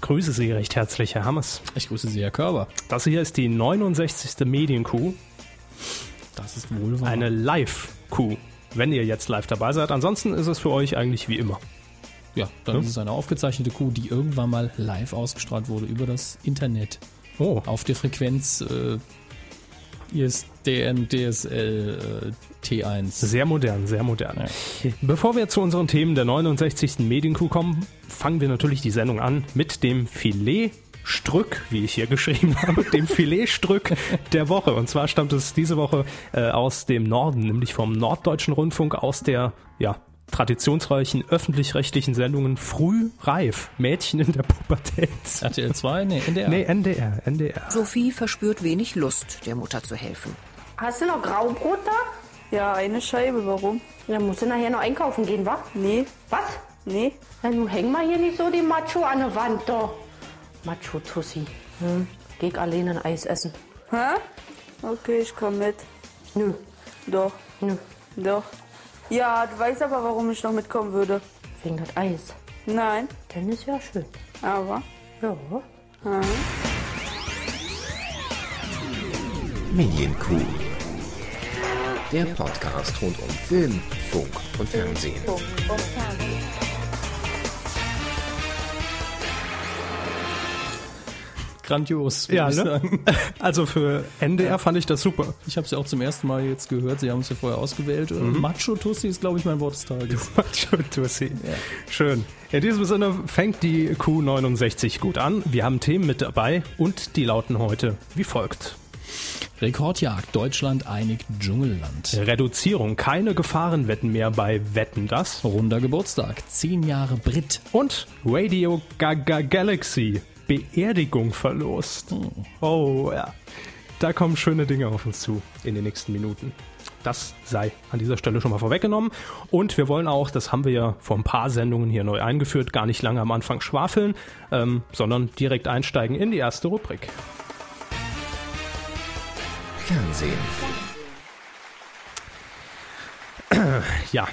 grüße Sie recht herzlich, Herr Hammers. Ich grüße Sie, Herr Körber. Das hier ist die 69. Medienkuh, Das ist wohl wahr. eine Live-Kuh, wenn ihr jetzt live dabei seid. Ansonsten ist es für euch eigentlich wie immer. ja, dann ist es eine aufgezeichnete Kuh, die irgendwann mal live ausgestrahlt wurde über das Internet. Oh, Auf der Frequenz äh, ISDN, DSL, äh, T1. sehr modern, sehr modern. Bevor wir zu unseren Themen der 69. Medienkuh kommen, fangen wir natürlich die Sendung an mit dem Filetstrück, wie ich hier geschrieben habe, dem Filetstrück der Woche. Und zwar stammt es diese Woche äh, aus dem Norden, nämlich vom Norddeutschen Rundfunk, aus der, ja, traditionsreichen öffentlich-rechtlichen Sendungen Frühreif, Mädchen in der Pubertät. RTL 2? Nee, NDR. Nee, NDR, NDR. Sophie verspürt wenig Lust, der Mutter zu helfen. Hast du noch Graubrot da? Ja, eine Scheibe, warum? Dann musst du nachher noch einkaufen gehen, wa? Nee, Was? nee. Na, nun häng mal hier nicht so die Macho an der Wand, doch. Macho-Tussi. Hm? Geh ich alleine ein Eis essen. Hä? Okay, ich komm mit. Nö, Doch, nö, doch. Ja, du weißt aber, warum ich noch mitkommen würde. wegen das Eis. Nein, Dann ist ja schön. aber. Ja. Medienkuh. Der Podcast rund um Film, Funk und Fernsehen. Grandios. Ja, muss ich ne? sagen. Also für NDR fand ich das super. Ich habe sie auch zum ersten Mal jetzt gehört. Sie haben es ja vorher ausgewählt. Äh, Macho-Tussi ist, glaube ich, mein Wort des Tages. Macho Tussi. Schön. In diesem Sinne fängt die Q69 gut an. Wir haben Themen mit dabei und die lauten heute wie folgt. Rekordjagd. Deutschland einigt Dschungelland. Reduzierung, keine Gefahrenwetten mehr bei Wetten das. Runder Geburtstag. Zehn Jahre Brit. Und Radio Gaga Galaxy, Beerdigung verlost. Oh ja, da kommen schöne Dinge auf uns zu in den nächsten Minuten. Das sei an dieser Stelle schon mal vorweggenommen. Und wir wollen auch, das haben wir ja vor ein paar Sendungen hier neu eingeführt, gar nicht lange am Anfang schwafeln, ähm, sondern direkt einsteigen in die erste Rubrik. Fernsehen. Ja,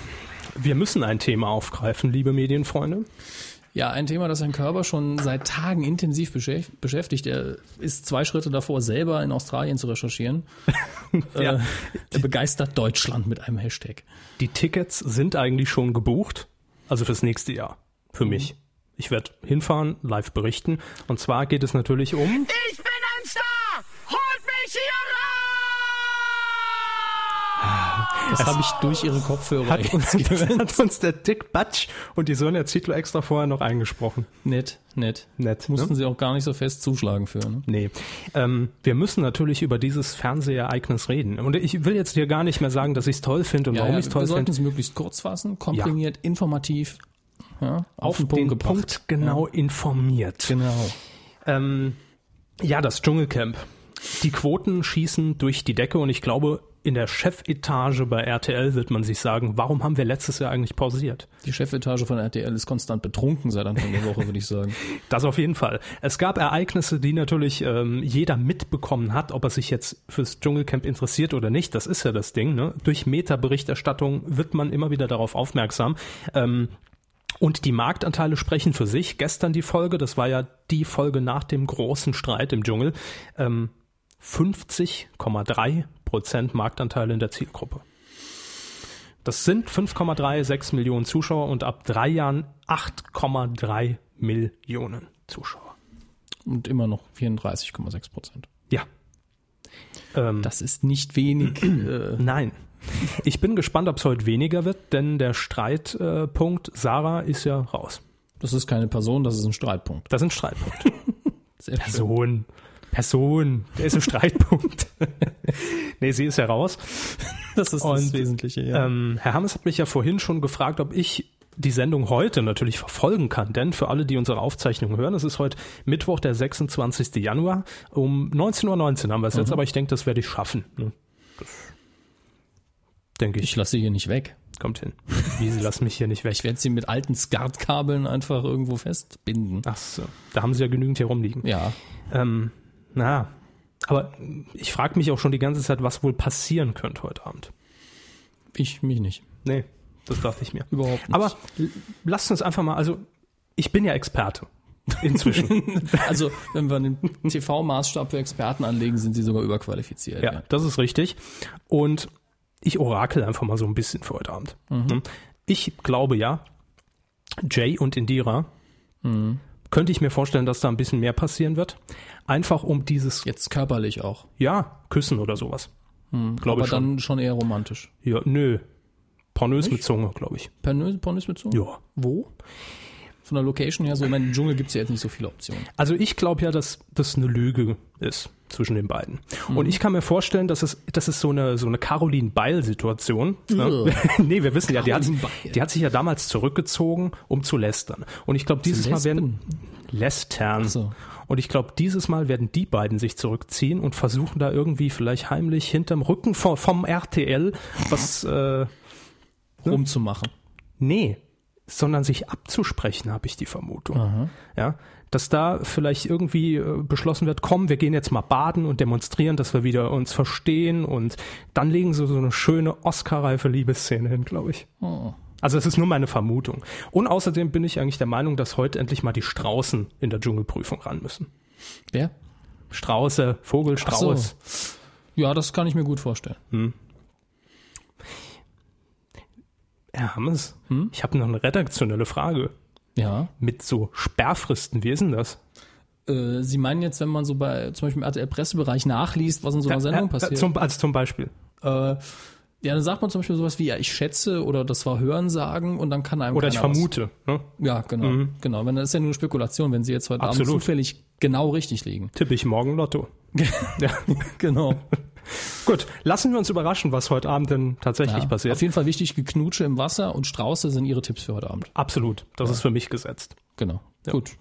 wir müssen ein Thema aufgreifen, liebe Medienfreunde. Ja, ein Thema, das Herrn Körber schon seit Tagen intensiv beschäf- beschäftigt. Er ist zwei Schritte davor, selber in Australien zu recherchieren. Ja. äh, er begeistert Deutschland mit einem Hashtag. Die Tickets sind eigentlich schon gebucht, also fürs nächste Jahr, für Mhm. mich. Ich werde hinfahren, live berichten. Und zwar geht es natürlich um. Ich bin ein Star! Holt mich hier raus! Das habe ich durch Ihre Kopfhörer Hat uns, jetzt gehört. hat uns der Dick Batsch und die Sonja Zietlow extra vorher noch eingesprochen. Nett, nett. Nett, Mussten ne? Sie auch gar nicht so fest zuschlagen für. Ne? Nee. Ähm, wir müssen natürlich über dieses Fernsehereignis reden. Und ich will jetzt hier gar nicht mehr sagen, dass ich es toll finde und warum ich es wir toll sollten finde. es möglichst kurz fassen, komprimiert, informativ, ja, auf, den Punkt gebracht. Punkt genau informiert. Genau. Ähm, ja, das Dschungelcamp. Die Quoten schießen durch die Decke und ich glaube, in der Chefetage bei RTL wird man sich sagen, warum haben wir letztes Jahr eigentlich pausiert? Die Chefetage von RTL ist konstant betrunken seit Anfang der Woche, würde ich sagen. Das auf jeden Fall. Es gab Ereignisse, die natürlich ähm, jeder mitbekommen hat, ob er sich jetzt fürs Dschungelcamp interessiert oder nicht. Das ist ja das Ding. Ne? Durch Meta-Berichterstattung wird man immer wieder darauf aufmerksam. Ähm, und die Marktanteile sprechen für sich. Gestern die Folge, das war ja die Folge nach dem großen Streit im Dschungel, ähm, 50,3 Prozent Marktanteile in der Zielgruppe. Das sind 5,36 Millionen Zuschauer und ab drei Jahren 8,3 Millionen Zuschauer. Und immer noch 34,6 Prozent. Ja. Ähm, Das ist nicht wenig. äh, nein. Ich bin gespannt, ob es heute weniger wird, denn der Streitpunkt äh, Punkt Sarah ist ja raus. Das ist keine Person, das ist ein Streitpunkt. Das ist ein Streitpunkt. Sehr schön. Person. Person. Der ist ein Streitpunkt. nee, sie ist ja raus. Das ist Und, das Wesentliche, ja. Ähm, Herr Hammes hat mich ja vorhin schon gefragt, ob ich die Sendung heute natürlich verfolgen kann. Denn für alle, die unsere Aufzeichnung hören, es ist heute Mittwoch, der 26. Januar. Um 19.19 Uhr haben wir es jetzt, aber ich denke, das werde ich schaffen. Ne? Das denke ich, ich lasse sie hier nicht weg. kommt hin. Wie, Sie lassen mich hier nicht Ich weg. werde sie mit alten Skatkabeln einfach irgendwo festbinden. Ach so, da haben Sie ja genügend hier rumliegen. Ja, Ähm, na, aber ich frage mich auch schon die ganze Zeit, was wohl passieren könnte heute Abend. ich mich nicht. Nee, das dachte ich mir. Überhaupt nicht. Aber l- lasst uns einfach mal, also ich bin ja Experte. Inzwischen. Also, wenn wir den TV-Maßstab für Experten anlegen, sind sie sogar überqualifiziert. ja, das ist richtig. Und ich orakel einfach mal so ein bisschen für heute Abend. Mhm. Hm? Ich glaube ja, Jay und Indira, Mhm. könnte ich mir vorstellen, dass da ein bisschen mehr passieren wird. Einfach um dieses, Jetzt körperlich auch. ja, Küssen oder sowas. Glaube Mhm. Aber ich schon. dann schon eher romantisch. ja, nö. Pornös mit Zunge, glaube ich. Pornös, Pornös mit Zunge? Ja. Wo? Von der Location her, so ich meine, im Dschungel gibt es ja jetzt nicht so viele Optionen. Also ich glaube ja, dass das eine Lüge ist zwischen den beiden. Und ich kann mir vorstellen, dass es, das ist so eine, so eine Caroline Beil-Situation. Ne? nee, wir wissen ja, die hat, Caroline Beil. die hat sich ja damals zurückgezogen, um zu lästern. Und ich glaube, dieses Mal werden lästern. so. Und ich glaube, dieses Mal werden die beiden sich zurückziehen und versuchen da irgendwie vielleicht heimlich hinterm Rücken vom, vom RTL was, äh, um Rumzumachen. Nee, sondern sich abzusprechen, habe ich die Vermutung. Ja, dass da vielleicht irgendwie äh, beschlossen wird, komm, wir gehen jetzt mal baden und demonstrieren, dass wir wieder uns verstehen und dann legen sie so eine schöne Oscar-reife Liebesszene hin, glaube ich. Oh. Also es ist nur meine Vermutung. Und außerdem bin ich eigentlich der Meinung, dass heute endlich mal die Straußen in der Dschungelprüfung ran müssen. Wer? Strauße, Vogel, so. Strauß. Ja, das kann ich mir gut vorstellen. Herr Hammes, Hm? ich habe noch eine redaktionelle Frage. Ja. Mit so Sperrfristen, wie ist denn das? Äh, Sie meinen jetzt, wenn man so bei zum Beispiel im RTL-Pressebereich nachliest, was in so einer Sendung Ja, ja, passiert? Zum, also zum Beispiel. äh, ja, dann sagt man zum Beispiel sowas wie, ja, ich schätze oder das war Hörensagen und dann kann einem Oder ich keiner was- vermute. Ne? Ja, genau. Genau, wenn das ist ja nur Spekulation, wenn sie jetzt heute Abend Absolut. zufällig genau richtig liegen. Tippe ich morgen Lotto. ja. Genau. Gut, lassen wir uns überraschen, was heute Abend denn tatsächlich Ja. passiert. Auf jeden Fall wichtig, Geknutsche im Wasser und Strauße sind ihre Tipps für heute Abend. Absolut, das ist für mich gesetzt. Genau. Gut.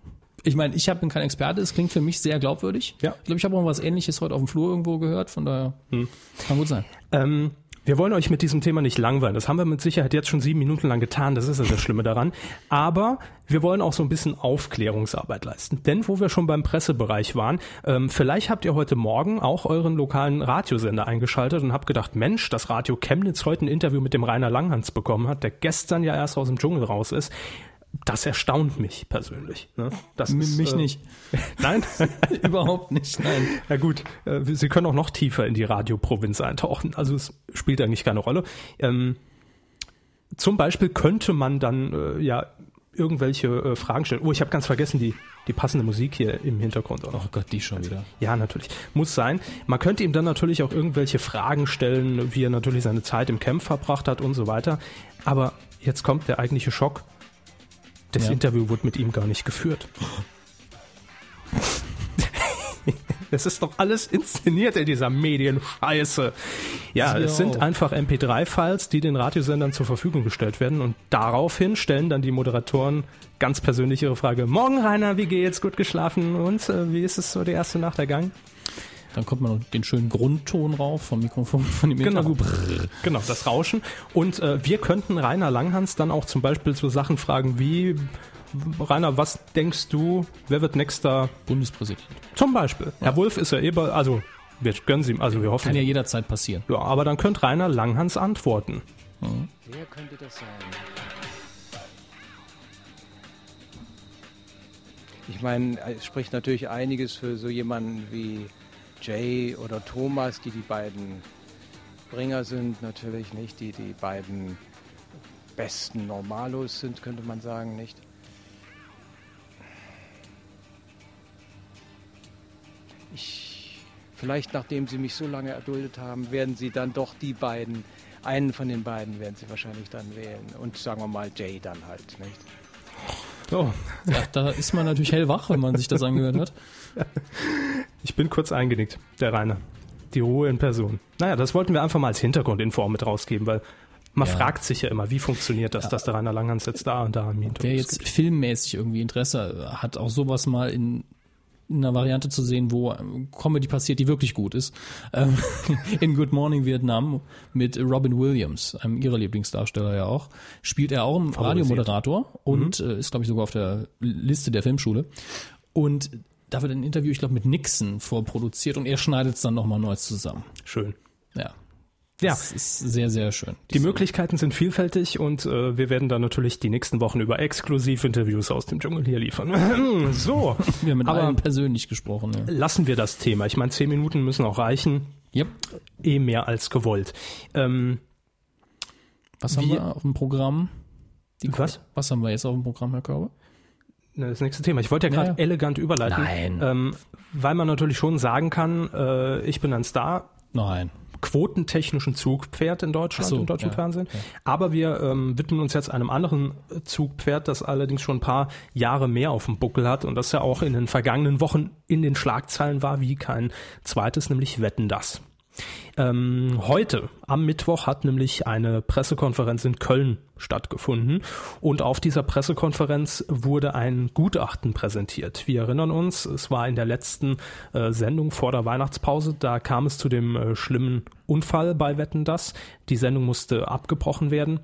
Ich meine, ich hab- bin kein Experte, es klingt für mich sehr glaubwürdig. Ja. Hm. Ich glaube, ich habe auch was ähnliches heute auf dem Flur irgendwo gehört, von daher kann gut sein. Ähm, wir wollen euch mit diesem Thema nicht langweilen. Das haben wir mit Sicherheit jetzt schon sieben Minuten lang getan. Das ist ja das Schlimme daran. Aber wir wollen auch so ein bisschen Aufklärungsarbeit leisten. Denn wo wir schon beim Pressebereich waren, ähm, vielleicht habt ihr heute Morgen auch euren lokalen Radiosender eingeschaltet und habt gedacht, Mensch, das Radio Chemnitz heute ein Interview mit dem Rainer Langhans bekommen hat, der gestern ja erst aus dem Dschungel raus ist. Das erstaunt mich persönlich. Ne? Das M- ist, mich äh, nicht. Nein? Überhaupt nicht, nein. Na gut, äh, Sie können auch noch tiefer in die Radioprovinz eintauchen. Also es spielt eigentlich keine Rolle. Ähm, zum Beispiel könnte man dann äh, ja irgendwelche äh, Fragen stellen. Oh, ich habe ganz vergessen die, die passende Musik hier im Hintergrund auch noch. Oh Gott, die schon wieder. Ja, natürlich. Muss sein. Man könnte ihm dann natürlich auch irgendwelche Fragen stellen, wie er natürlich seine Zeit im Camp verbracht hat und so weiter. Aber jetzt kommt der eigentliche Schock. Das Ja. Interview wurde mit ihm gar nicht geführt. Es ist doch alles inszeniert in dieser Medienscheiße. Ja, Ja. es sind einfach MP3-Files, die den Radiosendern zur Verfügung gestellt werden und daraufhin stellen dann die Moderatoren ganz persönlich ihre Frage: Morgen, Rainer, wie geht's? Gut geschlafen und äh, wie ist es so die erste Nacht ergangen? Dann kommt man noch den schönen Grundton rauf vom Mikrofon, von dem Genau. Interview. Brrr. Genau, das Rauschen. Und äh, wir könnten Rainer Langhans dann auch zum Beispiel so Sachen fragen wie: Rainer, was denkst du, wer wird nächster? Bundespräsident. Zum Beispiel. Herr Wolf ist ja eh, bei- also wir gönnen sie ihm, also wir hoffen. Kann ja jederzeit passieren. Ja, aber dann könnte Rainer Langhans antworten. Wer könnte das sein? Ich meine, es spricht natürlich einiges für so jemanden wie Jay oder Thomas, die die beiden Bringer sind, natürlich nicht, die die beiden besten Normalos sind, könnte man sagen, nicht. Ich, vielleicht nachdem sie mich so lange erduldet haben, werden sie dann doch die beiden, einen von den beiden werden sie wahrscheinlich dann wählen. Und sagen wir mal Jay dann halt, nicht? So, Ja, da ist man natürlich hellwach, wenn man sich das angehört hat. Ich bin kurz eingenickt, der Rainer. Die Ruhe in Person. Naja, das wollten wir einfach mal als Hintergrundinfo auch mit rausgeben, weil man Ja. fragt sich ja immer, wie funktioniert das, dass der Rainer Langhans jetzt da und da am Wer Hintergrund jetzt filmmäßig irgendwie Interesse hat, auch sowas mal in in einer Variante zu sehen, wo ähm, Comedy passiert, die wirklich gut ist. Ähm, In Good Morning Vietnam mit Robin Williams, einem ihrer Lieblingsdarsteller ja auch, spielt er auch einen Radiomoderator und äh, ist, glaube ich, sogar auf der Liste der Filmschule. Und da wird ein Interview, ich glaube, mit Nixon vorproduziert und er schneidet es dann nochmal neu zusammen. Schön. Ja. Ja, Das ist sehr, sehr schön. die Möglichkeiten sind vielfältig und äh, wir werden dann natürlich die nächsten Wochen über exklusiv Interviews aus dem Dschungel hier liefern. so, Wir haben mit aber allen persönlich gesprochen. Ja. lassen wir das Thema. Ich meine, zehn Minuten müssen auch reichen. Yep. Eh mehr als gewollt. Ähm, Was haben Wir- wir auf dem Programm? Die Was? Was haben wir jetzt auf dem Programm, Herr Körber? ne, das nächste Thema. Ich wollte ja gerade Ja, ja. elegant überleiten. Nein. Ähm, weil man natürlich schon sagen kann, äh, ich bin ein Star, Nein. quotentechnischen Zugpferd in Deutschland, Ach so, im deutschen ja, Fernsehen. Aber wir ähm, widmen uns jetzt einem anderen äh, Zugpferd, das allerdings schon ein paar Jahre mehr auf dem Buckel hat und das ja auch in den vergangenen Wochen in den Schlagzeilen war wie kein zweites, nämlich Wetten das. Ähm, heute, am Mittwoch, hat nämlich eine Pressekonferenz in Köln stattgefunden. Und auf dieser Pressekonferenz wurde ein Gutachten präsentiert. Wir erinnern uns, es war in der letzten äh, Sendung vor der Weihnachtspause. Da kam es zu dem äh, schlimmen Unfall bei Wetten das. Die Sendung musste abgebrochen werden.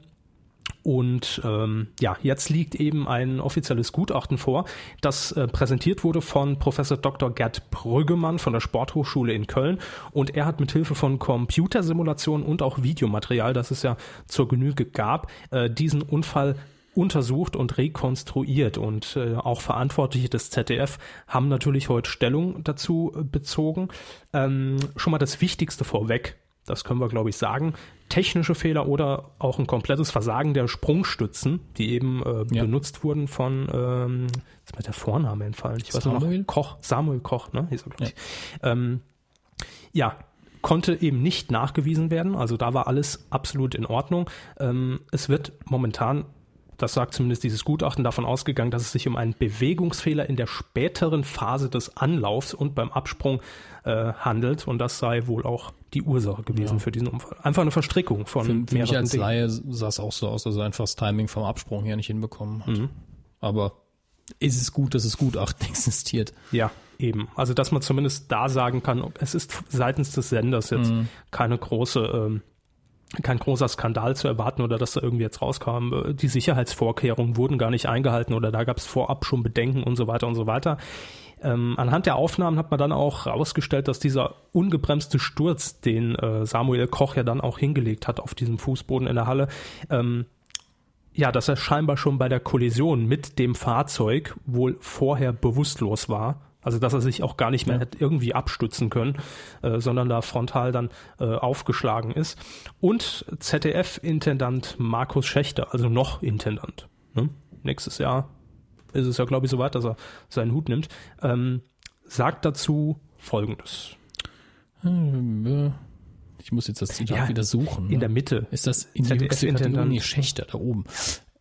Und ähm, ja, jetzt liegt eben ein offizielles Gutachten vor, das äh, präsentiert wurde von Professor Dr. Gerd Brüggemann von der Sporthochschule in Köln. Und er hat mit Hilfe von Computersimulationen und auch Videomaterial, das es ja zur Genüge gab, äh, diesen Unfall untersucht und rekonstruiert. Und äh, auch Verantwortliche des ZDF haben natürlich heute Stellung dazu äh, bezogen. Ähm, schon mal das Wichtigste vorweg. Das können wir, glaube ich, sagen. Technische Fehler oder auch ein komplettes Versagen der Sprungstützen, die eben äh, Ja. benutzt wurden von, ähm, jetzt ist mir der Vorname entfallen, ich weiß nur Samuel? noch, Koch, Samuel Koch, ne, hieß er, glaube ich. Ja. Ähm, ja, konnte eben nicht nachgewiesen werden, also da war alles absolut in Ordnung. Ähm, es wird momentan das sagt zumindest dieses Gutachten davon ausgegangen, dass es sich um einen Bewegungsfehler in der späteren Phase des Anlaufs und beim Absprung äh, handelt. Und das sei wohl auch die Ursache gewesen für diesen Unfall. Einfach eine Verstrickung von Für, für mich mehreren als Dingen. Laie sah es auch so aus, dass er einfach das Timing vom Absprung her nicht hinbekommen hat. Mhm. Aber ist es gut, dass es Gutachten existiert? Ja, eben. Also, dass man zumindest da sagen kann, ob- es ist seitens des Senders jetzt keine große, ähm, kein großer Skandal zu erwarten oder dass da irgendwie jetzt rauskam, äh, die Sicherheitsvorkehrungen wurden gar nicht eingehalten oder da gab es vorab schon Bedenken und so weiter und so weiter. Ähm, anhand der Aufnahmen hat man dann auch herausgestellt, dass dieser ungebremste Sturz, den äh, Samuel Koch ja dann auch hingelegt hat auf diesem Fußboden in der Halle, ähm, ja, dass er scheinbar schon bei der Kollision mit dem Fahrzeug wohl vorher bewusstlos war. Also dass er sich auch gar nicht mehr hätte irgendwie abstützen können, äh, sondern da frontal dann äh, aufgeschlagen ist. Und ZDF-Intendant Markus Schächter, also noch Intendant. Ne? Nächstes Jahr ist es ja, glaube ich, soweit, dass er seinen Hut nimmt. Ähm, sagt dazu Folgendes. Ich muss jetzt das Zitat Ja, wieder suchen. ne? In der Mitte. Ist das in die ZDF höchste Kategorie? Intendant. Nee, Schächter, da oben.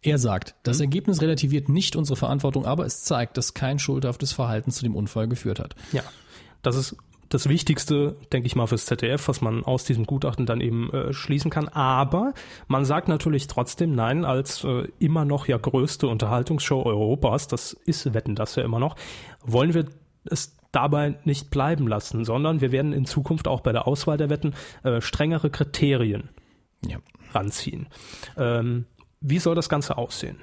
Er sagt, das Hm? Ergebnis relativiert nicht unsere Verantwortung, aber es zeigt, dass kein schuldhaftes Verhalten zu dem Unfall geführt hat. Ja, das ist das Wichtigste, denke ich mal, fürs ZDF, was man aus diesem Gutachten dann eben äh, schließen kann. Aber man sagt natürlich trotzdem nein, als äh, immer noch ja größte Unterhaltungsshow Europas, das ist Wetten das ja immer noch, wollen wir es dabei nicht bleiben lassen, sondern wir werden in Zukunft auch bei der Auswahl der Wetten äh, strengere Kriterien Ja. ranziehen. Ähm, wie soll das Ganze aussehen?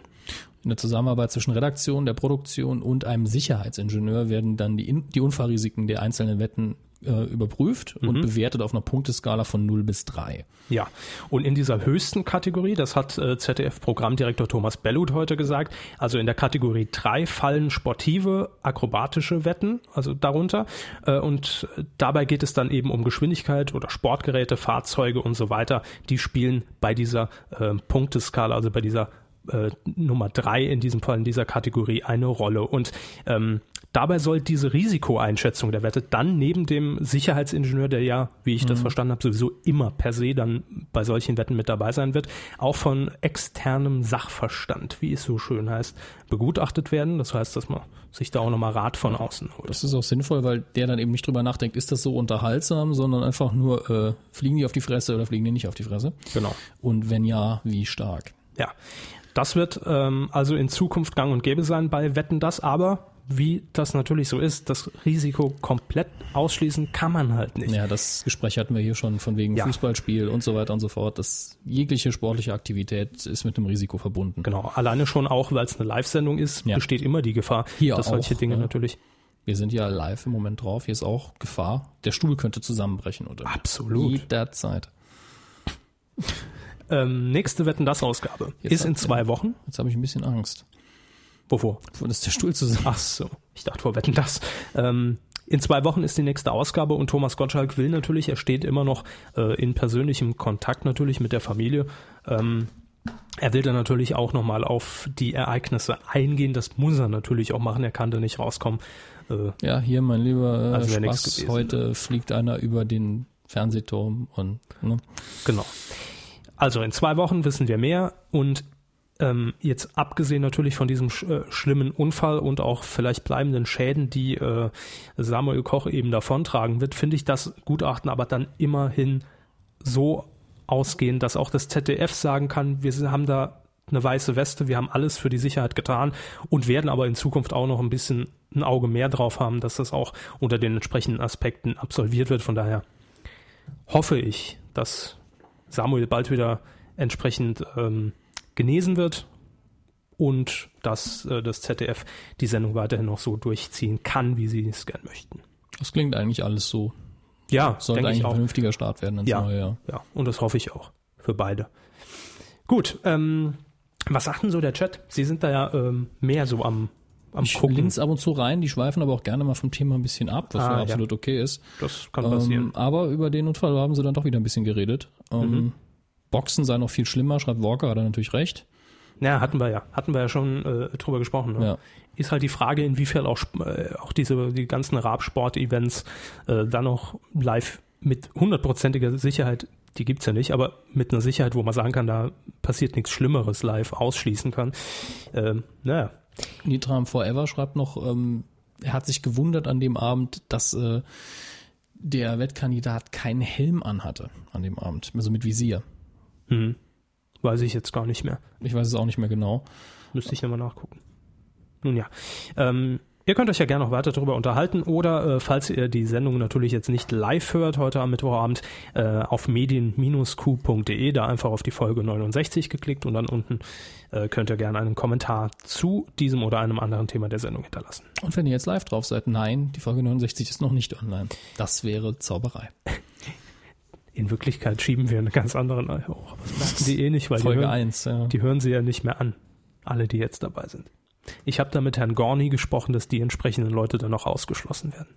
In der Zusammenarbeit zwischen Redaktion, der Produktion und einem Sicherheitsingenieur werden dann die, In- die Unfallrisiken der einzelnen Wetten äh, überprüft und bewertet auf einer Punkteskala von 0 bis 3. Ja, und in dieser höchsten Kategorie, das hat äh, ZDF-Programmdirektor Thomas Bellut heute gesagt, also in der Kategorie 3 fallen sportive, akrobatische Wetten, also darunter. Äh, und äh, dabei geht es dann eben um Geschwindigkeit oder Sportgeräte, Fahrzeuge und so weiter. Die spielen bei dieser äh, Punkteskala, also bei dieser äh, Nummer 3 in diesem Fall in dieser Kategorie eine Rolle. Und ähm, dabei soll diese Risikoeinschätzung der Wette dann neben dem Sicherheitsingenieur, der ja, wie ich das verstanden habe, sowieso immer per se dann bei solchen Wetten mit dabei sein wird, auch von externem Sachverstand, wie es so schön heißt, begutachtet werden. Das heißt, dass man sich da auch nochmal Rat von außen holt. Das ist auch sinnvoll, weil der dann eben nicht drüber nachdenkt, ist das so unterhaltsam, sondern einfach nur, äh, fliegen die auf die Fresse oder fliegen die nicht auf die Fresse? Genau. Und wenn ja, wie stark? Ja, das wird ähm, also in Zukunft gang und gäbe sein bei Wetten das, aber wie das natürlich so ist, das Risiko komplett ausschließen kann man halt nicht. Ja, das Gespräch hatten wir hier schon von wegen Ja. Fußballspiel und so weiter und so fort. Das jegliche sportliche Aktivität ist mit einem Risiko verbunden. Genau, alleine schon auch, weil es eine Live-Sendung ist, Ja. besteht immer die Gefahr, Hier dass auch, solche Dinge ne? natürlich. Wir sind ja live im Moment drauf. Hier ist auch Gefahr. Der Stuhl könnte zusammenbrechen oder Absolut. jederzeit. Ähm, nächste Wetten das Ausgabe Jetzt ist in hat- zwei Wochen. Jetzt habe ich ein bisschen Angst. Wovor? Wo ist der Stuhl zusammen? Ach so, ich dachte, wir wetten das. Ähm, in zwei Wochen ist die nächste Ausgabe und Thomas Gottschalk will natürlich, er steht immer noch äh, in persönlichem Kontakt natürlich mit der Familie. Ähm, er will dann natürlich auch nochmal auf die Ereignisse eingehen. Das muss er natürlich auch machen, er kann da nicht rauskommen. Äh, Ja, hier, mein lieber äh, Also wär nix Spaß. gewesen. Heute fliegt einer über den Fernsehturm und ne? genau. Also in zwei Wochen wissen wir mehr und ähm, jetzt abgesehen natürlich von diesem sch äh, schlimmen Unfall und auch vielleicht bleibenden Schäden, die äh, Samuel Koch eben davontragen wird, finde ich das Gutachten aber dann immerhin so ausgehen, dass auch das ZDF sagen kann, wir haben da eine weiße Weste, wir haben alles für die Sicherheit getan und werden aber in Zukunft auch noch ein bisschen ein Auge mehr drauf haben, dass das auch unter den entsprechenden Aspekten absolviert wird. Von daher hoffe ich, dass Samuel bald wieder entsprechend ähm, genesen wird und dass äh, das ZDF die Sendung weiterhin noch so durchziehen kann, wie sie es gern möchten. Das klingt eigentlich alles so. Ja, Sollte denke eigentlich ich ein auch. vernünftiger Start werden ins Ja. neue Jahr. Ja, und das hoffe ich auch für beide. Gut, ähm, was sagt denn so der Chat? Sie sind da ja ähm, mehr so am, am Ich Gucken. links ab und zu rein, die schweifen aber auch gerne mal vom Thema ein bisschen ab, was Ah, ja ja. absolut okay ist. Das kann Ähm, aber über den Unfall haben sie dann doch wieder ein bisschen geredet. Ähm, Mhm. Boxen sei noch viel schlimmer, schreibt Walker, hat er natürlich recht. Ja, hatten wir ja. Hatten wir ja schon äh, drüber gesprochen. Ne? Ja. Ist halt die Frage, inwiefern auch, Sp- äh, auch diese die ganzen Rab-Sport-Events äh, dann noch live mit hundertprozentiger Sicherheit, die gibt's ja nicht, aber mit einer Sicherheit, wo man sagen kann, da passiert nichts Schlimmeres live ausschließen kann. Ähm, naja, Nitram Forever schreibt noch, ähm, er hat sich gewundert an dem Abend, dass äh, der Wettkandidat keinen Helm anhatte an dem Abend, also mit Visier. weiß ich jetzt gar nicht mehr. Ich weiß es auch nicht mehr genau. Müsste ich nochmal nachgucken. Nun ja. Ähm, ihr könnt euch ja gerne noch weiter darüber unterhalten oder äh, falls ihr die Sendung natürlich jetzt nicht live hört, heute am Mittwochabend äh, auf medien-q.de, da einfach auf die Folge 69 geklickt und dann unten äh, könnt ihr gerne einen Kommentar zu diesem oder einem anderen Thema der Sendung hinterlassen. Und wenn ihr jetzt live drauf seid, nein, die Folge 69 ist noch nicht online. Das wäre Zauberei. In Wirklichkeit schieben wir einen ganz anderen Ei hoch. aber Das merken die eh nicht, weil die Folge hören, 1. Ja. die hören sie ja nicht mehr an. Alle, die jetzt dabei sind. Ich habe da mit Herrn Gorni gesprochen, dass die entsprechenden Leute dann noch ausgeschlossen werden.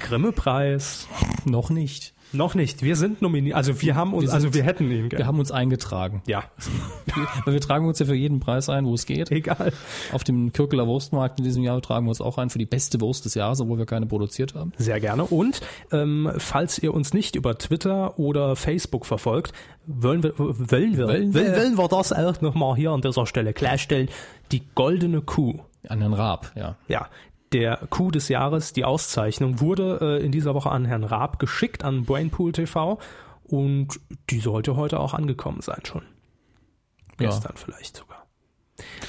Grimme-Preis. Noch nicht. Noch nicht. Wir sind nominiert. Also wir haben uns, Wir sind- also wir hätten ihn Wir gern. haben uns eingetragen. Ja, Weil wir tragen uns ja für jeden Preis ein, wo es geht. egal. Auf dem Kürkeler Wurstmarkt in diesem Jahr tragen wir uns auch ein für die beste Wurst des Jahres, obwohl wir keine produziert haben. Sehr gerne. Und ähm, falls ihr uns nicht über Twitter oder Facebook verfolgt, wollen wir, wollen wir, Wollen wollen, wir- wollen wir das auch nochmal hier an dieser Stelle klarstellen. Die goldene Kuh. An den Raab, ja. Ja, der Coup des Jahres, die Auszeichnung, wurde äh, in dieser Woche an Herrn Raab geschickt, an Brainpool TV. Und die sollte heute auch angekommen sein schon. ja. Gestern vielleicht sogar.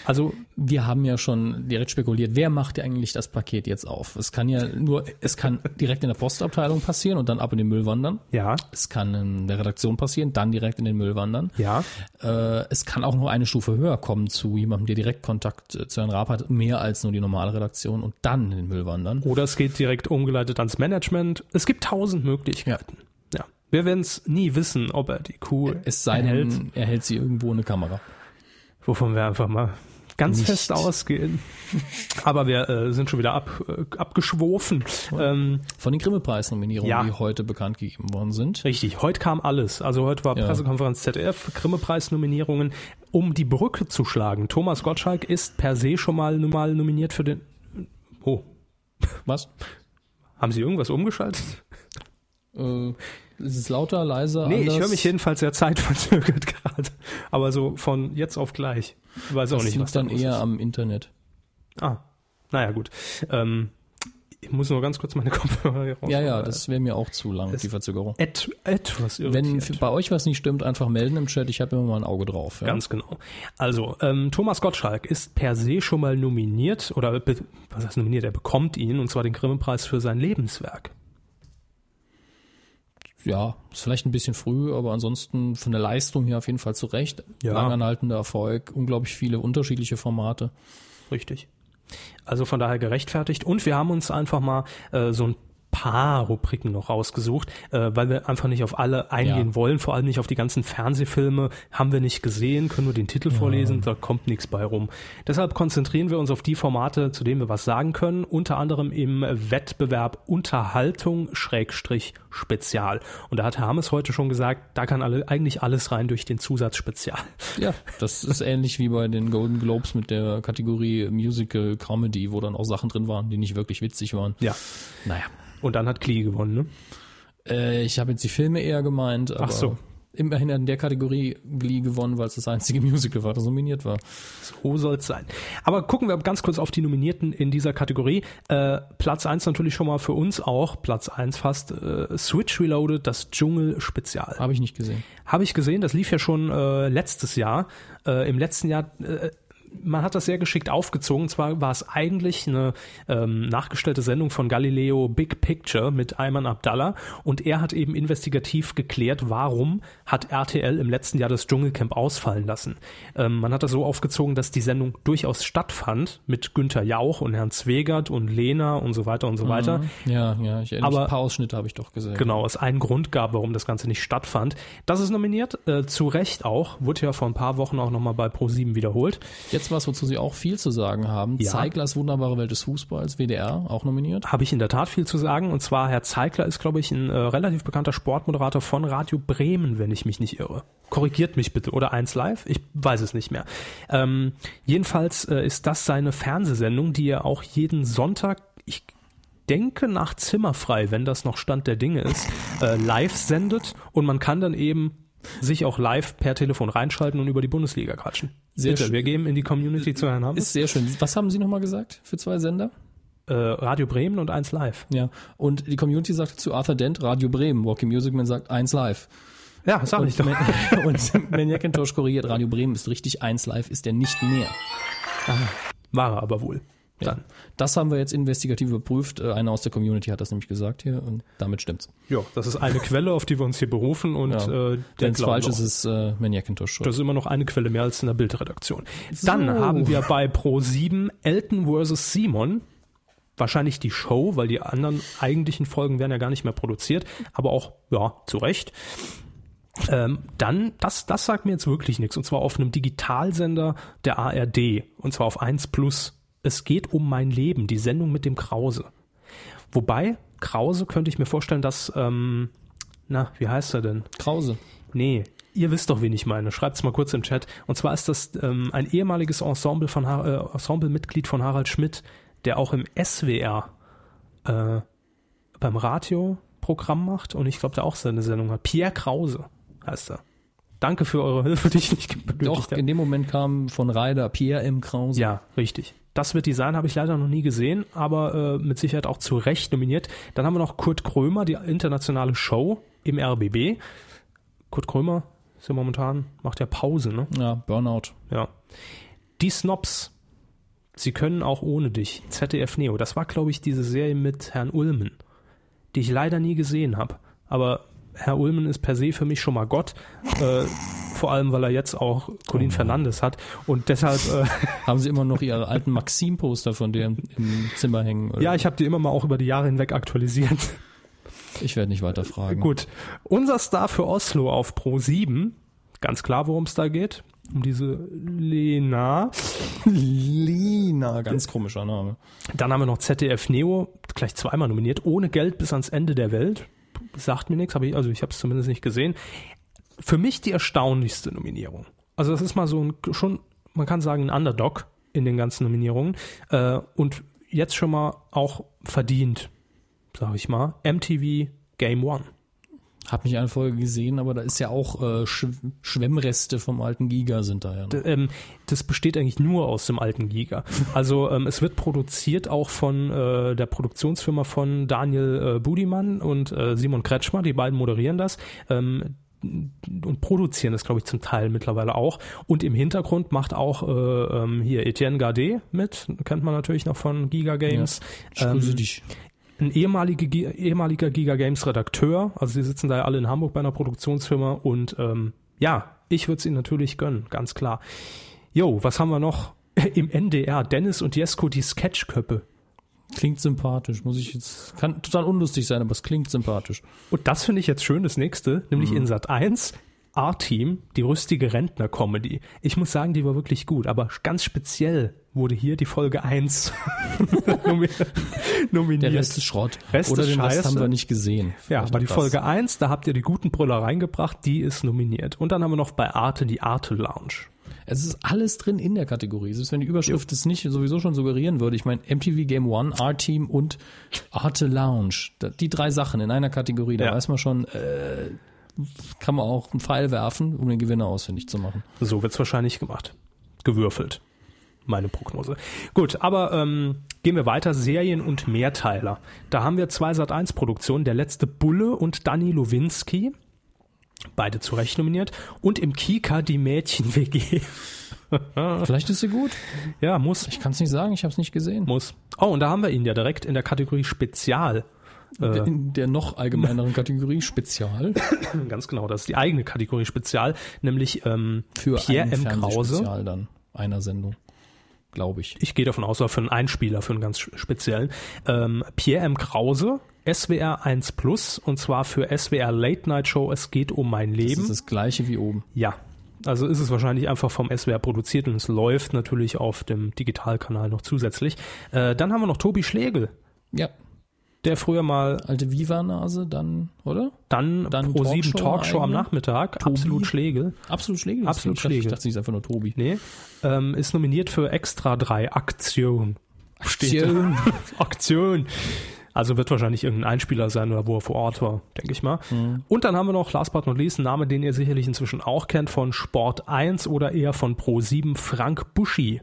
Also, Wir haben ja schon direkt spekuliert, wer macht ja eigentlich das Paket jetzt auf? Es kann ja nur, es kann direkt in der Postabteilung passieren und dann ab in den Müll wandern. ja, Es kann in der Redaktion passieren, dann direkt in den Müll wandern. ja, Äh, es kann auch noch eine Stufe höher kommen zu jemandem, der direkt Kontakt äh, zu Herrn Raab hat, mehr als nur die normale Redaktion und dann in den Müll wandern. oder es geht direkt umgeleitet ans Management. Es gibt tausend Möglichkeiten. Ja. Wir werden es nie wissen, ob er die Kuh Es sei erhält, denn, er hält sie irgendwo in eine Kamera. wovon wir einfach mal ganz Nicht. fest ausgehen. Aber wir äh, sind schon wieder ab, äh, abgeschwofen. Ähm, Von den Grimme-Preis-Nominierungen, Ja. die heute bekannt gegeben worden sind. Richtig, heute kam alles. Also heute war Ja. Pressekonferenz ZDF, Grimme-Preis-Nominierungen, um die Brücke zu schlagen. Thomas Gottschalk ist per se schon mal, mal nominiert für den... Oh, Was? haben Sie irgendwas umgeschaltet? Äh, ist es lauter, leiser, Nee, anders? ich höre mich jedenfalls sehr zeitverzögert gerade. Aber so von jetzt auf gleich. Ich weiß auch Das nicht, liegt was da dann los eher ist. am Internet. Ah, naja, gut. Ähm, ich muss nur ganz kurz meine Kopfhörer hier raus. Ja, ja, äh, das wäre mir auch zu lang, die Verzögerung. Et, etwas Wenn irritiert. f- bei euch was nicht stimmt, einfach melden im Chat. Ich habe immer mal ein Auge drauf. Ja. Ganz genau. Also, ähm, Thomas Gottschalk ist per se schon mal nominiert, oder be, was heißt nominiert, er bekommt ihn, und zwar den Grimme-Preis für sein Lebenswerk. ja, ist vielleicht ein bisschen früh, aber ansonsten von der Leistung her auf jeden Fall zu Recht. Ja. Langanhaltender Erfolg, unglaublich viele unterschiedliche Formate. Richtig. Also von daher gerechtfertigt. Und wir haben uns einfach mal äh, so ein paar Rubriken noch rausgesucht, äh, weil wir einfach nicht auf alle eingehen Ja. wollen, vor allem nicht auf die ganzen Fernsehfilme. Haben wir nicht gesehen, können nur den Titel vorlesen, da kommt nichts bei rum. Deshalb konzentrieren wir uns auf die Formate, zu denen wir was sagen können, unter anderem im Wettbewerb Unterhaltung Schrägstrich Spezial. Und da hat Herr Hammes heute schon gesagt, da kann alle, eigentlich alles rein durch den Zusatz Spezial. Ja, das ist ähnlich wie bei den Golden Globes mit der Kategorie Musical Comedy, wo dann auch Sachen drin waren, die nicht wirklich witzig waren. Ja. Naja. Und dann hat Klee gewonnen, ne? Äh, ich habe jetzt die Filme eher gemeint, aber Ach so. immerhin hat in der Kategorie Glee gewonnen, weil es das einzige Musical war, das nominiert war. So soll es sein. Aber gucken wir ganz kurz auf die Nominierten in dieser Kategorie. Äh, Platz 1 natürlich schon mal für uns auch, Platz 1 fast, äh, Switch Reloaded, das Dschungel-Spezial. Habe ich nicht gesehen. Habe ich gesehen, das lief ja schon äh, letztes Jahr. Äh, Im letzten Jahr, äh, man hat das sehr geschickt aufgezogen. Zwar war es eigentlich eine ähm, nachgestellte Sendung von Galileo Big Picture mit Ayman Abdallah und er hat eben investigativ geklärt, warum hat RTL im letzten Jahr das Dschungelcamp ausfallen lassen. Ähm, man hat das so aufgezogen, dass die Sendung durchaus stattfand mit Günther Jauch und Herrn Zwegert und Lena und so weiter und so weiter. Ja, ja, ich erinnere mich, Aber- ein paar Ausschnitte habe ich doch gesehen. Genau, es einen Grund gab, warum das Ganze nicht stattfand. Das ist nominiert, äh, zu Recht auch, wurde ja vor ein paar Wochen auch nochmal bei Pro7 wiederholt. Jetzt was, wozu sie auch viel zu sagen haben. Ja. Zeiglers wunderbare Welt des Fußballs, WDR, auch nominiert. Habe ich in der Tat viel zu sagen. Und zwar, Herr Zeigler ist, glaube ich, ein äh, relativ bekannter Sportmoderator von Radio Bremen, wenn ich mich nicht irre. Korrigiert mich bitte. Oder 1 Live? Ich weiß es nicht mehr. Ähm, jedenfalls äh, ist das seine Fernsehsendung, die er auch jeden Sonntag, ich denke nach Zimmerfrei, wenn das noch Stand der Dinge ist, äh, live sendet. Und man kann dann eben sich auch live per Telefon reinschalten und über die Bundesliga quatschen. Sehr Bitte, schön. wir geben in die Community zu Herrn Ist Hammes. sehr schön. Was haben Sie nochmal gesagt für zwei Sender? Äh, Radio Bremen und 1 Live. Ja. Und die Community sagt zu Arthur Dent, Radio Bremen. Walking Music Man sagt 1 Live. Ja, sag ich doch. Und Man McIntosh korrigiert, Radio Bremen ist richtig, 1 Live ist er nicht mehr. War er aber wohl. Ja. Das haben wir jetzt investigativ überprüft. Äh, Einer aus der Community hat das nämlich gesagt hier und damit stimmt's. Ja, das ist eine Quelle, auf die wir uns hier berufen und äh, der Wenn es glauben falsch wir ist, auch. ist äh, Maniacintosh schuld. das ist immer noch eine Quelle mehr als in der Bildredaktion. Dann haben wir bei Pro7 Elton vs. Simon. Wahrscheinlich die Show, weil die anderen eigentlichen Folgen werden ja gar nicht mehr produziert, aber auch, ja, zu Recht. Ähm, dann, das, das sagt mir jetzt wirklich nichts, und zwar auf einem Digitalsender der ARD, und zwar auf 1 Plus. Es geht um mein Leben, die Sendung mit dem Krause. Wobei, Krause könnte ich mir vorstellen, dass, ähm, na, wie heißt er denn? Krause. Nee, ihr wisst doch, wen ich meine. Schreibt's mal kurz im Chat. Und zwar ist das ähm, ein ehemaliges Ensemble von Har äh, Ensemblemitglied von Harald Schmidt, der auch im SWR äh, beim Radio Programm macht und ich glaube, der auch seine Sendung hat. Pierre Krause heißt er. Danke für eure Hilfe, die ich nicht Doch, benötigt habe. in dem Moment kam von Ryder Pierre M. Krause. Ja, richtig. Das wird Design habe ich leider noch nie gesehen, aber äh, mit Sicherheit auch zu Recht nominiert. Dann haben wir noch Kurt Krömer, die internationale Show im RBB. Kurt Krömer ist ja momentan, macht ja Pause, ne? Ja, Burnout. Ja. Die Snobs. Sie können auch ohne dich. ZDF Neo. Das war, glaube ich, diese Serie mit Herrn Ulmen, die ich leider nie gesehen habe. Aber Herr Ulmen ist per se für mich schon mal Gott. Äh, vor allem, weil er jetzt auch Colin Fernandes hat. Und deshalb. Äh, Haben Sie immer noch Ihre alten Maxim-Poster von dir im, im Zimmer hängen? Oder? Ja, ich habe die immer mal auch über die Jahre hinweg aktualisiert. Ich werde nicht weiter fragen. Gut. Unser Star für Oslo auf Pro 7. Ganz klar, worum es da geht. Um diese Lena. Lina, ganz komischer Name. Dann haben wir noch ZDF Neo, gleich zweimal nominiert, ohne Geld bis ans Ende der Welt. Sagt mir nichts, hab ich, also ich habe es zumindest nicht gesehen. Für mich die erstaunlichste Nominierung. Also das ist mal so ein, schon, man kann sagen, ein Underdog in den ganzen Nominierungen. Äh, und jetzt schon mal auch verdient, sage ich mal, MTV Game One. Hab nicht eine Folge gesehen, aber da ist ja auch äh, Sch Schwemmreste vom alten Giga sind da ja. noch. ähm, das besteht eigentlich nur aus dem alten Giga. Also ähm, es wird produziert auch von äh, der Produktionsfirma von Daniel äh, Budimann und äh, Simon Kretschmer, die beiden moderieren das. Ähm, und produzieren das, glaube ich, zum Teil mittlerweile auch. Und im Hintergrund macht auch äh, ähm, hier Etienne Gardet mit, kennt man natürlich noch von Giga Games. Ich grüße ähm, dich. Ein ehemaliger, Gi- ehemaliger Giga Games Redakteur, also sie sitzen da ja alle in Hamburg bei einer Produktionsfirma und ähm, ja, ich würde es ihnen natürlich gönnen, ganz klar. Jo, was haben wir noch? Im NDR, Dennis und Jesko, die Sketchköppe. Klingt sympathisch, muss ich jetzt. Kann total unlustig sein, aber es klingt sympathisch. Und das finde ich jetzt schön, das nächste, nämlich in Sat 1, A-Team, die rüstige Rentner-Comedy. Ich muss sagen, die war wirklich gut, aber ganz speziell wurde hier die Folge 1 nomi- nominiert. Der Rest ist Schrott. Rest Oder ist den Rest Scheiße. haben wir nicht gesehen. ja, Vielleicht aber die noch das. Folge 1, da habt ihr die guten Brüller reingebracht, die ist nominiert. Und dann haben wir noch bei Arte die Arte Lounge. Es ist alles drin in der Kategorie. Selbst wenn die Überschrift es nicht sowieso schon suggerieren würde. Ich meine, MTV Game One, R-Team und Arte Lounge. Da- Die drei Sachen in einer Kategorie. Da Ja. weiß man schon, äh, kann man auch einen Pfeil werfen, um den Gewinner ausfindig zu machen. So wird's wahrscheinlich gemacht. Gewürfelt. Meine Prognose. Gut, aber ähm, gehen wir weiter. Serien und Mehrteiler. Da haben wir zwei Sat1-Produktionen, Der letzte Bulle und Danny Lowinski. Beide zu Recht nominiert. Und im Kika die Mädchen-WG. Vielleicht ist sie gut. Ja, muss. Ich kann es nicht sagen, ich habe es nicht gesehen. Muss. Oh, und da haben wir ihn ja direkt in der Kategorie Spezial. Äh. In der noch allgemeineren Kategorie Spezial Ganz genau, das ist die eigene Kategorie Spezial, nämlich ähm, für Pierre ein M. Krause. Fernsehspezial dann einer Sendung, glaube ich. ich gehe davon aus, oder für einen Einspieler, für einen ganz speziellen, ähm, Pierre M. Krause, SWR 1 Plus, und zwar für SWR Late Night Show Es geht um mein Das Leben. ist das gleiche wie oben. ja. Also ist es wahrscheinlich einfach vom SWR produziert und es läuft natürlich auf dem Digitalkanal noch zusätzlich. Äh, dann haben wir noch Tobi Schlegel, Ja, der früher mal alte Viva-Nase dann, oder? dann, Dann pro 7 Talkshow Talkshow am eigene. Nachmittag, Tobi. absolut Schlegel, Absolut Schlegel. Absolut Ich dachte- Schlegel. Ich dachte, sie ist einfach nur Tobi. nee, ähm, ist nominiert für Extra 3 Aktion. Steht da. Tja, Aktion. Also wird wahrscheinlich irgendein Einspieler sein oder wo er vor Ort war, denke ich mal. Und dann haben wir noch, last but not least, einen Namen, den ihr sicherlich inzwischen auch kennt, von Sport 1 oder eher von Pro7, Frank Buschi.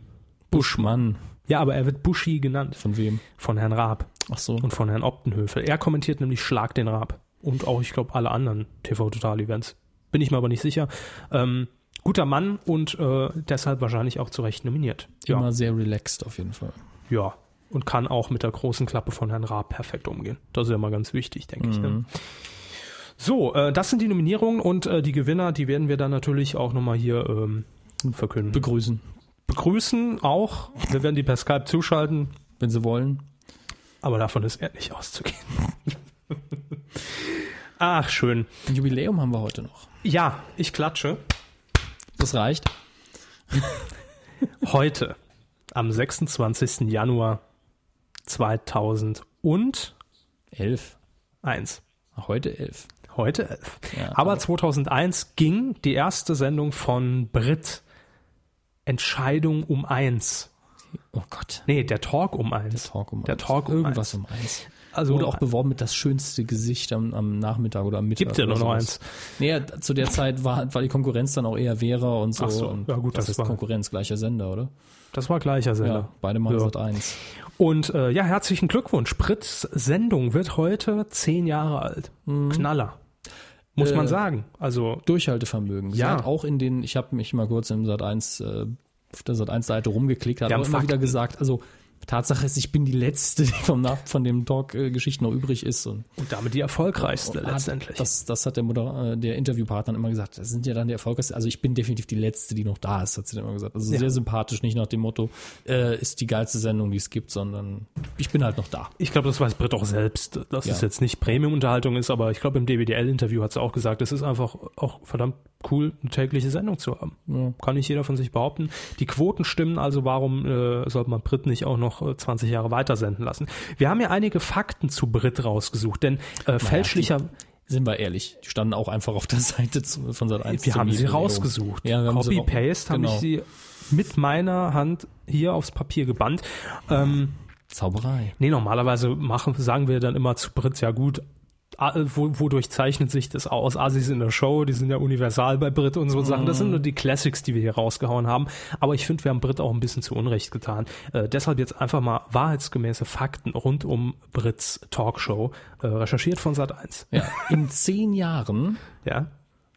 Buschmann. Ja, aber er wird Buschi genannt. Von wem? Von Herrn Raab Ach so. und von Herrn Optenhöfel. Er kommentiert nämlich Schlag den Raab. Und auch, ich glaube, alle anderen TV-Total-Events. Bin ich mir aber nicht sicher. Ähm, guter Mann und äh, deshalb wahrscheinlich auch zu Recht nominiert. Immer Ja. sehr relaxed auf jeden Fall. Ja. Und kann auch mit der großen Klappe von Herrn Raab perfekt umgehen. Das ist ja mal ganz wichtig, denke ich. Ne? So, äh, das sind die Nominierungen und äh, die Gewinner, die werden wir dann natürlich auch nochmal hier ähm, verkünden. Begrüßen, begrüßen auch. Wir werden die per Skype zuschalten, wenn sie wollen. aber davon ist eher nicht auszugehen. Ach, schön. Ein Jubiläum haben wir heute noch. Ja, ich klatsche. Das reicht. Heute, am 26. Januar 2001. Elf. Heute elf. Heute elf. Ja, aber 2001 ging die erste Sendung von Brit. Entscheidung um eins. Oh Gott. Nee, der Talk um eins. Talk um der eins. Talk um eins. Irgendwas um eins. Also Wurde auch beworben mit das schönste Gesicht am, am Nachmittag oder am Mittag. Gibt ja oder nur noch sowas. Naja, zu der Zeit war, war die Konkurrenz dann auch eher Vera und so. Ach so, Und ja gut, was das ist war- Konkurrenz, gleicher Sender, oder? Das war gleicher Ja, Sender. beide mal Ja. ja. 1. Und äh, ja, herzlichen Glückwunsch. Brits Sendung wird heute zehn Jahre alt. Knaller. Muss Mhm. Äh, man sagen. Also Durchhaltevermögen. Sie Ja. hat auch in den, ich habe mich mal kurz im Sat 1, äh, auf der Sat 1 Seite rumgeklickt, hat Die aber haben immer wieder Fakten. gesagt, also Tatsache ist, ich bin die letzte, die vom Nach von dem Talk äh, Geschichten noch übrig ist und und damit die erfolgreichste letztendlich. Oh, Das, das hat der, Moder äh, der Interviewpartner immer gesagt. Das sind ja dann die erfolgreichsten. Also ich bin definitiv die Letzte, die noch da ist, hat sie dann immer gesagt. Also sehr sympathisch, nicht nach dem Motto, äh, ist die geilste Sendung, die es gibt, sondern ich bin halt noch da. ich glaube, das weiß Britt auch selbst, dass Ja. es jetzt nicht Premium-Unterhaltung ist, aber ich glaube, im DWDL-Interview hat sie auch gesagt, es ist einfach auch verdammt cool, eine tägliche Sendung zu haben. Kann nicht jeder von sich behaupten. Die Quoten stimmen, also warum äh, sollte man Britt nicht auch noch äh, 20 Jahre weitersenden lassen? Wir haben ja einige Fakten zu Britt rausgesucht, denn äh, fälschlicher... Sind wir ehrlich, die standen auch einfach auf der Seite zu, von Sat 1. Wir haben sie rausgesucht. Ja, wir haben sie Copy-Paste habe genau. ich sie mit meiner Hand hier aufs Papier gebannt. Ähm, Zauberei. nee, normalerweise machen, sagen wir dann immer zu Brit, ja gut, ah, wo, wodurch zeichnet sich das aus? Ah, sie sind in der Show, die sind ja universal bei Brit und so Sachen. Das Mhm. sind nur die Classics, die wir hier rausgehauen haben. Aber ich finde, wir haben Brit auch ein bisschen zu Unrecht getan. Äh, deshalb jetzt einfach mal wahrheitsgemäße Fakten rund um Brits Talkshow, äh, recherchiert von Sat1. Ja. In zehn Jahren Ja.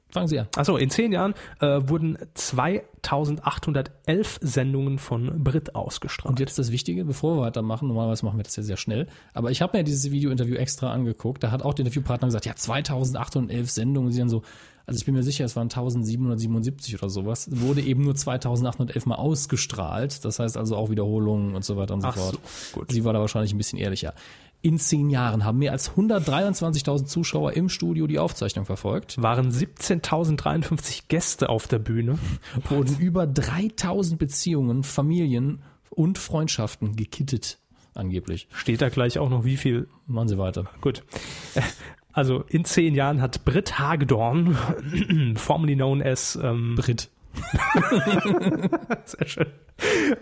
Fangen Sie an. Achso, in zehn Jahren äh, wurden 2811 Sendungen von Brit ausgestrahlt. Und jetzt das Wichtige, bevor wir weitermachen, normalerweise machen wir das ja sehr schnell, aber ich habe mir dieses Video-Interview extra angeguckt, da hat auch der Interviewpartner gesagt, ja, 200811 Sendungen, und sie dann so, also ich bin mir sicher, es waren 1777 oder sowas, wurde eben nur 200811 mal ausgestrahlt, das heißt also auch Wiederholungen und so weiter und so Ach fort. so, gut. Sie war da wahrscheinlich ein bisschen ehrlicher. In zehn Jahren haben mehr als 123.000 Zuschauer im Studio die Aufzeichnung verfolgt. waren 17.053 Gäste auf der Bühne. wurden über 3000 Beziehungen, Familien und Freundschaften gekittet, angeblich. Steht da gleich auch noch wie viel. Machen Sie weiter. Gut. Äh, Also in zehn Jahren hat Britt Hagedorn, formerly known as ähm, Brit. sehr schön,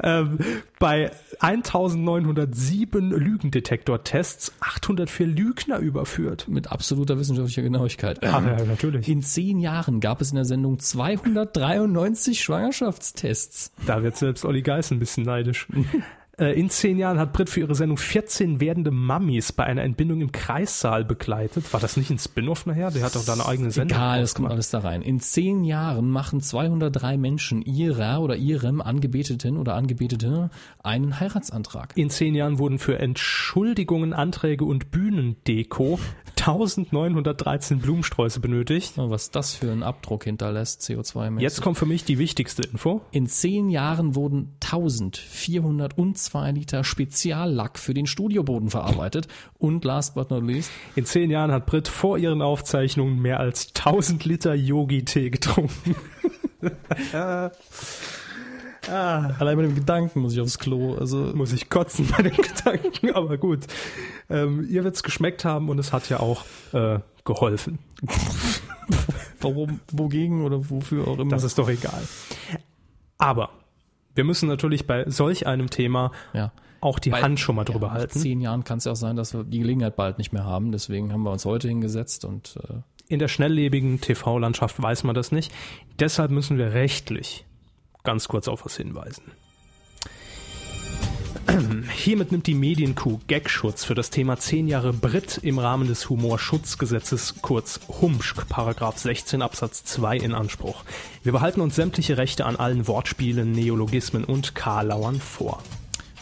ähm, bei 1907 Lügendetektor-Tests 804 Lügner überführt. Hm. Mit absoluter wissenschaftlicher Genauigkeit. Ähm, natürlich. In zehn Jahren gab es in der Sendung 293 Schwangerschaftstests. Da wird selbst Olli Geiss ein bisschen neidisch. Äh, In zehn Jahren hat Britt für ihre Sendung 14 werdende Mammies bei einer Entbindung im Kreissaal begleitet. War das nicht ein Spin-off nachher? Der hat doch da eine eigene Sendung. Egal, das kommt rausgemacht. alles da rein. In zehn Jahren machen 203 Menschen ihrer oder ihrem Angebeteten oder Angebetete einen Heiratsantrag. In zehn Jahren wurden für Entschuldigungen, Anträge und Bühnendeko 1913 Blumensträuße benötigt. Was das für einen Abdruck hinterlässt, CO2-mäßig. Jetzt kommt für mich die wichtigste Info. In zehn Jahren wurden 1402 Liter Speziallack für den Studioboden verarbeitet. Und last but not least, In zehn Jahren hat Britt vor ihren Aufzeichnungen mehr als 1000 Liter Yogi-Tee getrunken. allein mit dem Gedanken muss ich aufs Klo. Also Muss ich kotzen bei den Gedanken, aber gut. Ähm, ihr wird's geschmeckt haben und es hat ja auch äh, geholfen. warum, wogegen oder wofür auch immer. Das ist doch egal. Aber wir müssen natürlich bei solch einem Thema ja. auch die Weil- Hand schon mal drüber ja, halten. Nach zehn Jahren kann es ja auch sein, dass wir die Gelegenheit bald nicht mehr haben. Deswegen haben wir uns heute hingesetzt und äh, In der schnelllebigen TV-Landschaft weiß man das nicht. Deshalb müssen wir rechtlich ganz kurz auf was hinweisen. Hiermit nimmt die Medienkuh Gagschutz für das Thema 10 Jahre Brit im Rahmen des Humorschutzgesetzes, kurz Humschk, Paragraph 16 Absatz 2 in Anspruch. Wir behalten uns sämtliche Rechte an allen Wortspielen, Neologismen und Karlauern vor.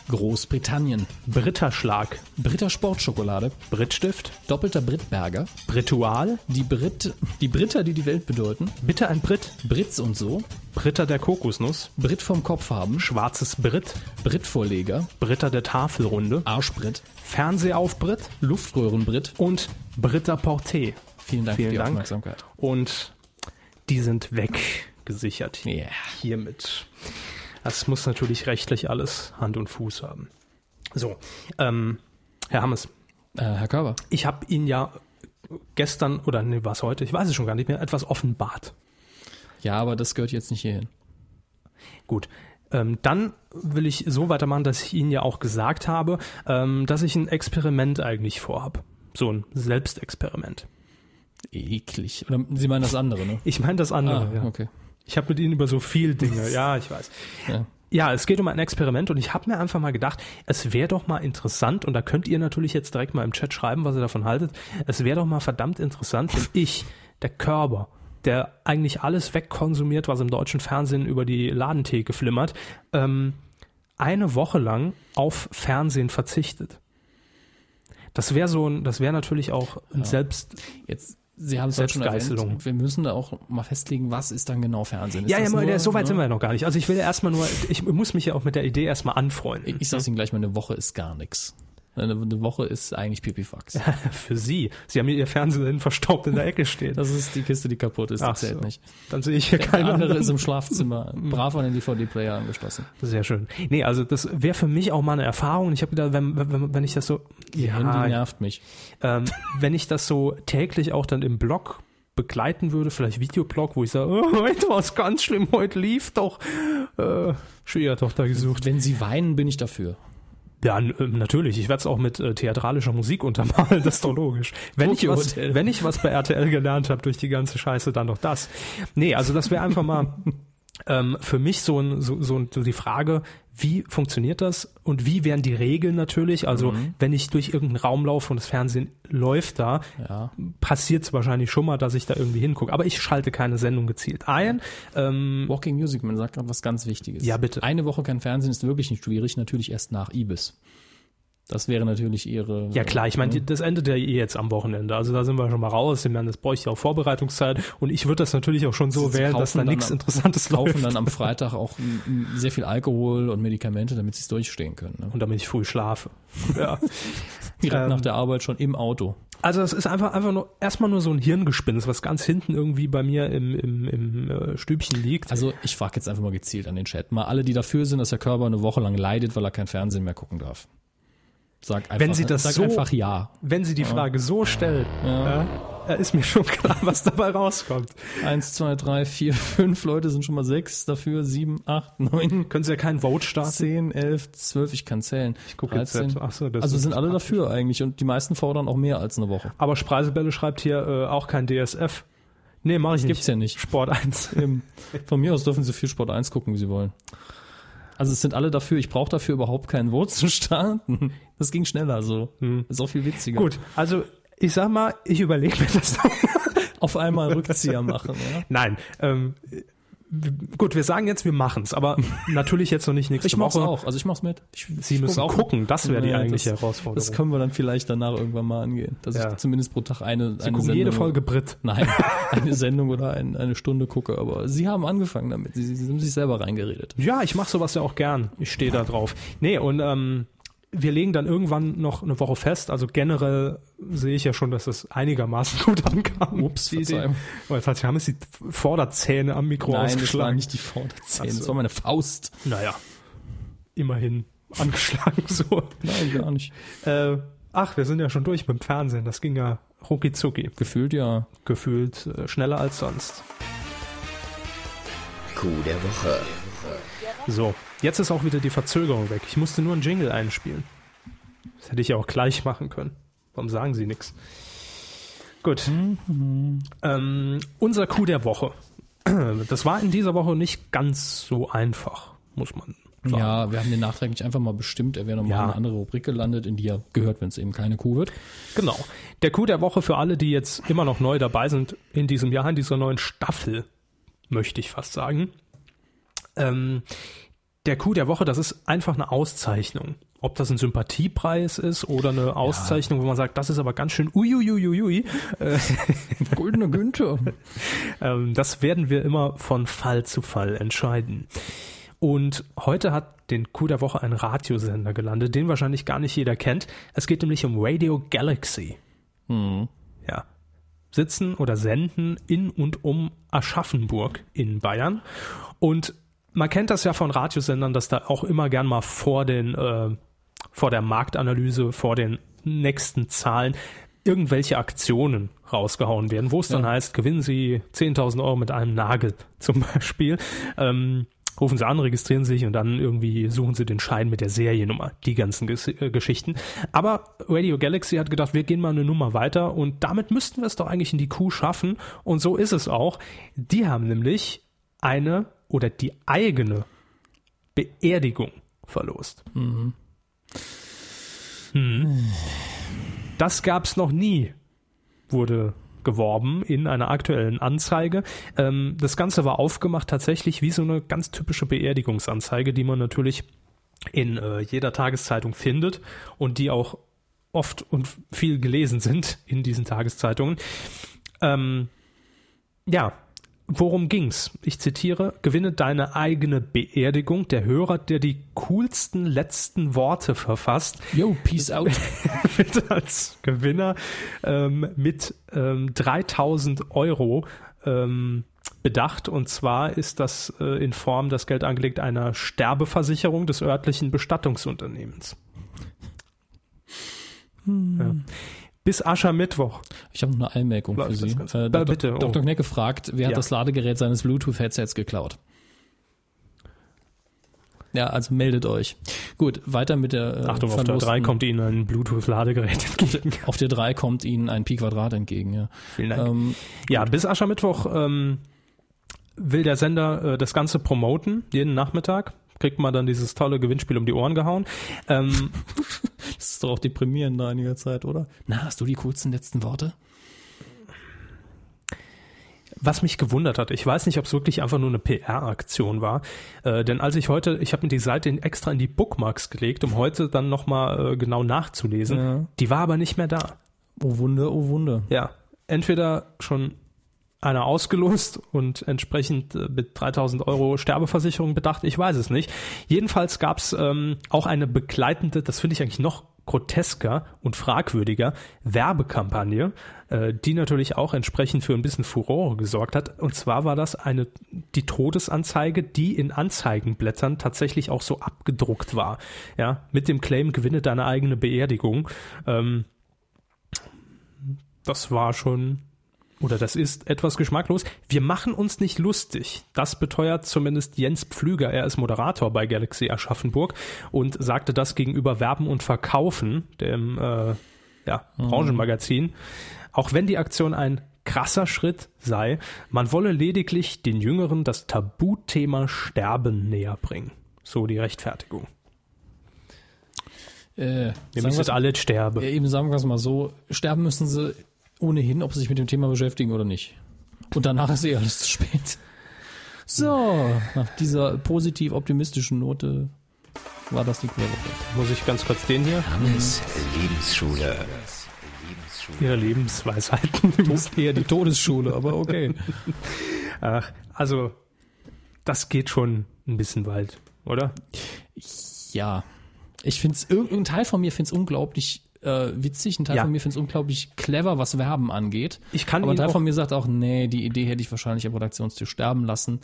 Großbritannien. Britterschlag, Britter Sportschokolade, Brittstift, doppelter Brittberger, Ritual, die, Brit, die Britter, die die Welt bedeuten, bitte ein Brit, Brits und so, Britter der Kokosnuss, Brit vom Kopf haben, schwarzes Brit, Brittvorleger, Britter der Tafelrunde, Arschbritt, Fernsehaufbritt Luftröhrenbrit. und Britta Porté. Vielen Dank Vielen für die Dank. Aufmerksamkeit. Und die sind weggesichert hier, Ja. hiermit. Das muss natürlich rechtlich alles Hand und Fuß haben. So, ähm, Herr Hammes, Äh, Herr Körber, ich habe Ihnen ja gestern oder nee, war es heute, ich weiß es schon gar nicht mehr, etwas offenbart. ja, aber das gehört jetzt nicht hierhin. Gut. Ähm, dann will ich so weitermachen, dass ich Ihnen ja auch gesagt habe, ähm, dass ich ein Experiment eigentlich vorhab. So ein Selbstexperiment. Eklig. Oder Sie meinen das andere, ne? Ich meine das andere. Ah, ja. okay. Ich habe mit Ihnen über so viel Dinge. Ja, ich weiß. Ja. Ja, es geht um ein Experiment und ich habe mir einfach mal gedacht, es wäre doch mal interessant und da könnt ihr natürlich jetzt direkt mal im Chat schreiben, was ihr davon haltet. Es wäre doch mal verdammt interessant, wenn ich, der Körper, der eigentlich alles wegkonsumiert, was im deutschen Fernsehen über die Ladentheke flimmert, ähm, eine Woche lang auf Fernsehen verzichtet. Das wäre so ein, das wäre natürlich auch ein selbst Jetzt, Sie haben es heute schon Selbstgeißelung. erwähnt. Wir müssen da auch mal festlegen, was ist dann genau Fernsehen? Ist Ja, ja, das mal, nur, der, so weit ne? sind wir ja noch gar nicht. Also ich will ja erstmal nur, ich muss mich ja auch mit der Idee erstmal Ich, anfreunden. ich sag's Ihnen gleich mal, eine Woche ist gar nichts. Eine, eine Woche ist eigentlich Pipifax. Für Sie. Sie haben hier Ihr Fernsehen verstaubt in der Ecke stehen. Das ist die Kiste, die kaputt ist, die so. zählt nicht. Dann sehe ich hier Der keine andere andere. ist im Schlafzimmer, brav an den DVD-Player angeschlossen. Sehr schön. Nee, also das wäre für mich auch mal eine Erfahrung. Ich habe gedacht, wenn, wenn, wenn ich das so, Ihr Handy nervt mich. ähm, wenn ich das so täglich auch dann im Blog begleiten würde, vielleicht Videoblog, wo ich sage, oh, heute war es ganz schlimm, heute lief doch äh, Schwiegertochter gesucht. Wenn Sie weinen, bin ich dafür. Ja, n- ähm, natürlich. Ich werde es auch mit äh, theatralischer Musik untermalen, das ist doch logisch. Wenn, ich Tokyo was, Hotel. wenn ich was bei RTL gelernt habe durch die ganze Scheiße, dann doch das. Nee, also das wäre einfach mal ähm, für mich so, ein, so, so, so die Frage, wie funktioniert das und wie wären die Regeln natürlich? Also Mhm. wenn ich durch irgendeinen Raum laufe und das Fernsehen läuft da, passiert es wahrscheinlich schon mal, dass ich da irgendwie hingucke. Aber ich schalte keine Sendung gezielt ein. Ähm, Walking Music, man sagt gerade was ganz Wichtiges. Ja, bitte. Eine Woche kein Fernsehen ist wirklich nicht schwierig, natürlich erst nach Ibis. Das wäre natürlich ihre. ja klar, ich meine, Mhm. die- das endet ja eh jetzt am Wochenende. Also da sind wir schon mal raus. Ich meine, das bräuchte auch Vorbereitungszeit. Und ich würde das natürlich auch schon so Sie wählen, kaufen dass da dann nichts am- Interessantes äh, kaufen läuft. dann am Freitag auch m- m- sehr viel Alkohol und Medikamente, damit sie es durchstehen können. Ne? und damit ich früh schlafe. Ja. Direkt Ähm, nach der Arbeit schon im Auto. Also das ist einfach, einfach nur erstmal nur so ein Hirngespinst, was ganz hinten irgendwie bei mir im, im, im äh, Stübchen liegt. Also ich frage jetzt einfach mal gezielt an den Chat. Mal alle, die dafür sind, dass der Körper eine Woche lang leidet, weil er kein Fernsehen mehr gucken darf. Sag einfach, äh, Wenn Sie das sag so- einfach ja. Wenn Sie die Frage so stellen, ja. äh, ist mir schon klar, was dabei rauskommt. Eins, zwei, drei, vier, fünf Leute sind schon mal sechs dafür, sieben, acht, neun, Können Sie ja keinen Vote starten? 10, 11, 12, ich kann zählen. Ich guck jetzt selbst. Ach so, das also ist sind alle dafür eigentlich und die meisten fordern auch mehr als eine Woche. Aber Spreisebälle schreibt hier äh, auch kein DSF. Nee, mache ich nicht. Gibt's ja nicht. Sport 1. Von mir aus dürfen sie viel Sport 1 gucken, wie sie wollen. Also es sind alle dafür, ich brauche dafür überhaupt keinen Vote zu starten. Das ging schneller so. Ist auch viel witziger. Hm. Gut, also ich sag mal, ich überlege mir das noch. Auf einmal Rückzieher machen. Ja? Nein, ähm, w- gut, wir sagen jetzt, wir machen's, aber natürlich jetzt noch nicht nächste Ich mach's Woche. auch. Also ich mach's mit. Ich, Sie ich müssen guck auch. gucken, das wäre die Nee, eigentliche das, Herausforderung. Das können wir dann vielleicht danach irgendwann mal angehen. Dass Ja. ich zumindest pro Tag eine, eine Sie gucken Sendung jede Folge Brit. Nein, eine Sendung oder ein, eine Stunde gucke, aber sie haben angefangen damit. Sie, sie haben sich selber reingeredet. Ja, ich mache sowas ja auch gern. Ich stehe da drauf. Nee, und ähm, wir legen dann irgendwann noch eine Woche fest. Also generell sehe ich ja schon, dass das einigermaßen gut ankam. Ups, Die Idee. Verzeihung. Oh, jetzt hat James die Vorderzähne am Mikro das war ausgeschlagen. nicht die Vorderzähne, Ach so. das war meine Faust. Naja, immerhin angeschlagen so. Nein, gar nicht. Äh, ach, wir sind ja schon durch mit dem Fernsehen. Das ging ja rucki zucki. Gefühlt ja. Gefühlt äh, schneller als sonst. Coup der Woche. So, jetzt ist auch wieder die Verzögerung weg. Ich musste nur einen Jingle einspielen. Das hätte ich ja auch gleich machen können. Warum sagen Sie nichts? Gut. Ähm, unser Coup der Woche. Das war in dieser Woche nicht ganz so einfach, muss man sagen. Ja, wir haben den nachträglich einfach mal bestimmt. Er wäre nochmal Ja. in eine andere Rubrik gelandet, in die er gehört, wenn es eben keine Kuh wird. Genau. Der Coup der Woche für alle, die jetzt immer noch neu dabei sind in diesem Jahr, in dieser neuen Staffel, möchte ich fast sagen. Ähm, der Coup der Woche, das ist einfach eine Auszeichnung. Ob das ein Sympathiepreis ist oder eine Auszeichnung, wo man sagt, das ist aber ganz schön uiuiuiui, Goldene Günther. ähm, das werden wir immer von Fall zu Fall entscheiden. Und heute hat den Coup der Woche ein Radiosender gelandet, den wahrscheinlich gar nicht jeder kennt. Es geht nämlich um Radio Galaxy. Ja. Sitzen oder senden in und um Aschaffenburg in Bayern. Und man kennt das ja von Radiosendern, dass da auch immer gern mal vor den, äh, vor der Marktanalyse, vor den nächsten Zahlen irgendwelche Aktionen rausgehauen werden, wo es dann heißt, gewinnen Sie 10.000 Euro mit einem Nagel zum Beispiel. Ähm, rufen Sie an, registrieren sich und dann irgendwie suchen Sie den Schein mit der Seriennummer. Die ganzen Ges äh, Geschichten. Aber Radio Galaxy hat gedacht, wir gehen mal eine Nummer weiter und damit müssten wir es doch eigentlich in die Kuh schaffen. Und so ist es auch. Die haben nämlich eine oder die eigene Beerdigung verlost. Hm. Das gab's noch nie, wurde geworben in einer aktuellen Anzeige. Ähm, das Ganze war aufgemacht tatsächlich wie so eine ganz typische Beerdigungsanzeige, die man natürlich in äh, jeder Tageszeitung findet und die auch oft und viel gelesen sind in diesen Tageszeitungen. Ähm, ja, worum ging's? Ich zitiere, gewinne deine eigene Beerdigung. Der Hörer, der die coolsten letzten Worte verfasst, Yo, peace out. wird als Gewinner ähm, mit ähm, 3000 Euro ähm, bedacht. Und zwar ist das äh, in Form, das Geld angelegt, einer Sterbeversicherung des örtlichen Bestattungsunternehmens. Ja. Bis Aschermittwoch. Ich habe noch eine Einmerkung Läuft für das Sie. Ganze? Äh, Da Dr. bitte, oh. Dr. Kneck gefragt, wer Ja. hat das Ladegerät seines Bluetooth-Headsets geklaut? Ja, also meldet euch. Gut, weiter mit der äh, Achtung, auf der verlosten- 3 kommt Ihnen ein Bluetooth-Ladegerät entgegen. Auf der 3 kommt Ihnen ein Pi Quadrat entgegen, ja. Vielen Dank. Ähm, Ja, bis Aschermittwoch ähm, will der Sender äh, das Ganze promoten, jeden Nachmittag. Kriegt man dann dieses tolle Gewinnspiel um die Ohren gehauen. Ähm, Das ist doch auch deprimierend nach einiger Zeit, oder? Na, hast du die kurzen letzten Worte? was mich gewundert hat, ich weiß nicht, ob es wirklich einfach nur eine PR-Aktion war, äh, denn als ich heute, ich habe mir die Seite in, extra in die Bookmarks gelegt, um heute dann nochmal äh, genau nachzulesen, Ja. die war aber nicht mehr da. Oh Wunder, oh Wunder. Ja, entweder schon einer ausgelost und entsprechend äh, mit 3000 Euro Sterbeversicherung bedacht, ich weiß es nicht. Jedenfalls gab's ähm, auch eine begleitende, das finde ich eigentlich noch grotesker und fragwürdiger, Werbekampagne, äh, die natürlich auch entsprechend für ein bisschen Furore gesorgt hat. Und zwar war das eine, die Todesanzeige, die in Anzeigenblättern tatsächlich auch so abgedruckt war. Ja, mit dem Claim, gewinne deine eigene Beerdigung. Ähm, das war schon oder das ist etwas geschmacklos. Wir machen uns nicht lustig. Das beteuert zumindest Jens Pflüger. Er ist Moderator bei Galaxy Aschaffenburg und sagte das gegenüber Werben und Verkaufen, dem äh, ja, Branchenmagazin. Auch wenn die Aktion ein krasser Schritt sei, man wolle lediglich den Jüngeren das Tabuthema Sterben näher bringen. So die Rechtfertigung. Äh, Wir sagen Äh. wir's- müssen alle sterben. ja, eben sagen wir es mal so, sterben müssen sie ohnehin, ob sie sich mit dem Thema beschäftigen oder nicht. Und danach ist eh alles zu spät. So, nach dieser positiv optimistischen Note war das die Querwoche. Muss ich ganz kurz den hier? Hammes Lebensschule. Ihre Lebensweisheiten. Die mussten Eher die Todesschule, aber okay. Ach, also, das geht schon ein bisschen weit, oder? Ja. Ich find's, irgendein Teil von mir find's unglaublich äh, witzig, ein Teil Ja. von mir find's unglaublich clever, was Werben angeht. Ich kann Aber ein Ihnen Teil auch- von mir sagt auch, nee, die Idee hätte ich wahrscheinlich am Redaktionstisch sterben lassen,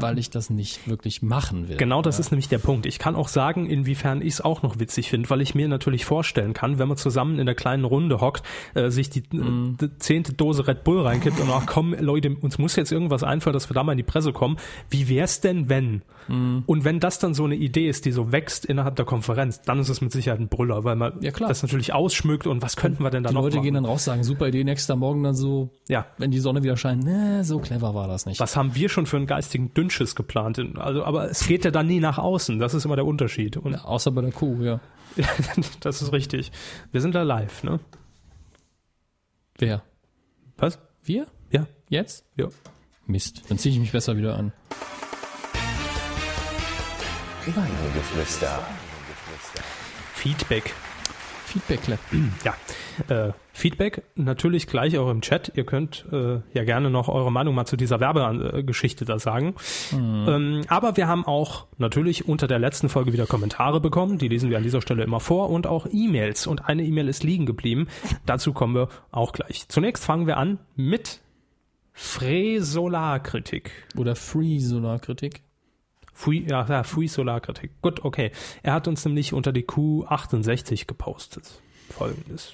weil ich das nicht wirklich machen will. Ah. Genau das ist nämlich der Punkt. Ich kann auch sagen, inwiefern ich es auch noch witzig finde, weil ich mir natürlich vorstellen kann, wenn man zusammen in der kleinen Runde hockt, äh, sich die, Mhm. äh, die zehnte Dose Red Bull reinkippt und ach komm, Leute, uns muss jetzt irgendwas einfallen, dass wir da mal in die Presse kommen. Wie wär's denn, wenn? Mhm. Und wenn das dann so eine Idee ist, die so wächst innerhalb der Konferenz, dann ist es mit Sicherheit ein Brüller, weil man Ja, klar. das natürlich ausschmückt und was könnten wir denn da Die noch Leute machen? gehen dann raus, sagen, super Idee, nächster Morgen dann so, Ja. wenn die Sonne wieder scheint, nee, so clever war das nicht. Was haben wir schon für einen geistigen Dünnschiss geplant? Also, aber es geht ja dann nie nach außen. Das ist immer der Unterschied. Und Außer bei der Kuh, ja. das ist richtig. Wir sind da live, ne? Wer? Was? Wir? Ja, Jetzt? ja. Mist, dann ziehe ich mich besser wieder an. Weidengeflüster. Feedback. Feedback-Clap. Ja. Äh, Feedback natürlich gleich auch im Chat. Ihr könnt äh, ja gerne noch eure Meinung mal zu dieser Werbegeschichte da sagen. Ähm, aber wir haben auch natürlich unter der letzten Folge wieder Kommentare bekommen. Die lesen wir an dieser Stelle immer vor und auch E-Mails. Und eine E-Mail ist liegen geblieben. Dazu kommen wir auch gleich. Zunächst fangen wir an mit Free-Solar-Kritik. Oder Free-Solarkritik. Free, ja, ja, Free Solar Kritik. Gut, okay. Er hat uns nämlich unter die Q68 gepostet. Folgendes.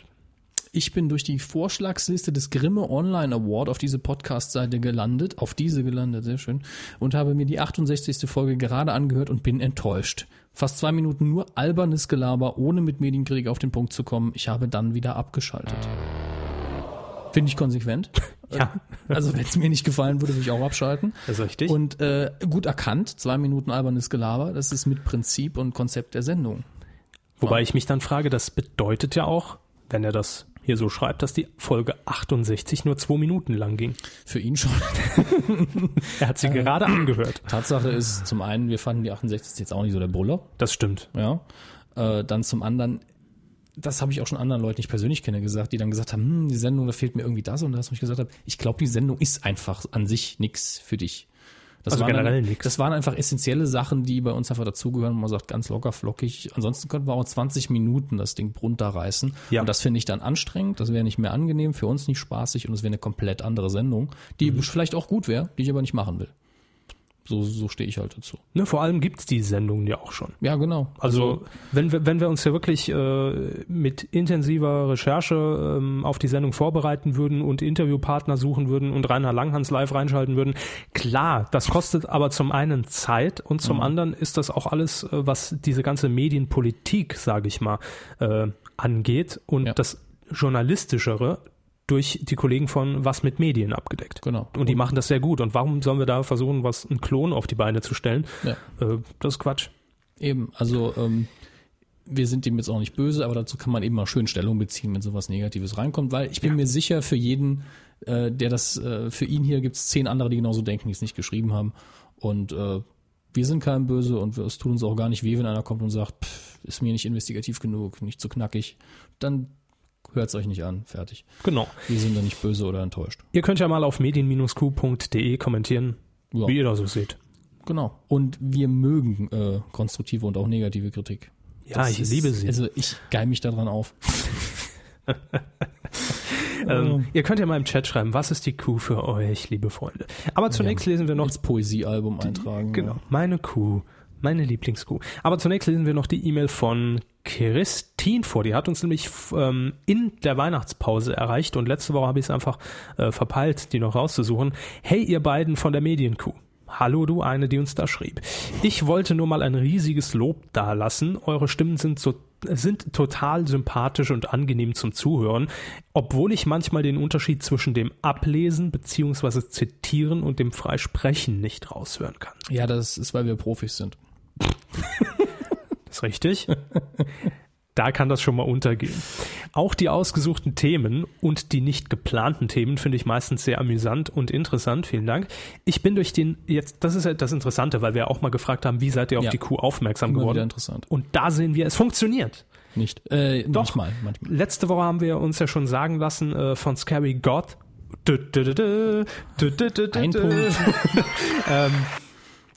Ich bin durch die Vorschlagsliste des Grimme Online Award auf diese Podcast-Seite gelandet, auf diese gelandet, sehr schön, und habe mir die 68. Folge gerade angehört und bin enttäuscht. Fast zwei Minuten nur albernes Gelaber, ohne mit Medienkrieg auf den Punkt zu kommen. Ich habe dann wieder abgeschaltet. Finde ich konsequent. Ja, Also wenn es mir nicht gefallen würde, würde ich auch abschalten. das ist richtig. Und Und äh, gut erkannt, zwei Minuten albernes Gelaber, das ist mit Prinzip und Konzept der Sendung. Wobei ich mich dann frage, das bedeutet ja auch, wenn er das hier so schreibt, dass die Folge 68 nur zwei Minuten lang ging. Für ihn schon. Er hat sie gerade angehört. Tatsache ist, zum einen, wir fanden die 68 jetzt auch nicht so der Brüller. Das stimmt. Ja. Äh, dann zum anderen, das habe ich auch schon anderen Leuten, die ich persönlich kenne, gesagt, die dann gesagt haben, hm, die Sendung, da fehlt mir irgendwie das und das. Und ich gesagt habe, ich glaube, die Sendung ist einfach an sich nix für dich. Das, Also waren generell dann, nix. das waren einfach essentielle Sachen, die bei uns einfach dazugehören. Man sagt ganz locker, flockig. Ansonsten könnten wir auch 20 Minuten das Ding runterreißen. Ja. Und das finde ich dann anstrengend. Das wäre nicht mehr angenehm, für uns nicht spaßig und es wäre eine komplett andere Sendung, die Mhm. vielleicht auch gut wäre, die ich aber nicht machen will. So, so stehe ich halt dazu. Ne, vor allem gibt's die Sendungen ja auch schon. Ja, genau. Also, wenn wir, wenn wir uns hier wirklich äh, mit intensiver Recherche ähm, auf die Sendung vorbereiten würden und Interviewpartner suchen würden und Rainer Langhans live reinschalten würden, klar, das kostet aber zum einen Zeit und Mhm. zum anderen ist das auch alles, äh, was diese ganze Medienpolitik, sage ich mal, äh, angeht und Ja. das Journalistischere durch die Kollegen von Was mit Medien abgedeckt. Genau. Und die machen das sehr gut. Und warum sollen wir da versuchen, was einen Klon auf die Beine zu stellen? Ja. Äh, das ist Quatsch. Eben, also ähm, wir sind ihm jetzt auch nicht böse, aber dazu kann man eben mal schön Stellung beziehen, wenn sowas Negatives reinkommt, weil ich bin mir sicher, für jeden, äh, der das, äh, für ihn hier gibt es zehn andere, die genauso denken, die es nicht geschrieben haben. Und äh, wir sind kein Böse und wir- es tut uns auch gar nicht weh, wenn einer kommt und sagt, pff, ist mir nicht investigativ genug, nicht zu knackig. Dann hört es euch nicht an, fertig. Genau. Wir sind da nicht böse oder enttäuscht. Ihr könnt ja mal auf medien-q.de kommentieren, Ja. wie ihr das so seht. Genau. Und wir mögen äh, konstruktive und auch negative Kritik. Ja, Das Ah, ich ist- liebe sie. Also ich geil mich daran auf. ähm, ihr könnt ja mal im Chat schreiben, was ist die Q für euch, liebe Freunde. Aber zunächst lesen wir noch ins Poesiealbum eintragen. Genau. Meine Kuh. Meine Lieblingskuh. Aber zunächst lesen wir noch die E-Mail von Christine vor. Die hat uns nämlich f- ähm, in der Weihnachtspause erreicht und letzte Woche habe ich es einfach äh, verpeilt, die noch rauszusuchen. Hey, ihr beiden von der Medienkuh. Hallo du eine, die uns da schrieb. Ich wollte nur mal ein riesiges Lob dalassen. Eure Stimmen sind so sind total sympathisch und angenehm zum Zuhören, obwohl ich manchmal den Unterschied zwischen dem Ablesen bzw. Zitieren und dem Freisprechen nicht raushören kann. Ja, das ist, weil wir Profis sind. Ist richtig. Da kann das schon mal untergehen. Auch die ausgesuchten Themen und die nicht geplanten Themen finde ich meistens sehr amüsant und interessant. Vielen Dank. Ich bin durch den, jetzt, das ist ja das Interessante, weil wir auch mal gefragt haben, wie seid ihr auf Ja. die Kuh aufmerksam Immer wieder geworden? interessant. Und da sehen wir, es funktioniert. Nicht. Äh, Doch. Manchmal, manchmal. Letzte Woche haben wir uns ja schon sagen lassen äh, von Scary God. Dü, dü, dü, dü, dü, dü, dü, dü, Ein dü. Punkt.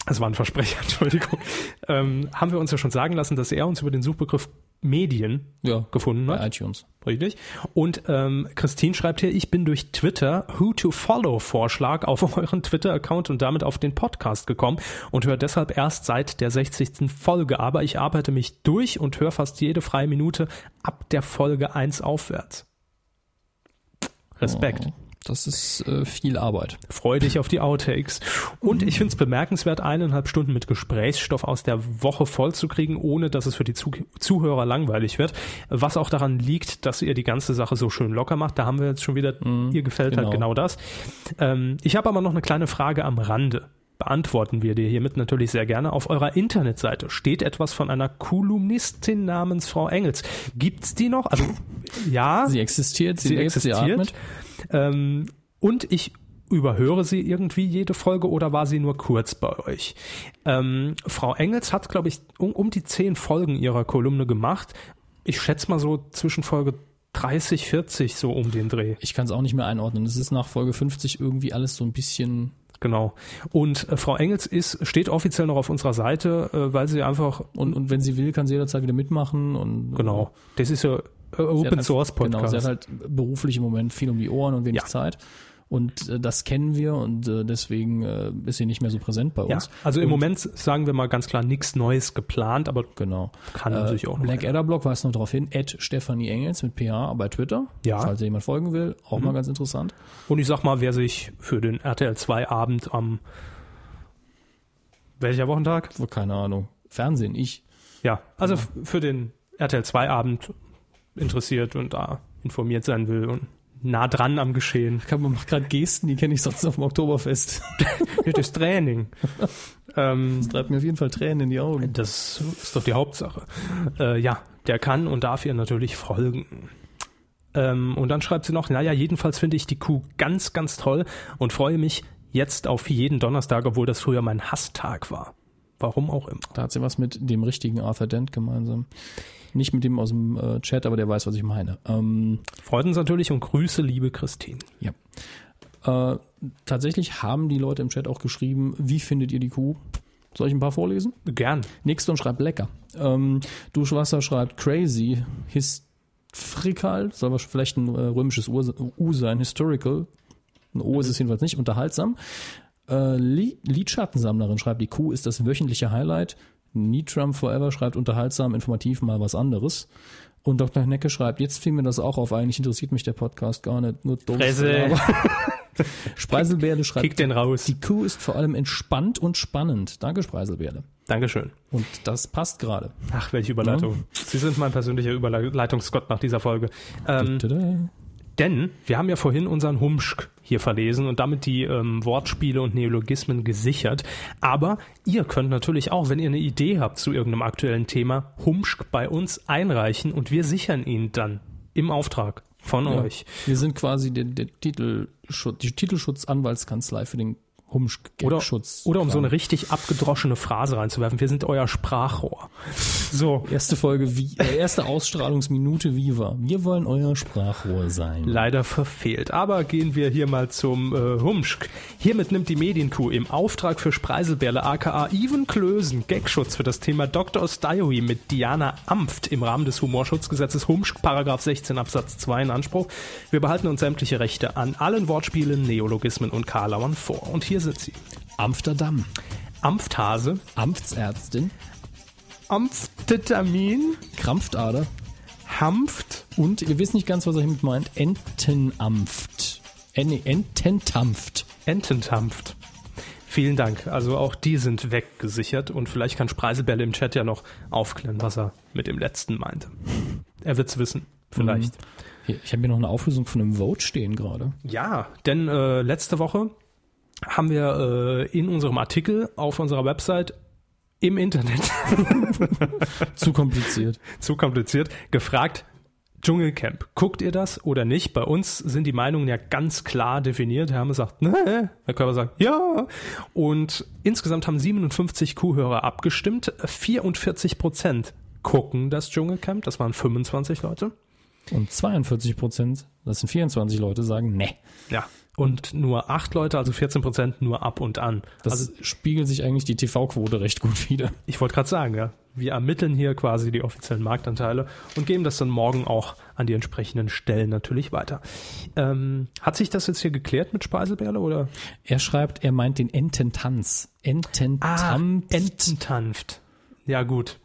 Das war ein Versprecher, Entschuldigung. Ähm, haben wir uns ja schon sagen lassen, dass er uns über den Suchbegriff Medien Ja, gefunden ne? bei hat. iTunes. Richtig. Und ähm, Christine schreibt hier, ich bin durch Twitter Who to Follow Vorschlag auf euren Twitter-Account und damit auf den Podcast gekommen und höre deshalb erst seit der 60. Folge. Aber ich arbeite mich durch und höre fast jede freie Minute ab der Folge 1 aufwärts. Respekt. Das ist äh, viel Arbeit. Freue dich auf die Outtakes. Und ich finde es bemerkenswert, eineinhalb Stunden mit Gesprächsstoff aus der Woche vollzukriegen, ohne dass es für die Zu Zuhörer langweilig wird. Was auch daran liegt, dass ihr die ganze Sache so schön locker macht. Da haben wir jetzt schon wieder, ihr gefällt genau. halt genau das. Ähm, ich habe aber noch eine kleine Frage am Rande. Beantworten wir dir hiermit natürlich sehr gerne. Auf eurer Internetseite steht etwas von einer Kolumnistin namens Frau Engels. Gibt's die noch? Also, ja. Sie existiert, sie, Sie lebt, sie existiert. atmet. Ähm, und ich überhöre sie irgendwie jede Folge oder war sie nur kurz bei euch? Ähm, Frau Engels hat, glaube ich, um, um die zehn Folgen ihrer Kolumne gemacht. Ich schätze mal so zwischen Folge 30, 40 so um den Dreh. Ich kann es auch nicht mehr einordnen. Es ist nach Folge 50 irgendwie alles so ein bisschen. Genau. Und äh, Frau Engels ist, steht offiziell noch auf unserer Seite, äh, weil sie einfach, Und, und wenn sie will, kann sie jederzeit wieder mitmachen. Und genau, das ist ja äh, Sie hat Open halt- Source Genau, Podcast. sie hat halt beruflich im Moment viel um die Ohren und wenig Ja. Zeit. Und äh, das kennen wir und äh, deswegen äh, ist sie nicht mehr so präsent bei ja, uns. also im Und- Moment sagen wir mal ganz klar nichts Neues geplant, aber Genau. Kann natürlich auch noch Black Adder Blog weist noch darauf hin, at Stefanie Engels mit PH bei Twitter. Ja. Mhm. Falls ihr jemand folgen will, auch mal ganz interessant. Und ich sag mal, wer sich für den RTL 2 Abend am welcher Wochentag? So, Keine Ahnung. Fernsehen, ich. Ja, also f- für den RTL 2 Abend interessiert und da informiert sein will und nah dran am Geschehen. Kann man macht gerade Gesten, die kenne ich sonst auf dem Oktoberfest. Das Training. ähm, Das treibt mir auf jeden Fall Tränen in die Augen. das ist doch die Hauptsache. Äh, ja, der kann und darf ihr natürlich folgen. Ähm, und dann schreibt sie noch, naja, jedenfalls finde ich die Kuh ganz, ganz toll und freue mich jetzt auf jeden Donnerstag, obwohl das früher mein Hasstag war. Warum auch immer. Da hat sie was mit dem richtigen Arthur Dent gemeinsam. Nicht mit dem aus dem äh, Chat, aber der weiß, was ich meine. Ähm, Freut uns natürlich und Grüße, liebe Christine. äh, tatsächlich haben die Leute im Chat auch geschrieben, wie findet ihr die Kuh? Soll ich ein paar vorlesen? Gern. Nixton schreibt lecker. Ähm, Duschwasser schreibt crazy. Historical, soll wahrscheinlich vielleicht ein äh, römisches U, U sein. Historical. Ein O ist es jedenfalls nicht. Unterhaltsam. Äh, Lie- Lidschattensammlerin schreibt, die Kuh ist das wöchentliche Highlight. Nitram Forever schreibt unterhaltsam, informativ, mal was anderes. Und Dr. Necke schreibt, jetzt fiel mir das auch auf, eigentlich interessiert mich der Podcast gar nicht. Nur dumm. Fresse. Spreiselbärde schreibt, Kick den raus. die Kuh ist vor allem entspannt und spannend. Danke, Spreiselbärde. Dankeschön. Und das passt gerade. Ach, welche Überleitung. Sie sind mein persönlicher Überleitungsgott nach dieser Folge. Ähm, Tada. Denn wir haben ja vorhin unseren Humschk hier verlesen und damit die ähm, Wortspiele und Neologismen gesichert. Aber ihr könnt natürlich auch, wenn ihr eine Idee habt zu irgendeinem aktuellen Thema, Humschk bei uns einreichen und wir sichern ihn dann im Auftrag von Ja. euch. Wir sind quasi der, der Titelschutz, die Titelschutzanwaltskanzlei für den Oder, Humschutz. oder um so eine richtig abgedroschene Phrase reinzuwerfen, wir sind euer Sprachrohr. So, Erste Folge, wie, äh, erste Ausstrahlungsminute Viva. Wir wollen euer Sprachrohr sein. leider verfehlt. Aber gehen wir hier mal zum äh, Humschk. Hiermit nimmt die Medienkuh im Auftrag für Spreiselbärle aka Even Klösen Gagschutz für das Thema Doctor's Diary mit Diana Amft im Rahmen des Humorschutzgesetzes Humschk Paragraph 16 Absatz 2 in Anspruch. Wir behalten uns sämtliche Rechte an allen Wortspielen, Neologismen und Karlauern vor. Und hier sind sie. Amsterdam. Amfthase, Amtsärztin. Amftetamin, Krampfader. Hanft, Und ihr wisst nicht ganz, was er hiermit meint. Entenampft. Äh, nee, Ententampft. Ententampft. Vielen Dank. Also auch die sind weggesichert und vielleicht kann Spreisebälle im Chat ja noch aufklären, was er mit dem letzten meinte. Er wird's wissen, vielleicht. Hier, ich habe hier noch eine Auflösung von einem Vote stehen gerade. Ja, denn äh, letzte Woche haben wir äh, in unserem Artikel auf unserer Website im Internet Zu kompliziert. zu kompliziert, gefragt, Dschungelcamp, guckt ihr das oder nicht? Bei uns sind die Meinungen ja ganz klar definiert. Herr Hammer sagt, ne, Herr Körber sagt, ja. Und insgesamt haben 57 Kuhhörer abgestimmt. 44 Prozent gucken das Dschungelcamp. Das waren 25 Leute. Und 42 Prozent, das sind 24 Leute, sagen, ne. Ja. Und nur acht Leute, also 14 Prozent, nur ab und an. Das also spiegelt sich eigentlich die TV-Quote recht gut wieder. ich wollte gerade sagen, ja, wir ermitteln hier quasi die offiziellen Marktanteile und geben das dann morgen auch an die entsprechenden Stellen natürlich weiter. Ähm, hat sich das jetzt hier geklärt mit Speiseberle oder? Er schreibt, er meint den Ententanz. Ah. Ententampt. Ententanft. Ja gut,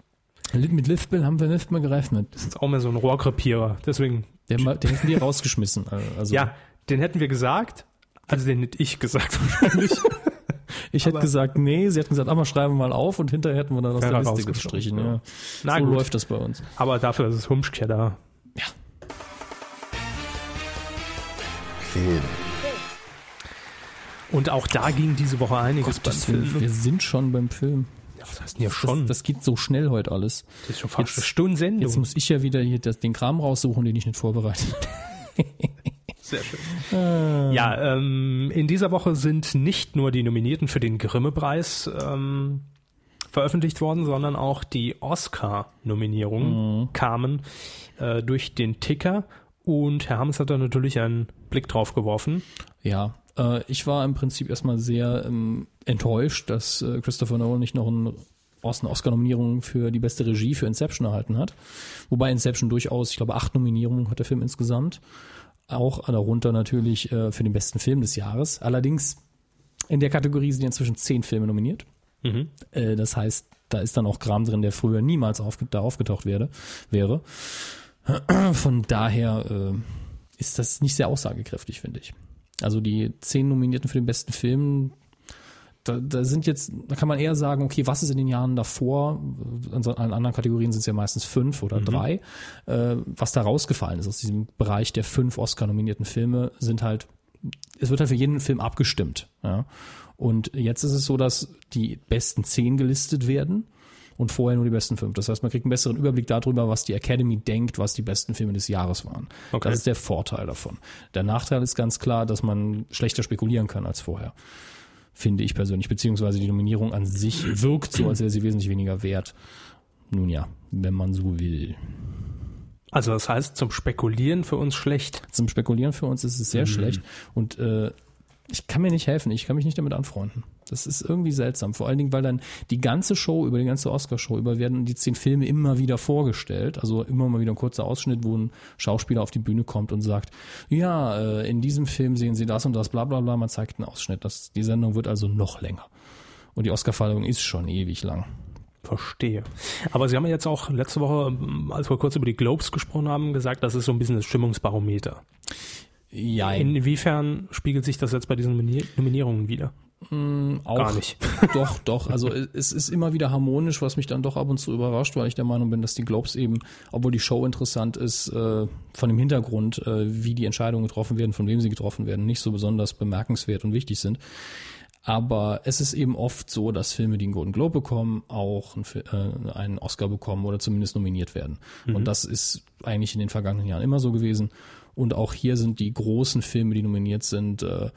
mit Liftbill haben wir nicht mehr gerechnet. das ist auch mehr so ein Rohrkrepierer. Deswegen, Den, ma- den hätten wir rausgeschmissen. äh, Also ja, den hätten wir gesagt, also den hätte ich gesagt wahrscheinlich. ich hätte gesagt, nee, sie hätten gesagt, aber schreiben wir mal auf und hinterher hätten wir dann aus Ja, der dann Liste rausgestrichen, gestrichen. Ja. Na so gut. läuft das bei uns. Aber dafür ist es Humschke da. Film. Und auch da ging diese Woche einiges Das wir, wir sind schon beim Film. Das heißt ja schon. Das, das geht so schnell heute alles. das ist schon fast eine Stunde Sendung. Jetzt muss ich ja wieder hier das, den Kram raussuchen, den ich nicht vorbereitet habe. Sehr schön. Ja, ähm, in dieser Woche sind nicht nur die Nominierten für den Grimme-Preis ähm, veröffentlicht worden, sondern auch die Oscar-Nominierungen kamen äh, durch den Ticker. Und Herr Hammes hat da natürlich einen Blick drauf geworfen. Ja, äh, ich war im Prinzip erstmal sehr ähm, enttäuscht, dass äh, Christopher Nolan nicht noch einen Os- eine Oscar-Nominierung für die beste Regie für Inception erhalten hat. Wobei Inception durchaus, ich glaube, acht Nominierungen hat der Film insgesamt. Auch darunter natürlich äh, für den besten Film des Jahres. Allerdings in der Kategorie sind ja inzwischen zehn Filme nominiert. Äh, das heißt, da ist dann auch Kram drin, der früher niemals aufge da aufgetaucht werde, wäre. Von daher äh, ist das nicht sehr aussagekräftig, finde ich. Also die zehn Nominierten für den besten Film, da, da sind jetzt, da kann man eher sagen, okay, was ist in den Jahren davor? In so- allen anderen Kategorien sind es ja meistens fünf oder drei. Äh, was da rausgefallen ist aus diesem Bereich der fünf Oscar-nominierten Filme, sind halt, es wird halt für jeden Film abgestimmt. Ja? Und jetzt ist es so, dass die besten zehn gelistet werden und vorher nur die besten fünf. Das heißt, man kriegt einen besseren Überblick darüber, was die Academy denkt, was die besten Filme des Jahres waren. Okay. Das ist der Vorteil davon. Der Nachteil ist ganz klar, dass man schlechter spekulieren kann als vorher. Finde ich persönlich. Beziehungsweise die Nominierung an sich wirkt so, als wäre sie wesentlich weniger wert. Nun ja, wenn man so will. Also das heißt, zum Spekulieren für uns schlecht. Zum Spekulieren für uns ist es sehr schlecht. Und äh, ich kann mir nicht helfen. Ich kann mich nicht damit anfreunden. Das ist irgendwie seltsam. Vor allen Dingen, weil dann die ganze Show über, die ganze Oscar-Show über werden die zehn Filme immer wieder vorgestellt. Also immer mal wieder ein kurzer Ausschnitt, wo ein Schauspieler auf die Bühne kommt und sagt, ja, äh, in diesem Film sehen Sie das und das, bla bla bla. Man zeigt einen Ausschnitt. Das, die Sendung wird also noch länger. Und die Oscar-Verleihung ist schon ewig lang. Verstehe. Aber Sie haben ja jetzt auch letzte Woche, ähm, als wir kurz über die Globes gesprochen haben, gesagt, das ist so ein bisschen das Stimmungsbarometer. Ja, Inwiefern spiegelt sich das jetzt bei diesen Nominier- Nominierungen wieder? Auch, Gar nicht. Doch, doch. Also es ist immer wieder harmonisch, was mich dann doch ab und zu überrascht, weil ich der Meinung bin, dass die Globes eben, obwohl die Show interessant ist, äh, von dem Hintergrund, äh, wie die Entscheidungen getroffen werden, von wem sie getroffen werden, nicht so besonders bemerkenswert und wichtig sind. Aber es ist eben oft so, dass Filme, die einen Golden Globe bekommen, auch einen, Fi- äh, einen Oscar bekommen oder zumindest nominiert werden. Mhm. Und das ist eigentlich in den vergangenen Jahren immer so gewesen. Und auch hier sind die großen Filme, die nominiert sind, äh,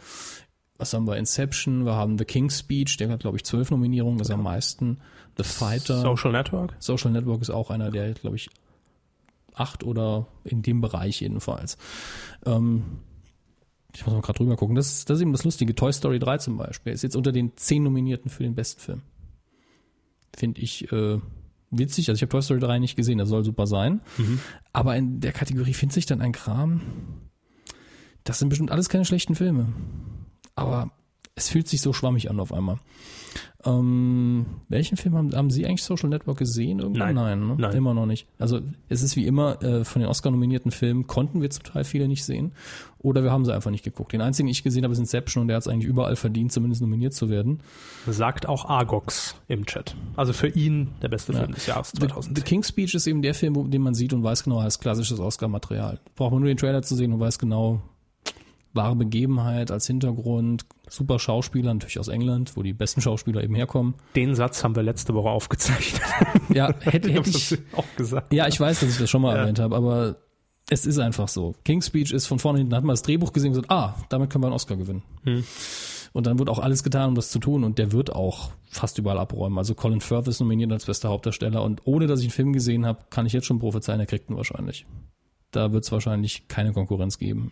was haben wir? Inception, wir haben The King's Speech, der hat, glaube ich, zwölf Nominierungen, das ist am meisten. The Fighter. Social Network? Social Network ist auch einer, der, glaube ich, acht oder in dem Bereich jedenfalls. Ähm, ich muss mal gerade drüber gucken. Das, ist- das ist eben das Lustige. Toy Story 3 zum Beispiel ist jetzt unter den zehn Nominierten für den besten Film. Finde ich äh, witzig. Also ich habe Toy Story 3 nicht gesehen, das soll super sein. Mhm. Aber in der Kategorie findet sich dann ein Kram. Das sind bestimmt alles keine schlechten Filme. Aber es fühlt sich so schwammig an auf einmal. Ähm, welchen Film haben, haben Sie eigentlich Social Network gesehen? Irgendwann? Nein. Nein, ne? Nein. immer noch nicht. Also es ist wie immer, äh, von den Oscar-nominierten Filmen konnten wir zum Teil viele nicht sehen. Oder wir haben sie einfach nicht geguckt. Den einzigen, den ich gesehen habe, ist Inception und der hat es eigentlich überall verdient, zumindest nominiert zu werden. Sagt auch Argox im Chat. Also für ihn der beste Film des Jahres The, The 2010. King's Speech ist eben der Film, wo- den man sieht und weiß genau, er ist klassisches Oscar-Material. Braucht man nur den Trailer zu sehen und weiß genau, wahre Begebenheit als Hintergrund, super Schauspieler, natürlich aus England, wo die besten Schauspieler eben herkommen. Den Satz haben wir letzte Woche aufgezeichnet. Ja, hätte, hätte ich, auch gesagt. Ja, ich weiß, dass ich das schon mal erwähnt habe, aber es ist einfach so. King's Speech ist von vorne hinten, hat man das Drehbuch gesehen und gesagt, ah, damit können wir einen Oscar gewinnen. Und dann wird auch alles getan, um das zu tun und der wird auch fast überall abräumen. Also Colin Firth ist nominiert als bester Hauptdarsteller und ohne, dass ich einen Film gesehen habe, kann ich jetzt schon prophezeien, er kriegt ihn wahrscheinlich. Da wird es wahrscheinlich keine Konkurrenz geben,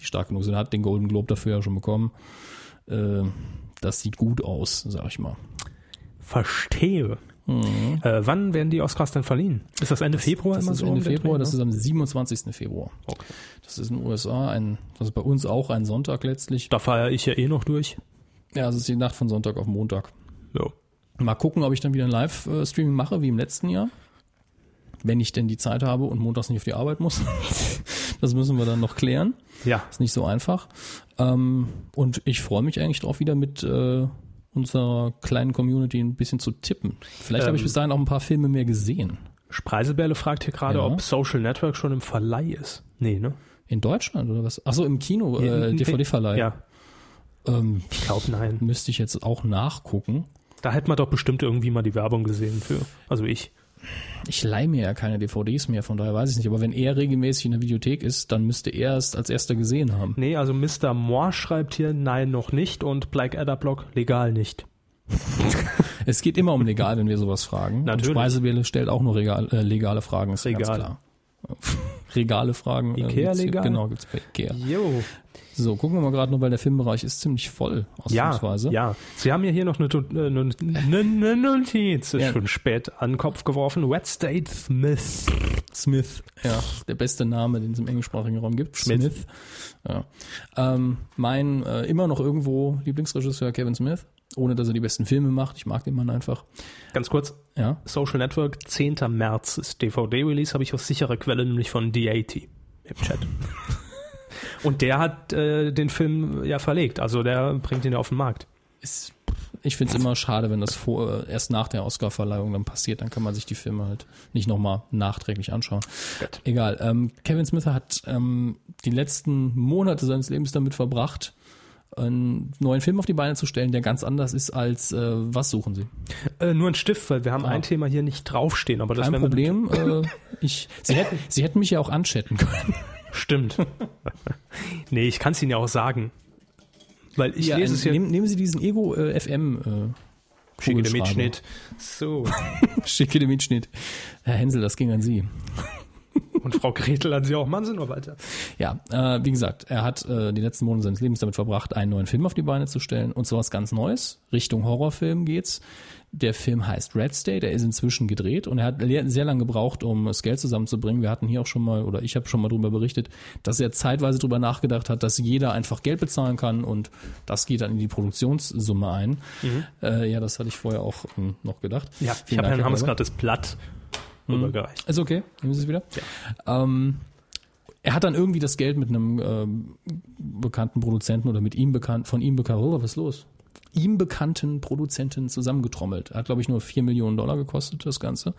die stark genug sind. Er hat den Golden Globe dafür ja schon bekommen. Äh, das sieht gut aus, sag ich mal. Verstehe. Äh, wann werden die Oscars denn verliehen? Ist das Ende Februar Mhm. Das immer ist so? Ende um den Februar, Dreh, das ne? ist am 27. Februar. Okay. Das ist in den USA ein, das ist bei uns auch ein Sonntag letztlich. Da feiere ich ja eh noch durch. Ja, also es ist die Nacht von Sonntag auf Montag. So. Mal gucken, ob ich dann wieder ein Live-Streaming mache, wie im letzten Jahr. Wenn ich denn die Zeit habe und montags nicht auf die Arbeit muss. das müssen wir dann noch klären. Ja, Ist nicht so einfach. Ähm, und ich freue mich eigentlich drauf, wieder mit äh, unserer kleinen Community ein bisschen zu tippen. Vielleicht habe ich Ähm. bis dahin auch ein paar Filme mehr gesehen. Spreisebärle fragt hier gerade, Ja. ob Social Network schon im Verleih ist. Nee, ne? In Deutschland oder was? Achso, im Kino, äh, Nee, DVD-Verleih. Ja, Ähm, ich glaube nein. müsste ich jetzt auch nachgucken. Da hätte man doch bestimmt irgendwie mal die Werbung gesehen für. Also ich. Ich leihe mir ja keine DVDs mehr, von daher weiß ich nicht. Aber wenn er regelmäßig in der Videothek ist, dann müsste er es als erster gesehen haben. Nee, also Mr. Moore schreibt hier, nein, noch nicht. Und Blackadder Block, legal nicht. Es geht immer um legal, wenn wir sowas fragen. Natürlich. Und Speisewähle stellt auch nur regal, äh, legale Fragen, ist ganz Regal. klar. Regale Fragen. äh, Ikea gibt's hier- legal? Genau, gibt's bei Ikea. Jo. So, gucken wir mal gerade noch, weil der Filmbereich ist ziemlich voll, Ja, ausnahmsweise. ja. Sie haben ja hier noch eine, Tut- äh, eine, eine Notiz, ist Ja. schon spät an den Kopf geworfen. Wet State Smith. Smith, ja, der beste Name, den es im englischsprachigen Raum gibt. Smith. Ja. Ähm, mein äh, immer noch irgendwo Lieblingsregisseur Kevin Smith, ohne dass er die besten Filme macht. Ich mag den Mann einfach. Ganz kurz, Ja. Social Network, 10. März ist DVD-Release, habe ich aus sicherer Quelle, nämlich von D80 im Chat. Und der hat äh, den Film ja verlegt, also der bringt ihn ja auf den Markt. Ist, ich finde es immer schade, wenn das vor, äh, erst nach der Oscarverleihung dann passiert. Dann kann man sich die Filme halt nicht nochmal nachträglich anschauen. Egal. Ähm, Kevin Smith hat ähm, die letzten Monate seines Lebens damit verbracht, einen neuen Film auf die Beine zu stellen, der ganz anders ist als äh, Was suchen Sie? Äh, nur ein Stift, weil wir haben Ah. ein Thema hier nicht draufstehen, aber das Kein werden wir- Problem. Äh, ich, Sie, hätten, Sie hätten mich ja auch anchatten können. Stimmt. nee, ich kann es Ihnen ja auch sagen. Weil ich Ja, lese ähm, es hier. nehmen, nehmen Sie diesen Ego äh, FM äh, Schicke den Kugelschreiber. Mitschnitt. So. Schicke den Mitschnitt. Herr Hensel, das ging an Sie. Und Frau Gretel hat sie auch. Machen Sie nur weiter. Ja, äh, wie gesagt, er hat äh, die letzten Monate seines Lebens damit verbracht, einen neuen Film auf die Beine zu stellen und sowas ganz Neues. Richtung Horrorfilm geht's. Der Film heißt Red State, er ist inzwischen gedreht und er hat le- sehr lange gebraucht, um das Geld zusammenzubringen. Wir hatten hier auch schon mal, oder ich habe schon mal darüber berichtet, dass er zeitweise darüber nachgedacht hat, dass jeder einfach Geld bezahlen kann und das geht dann in die Produktionssumme ein. Äh, ja, das hatte ich vorher auch hm, noch gedacht. Mhm. Ja, ich Vielen habe Dank, Herrn Herr Hammes Weber. Mhm. gerade das Blatt übergereicht. Ist okay, nehmen Sie es wieder. Ähm, er hat dann irgendwie das Geld mit einem ähm, bekannten Produzenten oder mit ihm bekannt, von ihm bekannt. Oh, was ist los? ihm bekannten Produzenten zusammengetrommelt. Hat, glaube ich, nur 4 Millionen Dollar gekostet, das Ganze.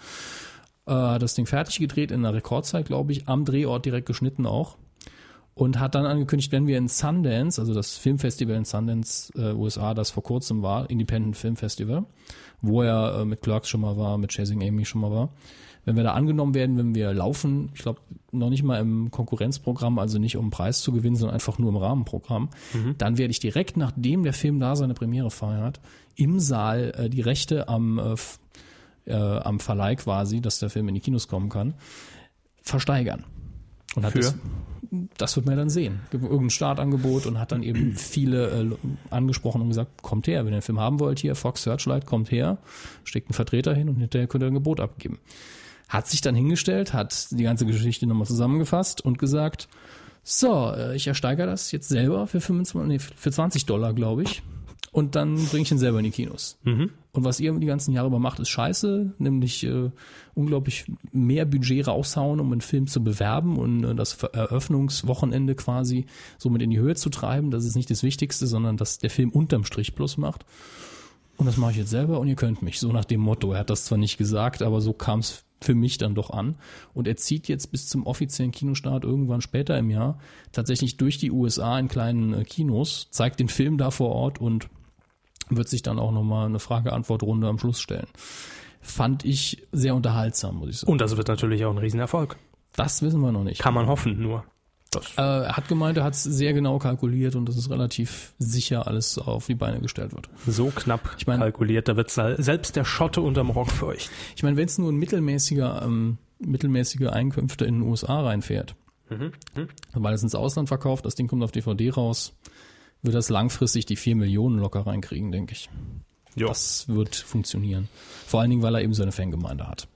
Äh, hat das Ding fertig gedreht in einer Rekordzeit, glaube ich, am Drehort direkt geschnitten auch. Und hat dann angekündigt, wenn wir in Sundance, also das Filmfestival in Sundance, äh, USA, das vor kurzem war, Independent Film Festival, wo er äh, mit Clerks schon mal war, mit Chasing Amy schon mal war, wenn wir da angenommen werden, wenn wir laufen, ich glaube noch nicht mal im Konkurrenzprogramm, also nicht um einen Preis zu gewinnen, sondern einfach nur im Rahmenprogramm, dann werde ich direkt nachdem der Film da seine Premiere feiert, im Saal äh, die Rechte am, äh, f- äh, am Verleih quasi, dass der Film in die Kinos kommen kann, versteigern. Und hat Für? das, das wird man dann sehen. Gibt Irgendein Startangebot und hat dann eben viele äh, angesprochen und gesagt, kommt her, wenn ihr den Film haben wollt, hier Fox Searchlight, kommt her, steckt einen Vertreter hin und hinterher könnt ihr ein Gebot abgeben hat sich dann hingestellt, hat die ganze Geschichte nochmal zusammengefasst und gesagt, so, äh, ich ersteigere das jetzt selber für 25, nee, für 20 Dollar, glaube ich. Und dann bringe ich ihn selber in die Kinos. Und was ihr die ganzen Jahre über macht, ist scheiße, nämlich äh, unglaublich mehr Budget raushauen, um einen Film zu bewerben und äh, das Ver- Eröffnungswochenende quasi somit in die Höhe zu treiben. Das ist nicht das Wichtigste, sondern dass der Film unterm Strich plus macht. Und das mache ich jetzt selber und ihr könnt mich. So nach dem Motto. Er hat das zwar nicht gesagt, aber so kam es für mich dann doch an. Und er zieht jetzt bis zum offiziellen Kinostart irgendwann später im Jahr tatsächlich durch die USA in kleinen äh, Kinos, zeigt den Film da vor Ort und wird sich dann auch nochmal eine Frage-Antwort-Runde am Schluss stellen. Fand ich sehr unterhaltsam, muss ich sagen. Und das wird natürlich auch ein Riesenerfolg. Das wissen wir noch nicht. Kann man hoffen, nur. Äh, er hat gemeint, er hat es sehr genau kalkuliert und dass es relativ sicher alles auf die Beine gestellt wird. So knapp mein- kalkuliert, da wird selbst der Schotte unterm Rock feucht. Ich meine, wenn es nur ein mittelmäßiger, ähm, mittelmäßige Einkünfte in den USA reinfährt, Mhm, weil es ins Ausland verkauft, das Ding kommt auf DVD raus, wird das langfristig die 4 Millionen locker reinkriegen, denke ich. Jo. Das wird funktionieren. Vor allen Dingen, weil er eben seine Fangemeinde hat.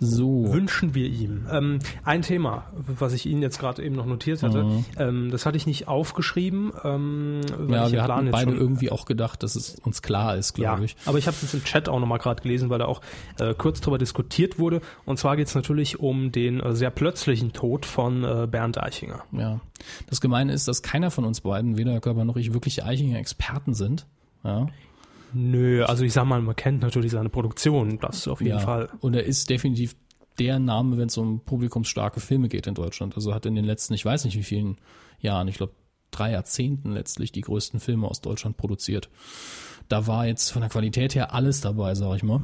So. wünschen wir ihm. Ähm, ein Thema, was ich Ihnen jetzt gerade eben noch notiert hatte, ähm, das hatte ich nicht aufgeschrieben, ähm, weil Mhm. ja, ich den wir hatten jetzt beide schon- äh, irgendwie auch gedacht, dass es uns klar ist, ja, glaube ich. aber ich habe es jetzt im Chat auch nochmal gerade gelesen, weil da auch äh, kurz drüber diskutiert wurde. Und zwar geht es natürlich um den äh, sehr plötzlichen Tod von äh, Bernd Eichinger. Ja. Das Gemeine ist, dass keiner von uns beiden, weder Herr Körper noch ich, wirklich Eichinger-Experten sind. Ja. Nö, also ich sag mal, man kennt natürlich seine Produktion, das auf jeden ja. Fall. Und er ist definitiv der Name, wenn es um publikumsstarke Filme geht in Deutschland. Also hat in den letzten, ich weiß nicht wie vielen Jahren, ich glaube drei Jahrzehnten letztlich die größten Filme aus Deutschland produziert. Da war jetzt von der Qualität her alles dabei, sag ich mal.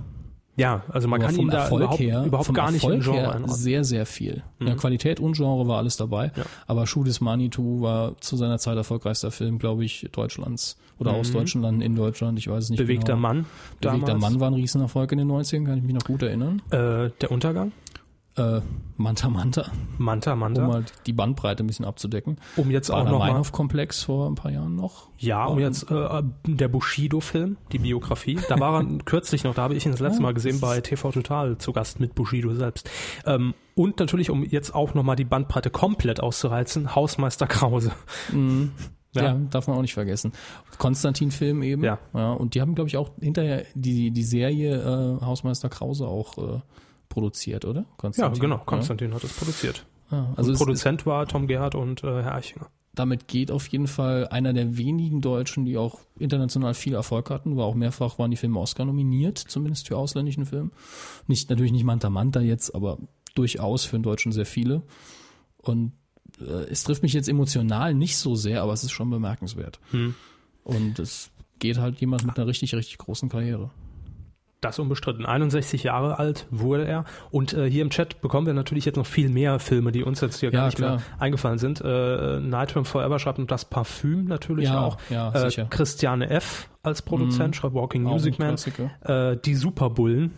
Ja, also man Aber kann vom ihn da Erfolg überhaupt, her, überhaupt vom gar nicht Erfolg im Genre her einordnen. Mhm. sehr, sehr viel. Ja, Qualität und Genre war alles dabei. Aber Schuh des Manitou war zu seiner Zeit erfolgreichster Film, glaube ich, Deutschlands oder aus Deutschland in Deutschland. Ich weiß es nicht Mhm. Bewegter genau. Mann. Bewegter damals. Mann war ein Riesenerfolg in den 90ern, kann ich mich noch gut erinnern. Äh, der Untergang. Äh, Manta Manta, Manta, Manta. um halt die Bandbreite ein bisschen abzudecken. Um jetzt auch Bader noch mal- Meinhof-Komplex vor ein paar Jahren noch. Ja, und jetzt äh, der Bushido-Film, die Biografie. Da war er kürzlich noch, da habe ich ihn das letzte Mal gesehen bei TV Total zu Gast mit Bushido selbst. Ähm, und natürlich, um jetzt auch nochmal die Bandbreite komplett auszureizen, Hausmeister Krause. Ja. Mhm. Ja. darf man auch nicht vergessen. Konstantin-Film eben. Ja. Und die haben, glaube ich, auch hinterher die, die Serie äh, Hausmeister Krause auch äh, produziert, oder? Ja, Konstantin. genau. Konstantin hat es produziert. Ja. Also es, es, Produzent war Tom Gerhardt und äh, Herr Eichinger. damit geht auf jeden Fall einer der wenigen Deutschen, die auch international viel Erfolg hatten, war auch mehrfach, waren die Filme Oscar nominiert, zumindest für ausländischen Film. Nicht, natürlich nicht Manta Manta jetzt, aber durchaus für einen Deutschen sehr viele. Und äh, es trifft mich jetzt emotional nicht so sehr, aber es ist schon bemerkenswert. Hm. Und es geht halt jemand mit einer richtig, richtig großen Karriere. Das unbestritten. 61 Jahre alt wurde er. Und äh, hier im Chat bekommen wir natürlich jetzt noch viel mehr Filme, die uns jetzt hier gar Ja, nicht klar. mehr eingefallen sind. Äh, Nightwing Forever schreibt noch das Parfüm natürlich Ja, auch. ja, äh, sicher. Mhm. Christiane F. als Produzent schreibt Walking Auch Music ein Man. Klassiker. Äh, die Superbullen.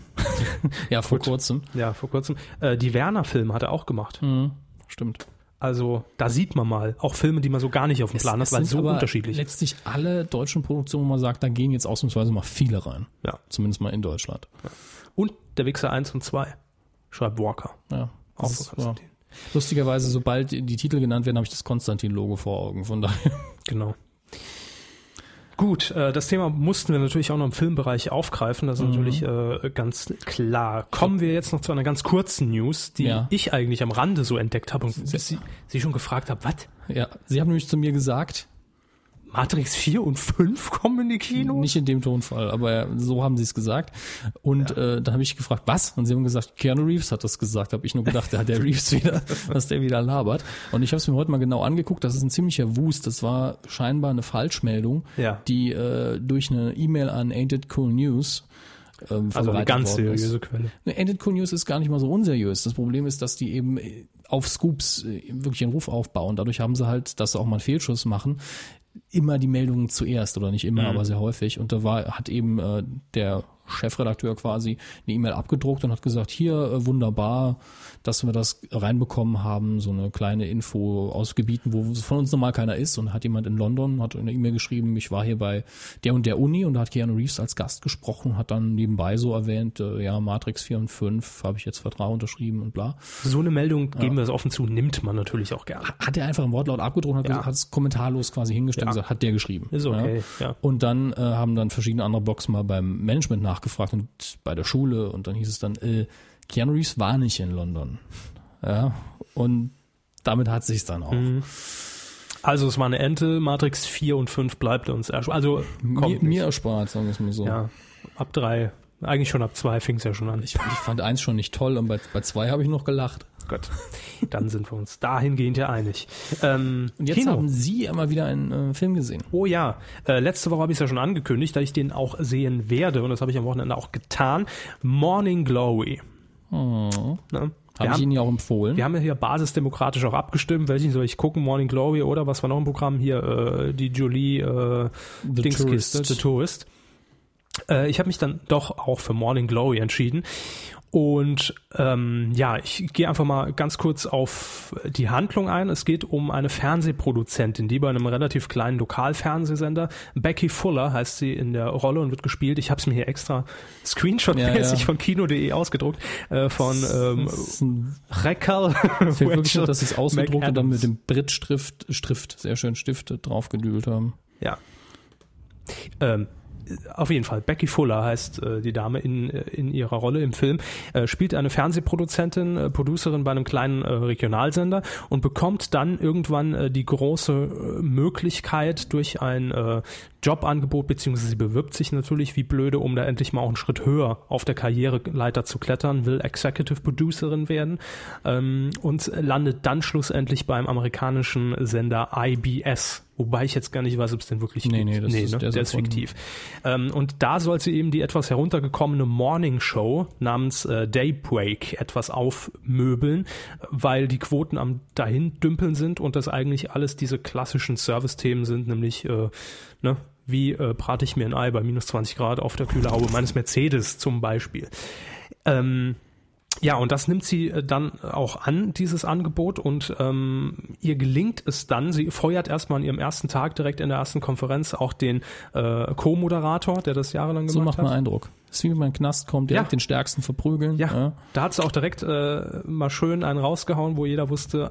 Ja, vor kurzem. Ja, vor kurzem. Äh, die Werner-Filme hat er auch gemacht. Mhm. Stimmt. Also da sieht man mal auch Filme, die man so gar nicht auf dem Plan hat, weil sind so aber unterschiedlich. Letztlich alle deutschen Produktionen, wo man sagt, da gehen jetzt ausnahmsweise mal viele rein. Ja. Zumindest mal in Deutschland. Und Der Wichser 1 und 2 schreibt Walker. Ja. Auch von Das ist, ja. Konstantin. Lustigerweise, sobald die Titel genannt werden, habe ich das Konstantin-Logo vor Augen. Von daher. Genau. Gut, äh, das Thema mussten wir natürlich auch noch im Filmbereich aufgreifen, Mhm. das ist natürlich äh, ganz klar. Kommen wir jetzt noch zu einer ganz kurzen News, die Ja. ich eigentlich am Rande so entdeckt habe und sie, sie schon gefragt habe, was? Ja. Sie haben nämlich zu mir gesagt, Matrix 4 und 5 kommen in die Kinos? Nicht in dem Tonfall, aber so haben sie es gesagt. Und äh, dann habe ich gefragt, was? Und sie haben gesagt, Keanu Reeves hat das gesagt. Habe ich nur gedacht, ja, der Reeves wieder, dass der wieder labert. Und ich habe es mir heute mal genau angeguckt. Das ist ein ziemlicher Wust. Das war scheinbar eine Falschmeldung, Ja. die äh, durch eine E-Mail an Ain't It Cool News ähm, also eine verbreitet ganz worden ist. seriöse Quelle. Ne, Ended Cool News ist gar nicht mal so unseriös. Das Problem ist, dass die eben äh, auf Scoops äh, wirklich einen Ruf aufbauen. Dadurch haben sie halt, dass sie auch mal einen Fehlschuss machen, immer die Meldungen zuerst oder nicht immer, Mhm. aber sehr häufig. Und da war, hat eben äh, der Chefredakteur quasi eine E-Mail abgedruckt und hat gesagt, hier äh, wunderbar, dass wir das reinbekommen haben, so eine kleine Info aus Gebieten, wo von uns normal keiner ist. Und hat jemand in London, hat eine E-Mail geschrieben, ich war hier bei der und der Uni und da hat Keanu Reeves als Gast gesprochen und hat dann nebenbei so erwähnt, äh, ja, Matrix 4 und 5 habe ich jetzt Vertrag unterschrieben und bla. So eine Meldung, geben wir es offen zu, nimmt man natürlich auch gerne. Hat er einfach im Wortlaut abgedruckt und Ja. hat es kommentarlos quasi hingestellt und gesagt, hat der geschrieben. Ist okay, ja. Und dann äh, haben dann verschiedene andere Blogs mal beim Management nachgefragt und bei der Schule und dann hieß es dann, äh, Keanu Reeves war nicht in London. Ja, und damit hat sich's dann auch. Mhm, Also es war eine Ente, Matrix 4 und 5 bleibt uns erspart. Also Mir, kommt mir nicht. erspart, sagen wir es mal so. ja, ab 3, eigentlich schon ab 2 fing es ja schon an. Ich, ich fand eins schon nicht toll und bei, bei zwei habe ich noch gelacht. Gott, dann sind wir uns dahingehend ja einig. Ähm, Und jetzt haben Sie einmal wieder einen äh, Film gesehen. Oh ja, äh, letzte Woche habe ich es ja schon angekündigt, dass ich den auch sehen werde und das habe ich am Wochenende auch getan. Morning Glory. Oh. Ne? Wir, Habe ich haben, Ihnen ja auch empfohlen. wir haben ja hier basisdemokratisch auch abgestimmt, welchen soll ich gucken, Morning Glory oder was war noch im Programm hier, äh, die Jolie äh, The Dingskist, Tourist. The Tourist. Äh, ich habe mich dann doch auch für Morning Glory entschieden. Und ähm, ja, ich gehe einfach mal ganz kurz auf die Handlung ein. Es geht um eine Fernsehproduzentin, die bei einem relativ kleinen Lokalfernsehsender, Becky Fuller heißt sie in der Rolle und wird gespielt. Ich habe es mir hier extra screenshot-mäßig Ja, ja. von kino.de ausgedruckt, äh, von ähm, Das ist ein- Reckal. ich finde wirklich, nur, dass Sie es ausgedruckt und dann mit McAdams. dem Brittstift, Stift, sehr schön Stift draufgedübelt haben. Ja. Ähm, auf jeden Fall, Becky Fuller heißt äh, die Dame in, äh, in ihrer Rolle im Film, äh, spielt eine Fernsehproduzentin, äh, Producerin bei einem kleinen äh, Regionalsender und bekommt dann irgendwann äh, die große äh, Möglichkeit durch ein äh, Jobangebot, beziehungsweise sie bewirbt sich natürlich wie blöde, um da endlich mal auch einen Schritt höher auf der Karriereleiter zu klettern, will Executive Producerin werden ähm, und landet dann schlussendlich beim amerikanischen Sender IBS. Wobei ich jetzt gar nicht weiß, ob es denn wirklich Nee, gibt. nee, das ist- ne? der der, ist ist erfunden. fiktiv. Ähm, und da soll sie eben die etwas heruntergekommene Morning Show namens äh, Daybreak etwas aufmöbeln, weil die Quoten am dahin dümpeln sind und das eigentlich alles diese klassischen Service-Themen sind, nämlich äh, ne, wie äh, brate ich mir ein Ei bei minus 20 Grad auf der Kühlerhaube meines Mercedes zum Beispiel. Ähm, ja, und das nimmt sie äh, dann auch an, dieses Angebot. Und ähm, ihr gelingt es dann, sie feuert erstmal an ihrem ersten Tag direkt in der ersten Konferenz auch den äh, Co-Moderator, der das jahrelang So gemacht macht man hat. Eindruck. Das ist wie wenn man in den Knast kommt, direkt Ja. den Stärksten verprügeln. Ja, da hat sie auch direkt äh, mal schön einen rausgehauen, wo jeder wusste,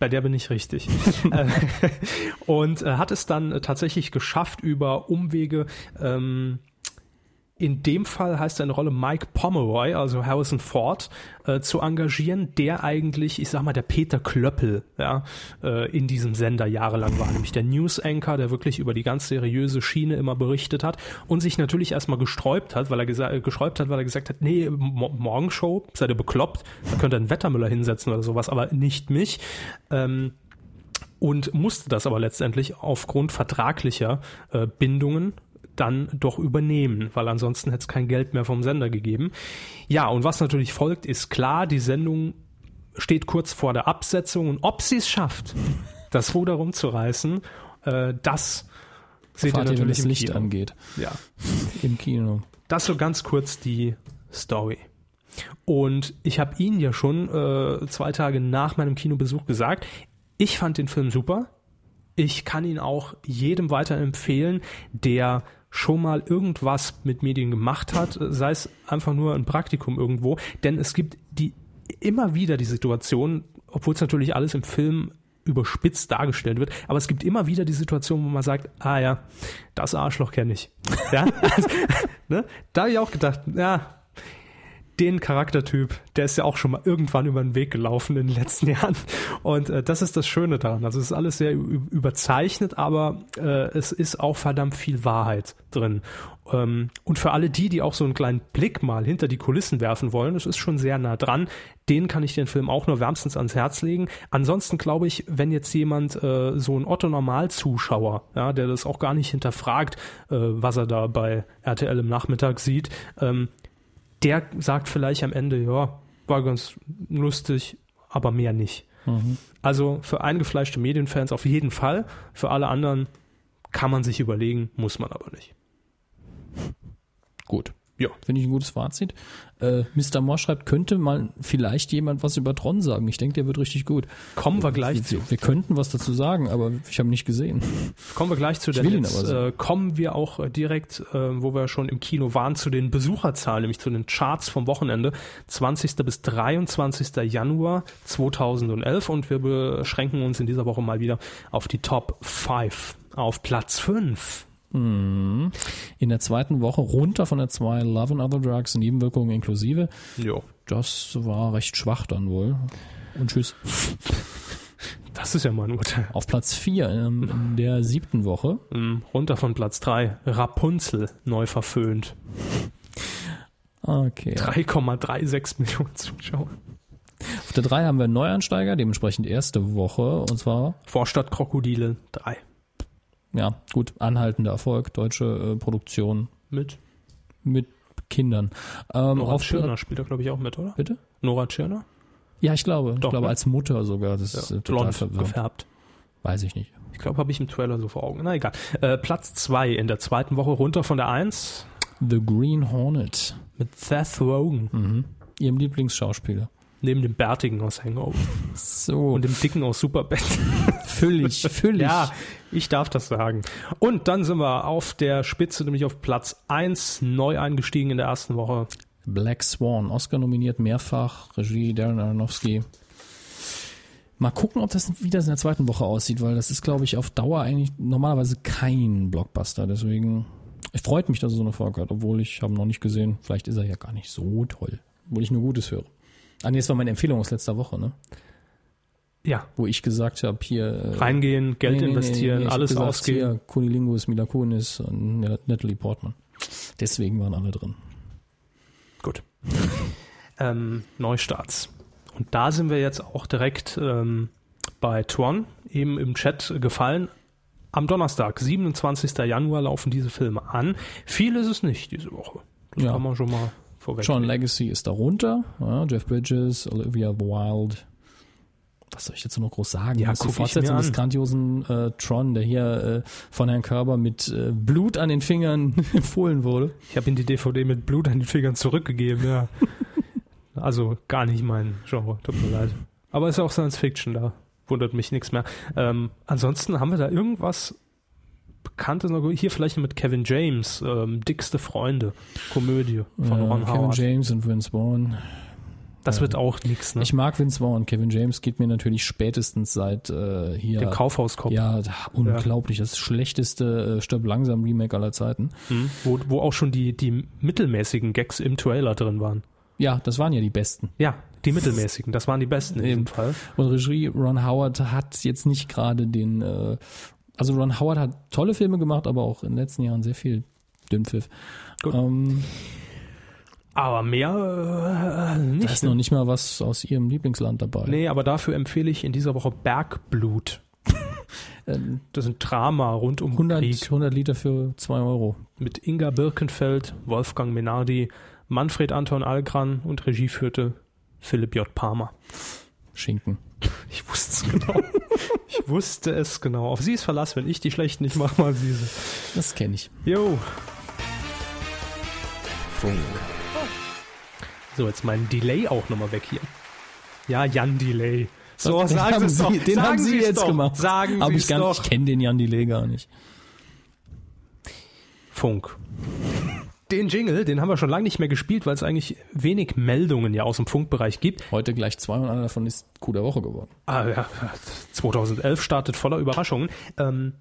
bei der bin ich richtig. Äh, und äh, hat es dann äh, tatsächlich geschafft, über Umwege ähm, in dem Fall heißt seine Rolle Mike Pomeroy, also Harrison Ford, äh, zu engagieren, der eigentlich, ich sag mal, der Peter Klöppel ja, äh, in diesem Sender jahrelang war, nämlich der News Anchor, der wirklich über die ganz seriöse Schiene immer berichtet hat und sich natürlich erstmal gesträubt hat, weil er gesa- äh, gesträubt hat, weil er gesagt hat, nee, Mo Morgenshow, seid ihr bekloppt, da könnt ihr einen Wettermüller hinsetzen oder sowas, aber nicht mich. Ähm, und musste das aber letztendlich aufgrund vertraglicher äh, Bindungen dann doch übernehmen, weil ansonsten hätte es kein Geld mehr vom Sender gegeben. Ja, und was natürlich folgt, ist klar, die Sendung steht kurz vor der Absetzung und ob sie es schafft, das Ruder rumzureißen, äh, das seht ihr Fahrt ihr, wenn natürlich das im Licht Kino. angeht. Ja. Im Kino. Das so ganz kurz die Story. Und ich habe Ihnen ja schon äh, zwei Tage nach meinem Kinobesuch gesagt, ich fand den Film super. Ich kann ihn auch jedem weiterempfehlen, der schon mal irgendwas mit Medien gemacht hat, äh, sei es einfach nur ein Praktikum irgendwo. Denn es gibt die immer wieder die Situation, obwohl es natürlich alles im Film überspitzt dargestellt wird, aber es gibt immer wieder die Situation, wo man sagt, ah ja, das Arschloch kenne ich. Ja? ne? Da habe ich auch gedacht, ja, den Charaktertyp, der ist ja auch schon mal irgendwann über den Weg gelaufen in den letzten Jahren. Und äh, das ist das Schöne daran. Also es ist alles sehr ü- überzeichnet, aber äh, es ist auch verdammt viel Wahrheit drin. Ähm, und für alle die, die auch so einen kleinen Blick mal hinter die Kulissen werfen wollen, es ist schon sehr nah dran, den kann ich den Film auch nur wärmstens ans Herz legen. Ansonsten glaube ich, wenn jetzt jemand äh, so ein Otto-Normal-Zuschauer, ja, der das auch gar nicht hinterfragt, äh, was er da bei RTL im Nachmittag sieht, ähm, der sagt vielleicht am Ende, ja, war ganz lustig, aber mehr nicht. Mhm. Also für eingefleischte Medienfans auf jeden Fall, für alle anderen kann man sich überlegen, muss man aber nicht. Gut. Ja. Finde ich ein gutes Fazit. Äh, Mr. Moore schreibt, könnte mal vielleicht jemand was über Tron sagen. Ich denke, der wird richtig gut. Kommen wir gleich Wir, zu. wir könnten was dazu sagen, aber ich habe ihn nicht gesehen. Kommen wir gleich zu, Ich denn will ihn jetzt aber so. äh, kommen wir auch äh, direkt, äh, wo wir schon im Kino waren, zu den Besucherzahlen, nämlich zu den Charts vom Wochenende, 20. bis 23. Januar 2011 und wir beschränken uns in dieser Woche mal wieder auf die Top 5. Auf Platz 5 Mhm. In der zweiten Woche runter von der 2 Love and Other Drugs, Nebenwirkungen inklusive. Jo. Das war recht schwach dann wohl. Und tschüss. Das ist ja mal ein Urteil. Auf Platz 4 ähm, in der siebten Woche. Mm, Runter von Platz 3. Rapunzel neu verföhnt. Okay. 3,36 Millionen Zuschauer. Auf der 3 haben wir einen Neuansteiger, dementsprechend erste Woche. Und zwar, Vorstadtkrokodile 3. ja, gut, anhaltender Erfolg, deutsche äh, Produktion Mit mit Kindern. Ähm, Nora auf Tschirner spielt er, glaube ich, auch mit, oder? Bitte? Nora Tschirner? Ja, ich glaube. Doch, ich glaube, ne? als Mutter sogar. Das ist äh, total Blond verwirrend. gefärbt. Weiß ich nicht. Ich glaube, habe ich im Trailer so vor Augen. Na egal. Äh, Platz 2 in der zweiten Woche runter von der 1 The Green Hornet. mit Seth Rogen. Ihrem Lieblingsschauspieler. Neben dem Bärtigen aus Hangover So. und dem Dicken aus Superbad. füllig, füllig. Ja, ich darf das sagen. Und dann sind wir auf der Spitze, nämlich auf Platz 1, neu eingestiegen in der ersten Woche. Black Swan, Oscar nominiert mehrfach, Regie Darren Aronofsky. Mal gucken, ob das wie das in der zweiten Woche aussieht, weil das ist, glaube ich, auf Dauer eigentlich normalerweise kein Blockbuster. Deswegen es freut mich, dass er so einen Erfolg hat, obwohl ich habe ihn noch nicht gesehen. Vielleicht ist er ja gar nicht so toll, obwohl ich nur Gutes höre. Ah, nee, das war meine Empfehlung aus letzter Woche, ne? Ja, Wo ich gesagt habe, hier. äh, reingehen, Geld nee, nee, nee, investieren, nee, ich hab alles gesagt, ausgeben. Hier, Kunilingus, Mila Kunis und Natalie Portman. Deswegen waren alle drin. Gut. ähm, Neustarts. Und da sind wir jetzt auch direkt ähm, bei Tron, eben im Chat gefallen. Am Donnerstag, 27. Januar, laufen diese Filme an. Viel ist es nicht diese Woche. Das Ja. kann man schon mal vorweg. John Legacy ist darunter. Ja, Jeff Bridges, Olivia Wilde. Was soll ich dazu noch groß sagen? Ja, das ist die guck ich Fortsetzung mir des an. grandiosen äh, Tron, der hier äh, von Herrn Körber mit äh, Blut an den Fingern empfohlen wurde. Ich habe ihm die DVD mit Blut an den Fingern zurückgegeben, ja. also gar nicht mein Genre, tut mir leid. Aber ist ja auch Science Fiction, da wundert mich nichts mehr. Ähm, ansonsten haben wir da irgendwas Bekanntes noch? Hier vielleicht noch mit Kevin James, ähm, Dickste Freunde, Komödie von Äh, Ron Kevin Howard. James und Vince Vaughn. das wird auch nichts, ne? Ich mag Vince Vaughn. Kevin James geht mir natürlich spätestens seit äh, hier. Der Kaufhauskopf, ja, unglaublich. Das schlechteste äh, Stirb langsam Remake aller Zeiten. hm? wo, wo auch schon die, die mittelmäßigen Gags im Trailer drin waren. Ja, das waren ja die besten. Ja, die mittelmäßigen, das waren die besten in Eben. diesem Fall. Und Regie Ron Howard hat jetzt nicht gerade den, äh, also Ron Howard hat tolle Filme gemacht, aber auch in den letzten Jahren sehr viel Dünnpfiff. Gut. Ähm, Aber mehr äh, nicht. da ist noch nicht mal was aus ihrem Lieblingsland dabei. Nee, aber dafür empfehle ich in dieser Woche Bergblut. Ähm, das ist ein Drama rund um 100, Krieg 100 Liter für 2 Euro. mit Inga Birkenfeld, Wolfgang Menardi, Manfred Anton Algran und Regie führte Philipp J. Palmer. Schinken. Ich wusste es genau. ich wusste es genau. Auf sie ist Verlass, wenn ich die schlechten nicht mache, mal sie. sie. Das kenne ich. Jo. Funk. So, jetzt meinen Delay auch nochmal weg hier. Ja, Jan Delay. So, den sagen Sie haben es doch. den sagen haben Sie es jetzt doch. gemacht. Sagen Aber Sie ich, es gar nicht- doch. ich kenne den Jan Delay gar nicht. Funk. Den Jingle, den haben wir schon lange nicht mehr gespielt, weil es eigentlich wenig Meldungen ja aus dem Funkbereich gibt. Heute gleich zwei und einer davon ist Kuh der Woche geworden. Ah, ja, 2011 startet voller Überraschungen. Ähm,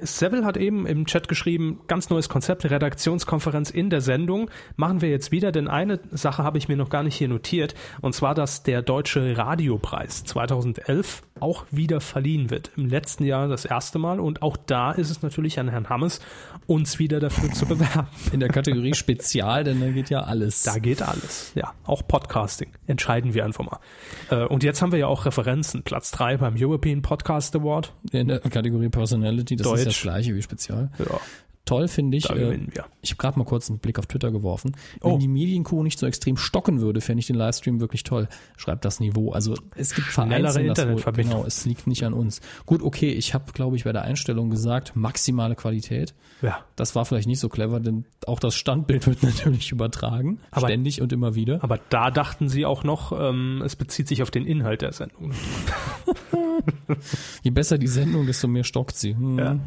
Seville hat eben im Chat geschrieben, ganz neues Konzept, Redaktionskonferenz in der Sendung. Machen wir jetzt wieder, denn eine Sache habe ich mir noch gar nicht hier notiert, und zwar, dass der Deutsche Radiopreis 2011 auch wieder verliehen wird. Im letzten Jahr das erste Mal, und auch da ist es natürlich an Herrn Hammes, uns wieder dafür zu bewerben. In der Kategorie Spezial, denn da geht ja alles. Da geht alles. Ja, auch Podcasting. Entscheiden wir einfach mal. Äh, Und jetzt haben wir ja auch Referenzen. Platz 3 beim European Podcast Award. In der Kategorie Personality, das ist Deutsch. das gleiche wie Spezial. Ja, Toll finde ich. äh, Da gewinnen wir. Ich habe gerade mal kurz einen Blick auf Twitter geworfen. Oh. Wenn die Medienkuh nicht so extrem stocken würde, fände ich den Livestream wirklich toll. Schreibt das Niveau. Also es gibt Schnellere vereinzelt das wohl- Internetverbindung. Genau, es liegt nicht an uns. Gut, okay, ich habe, glaube ich, bei der Einstellung gesagt, maximale Qualität. ja. Das war vielleicht nicht so clever, denn auch das Standbild wird natürlich übertragen. Aber- ständig und immer wieder. Aber da dachten sie auch noch, ähm, es bezieht sich auf den Inhalt der Sendung. Je besser die Sendung, desto mehr stockt sie. Hm. Ja.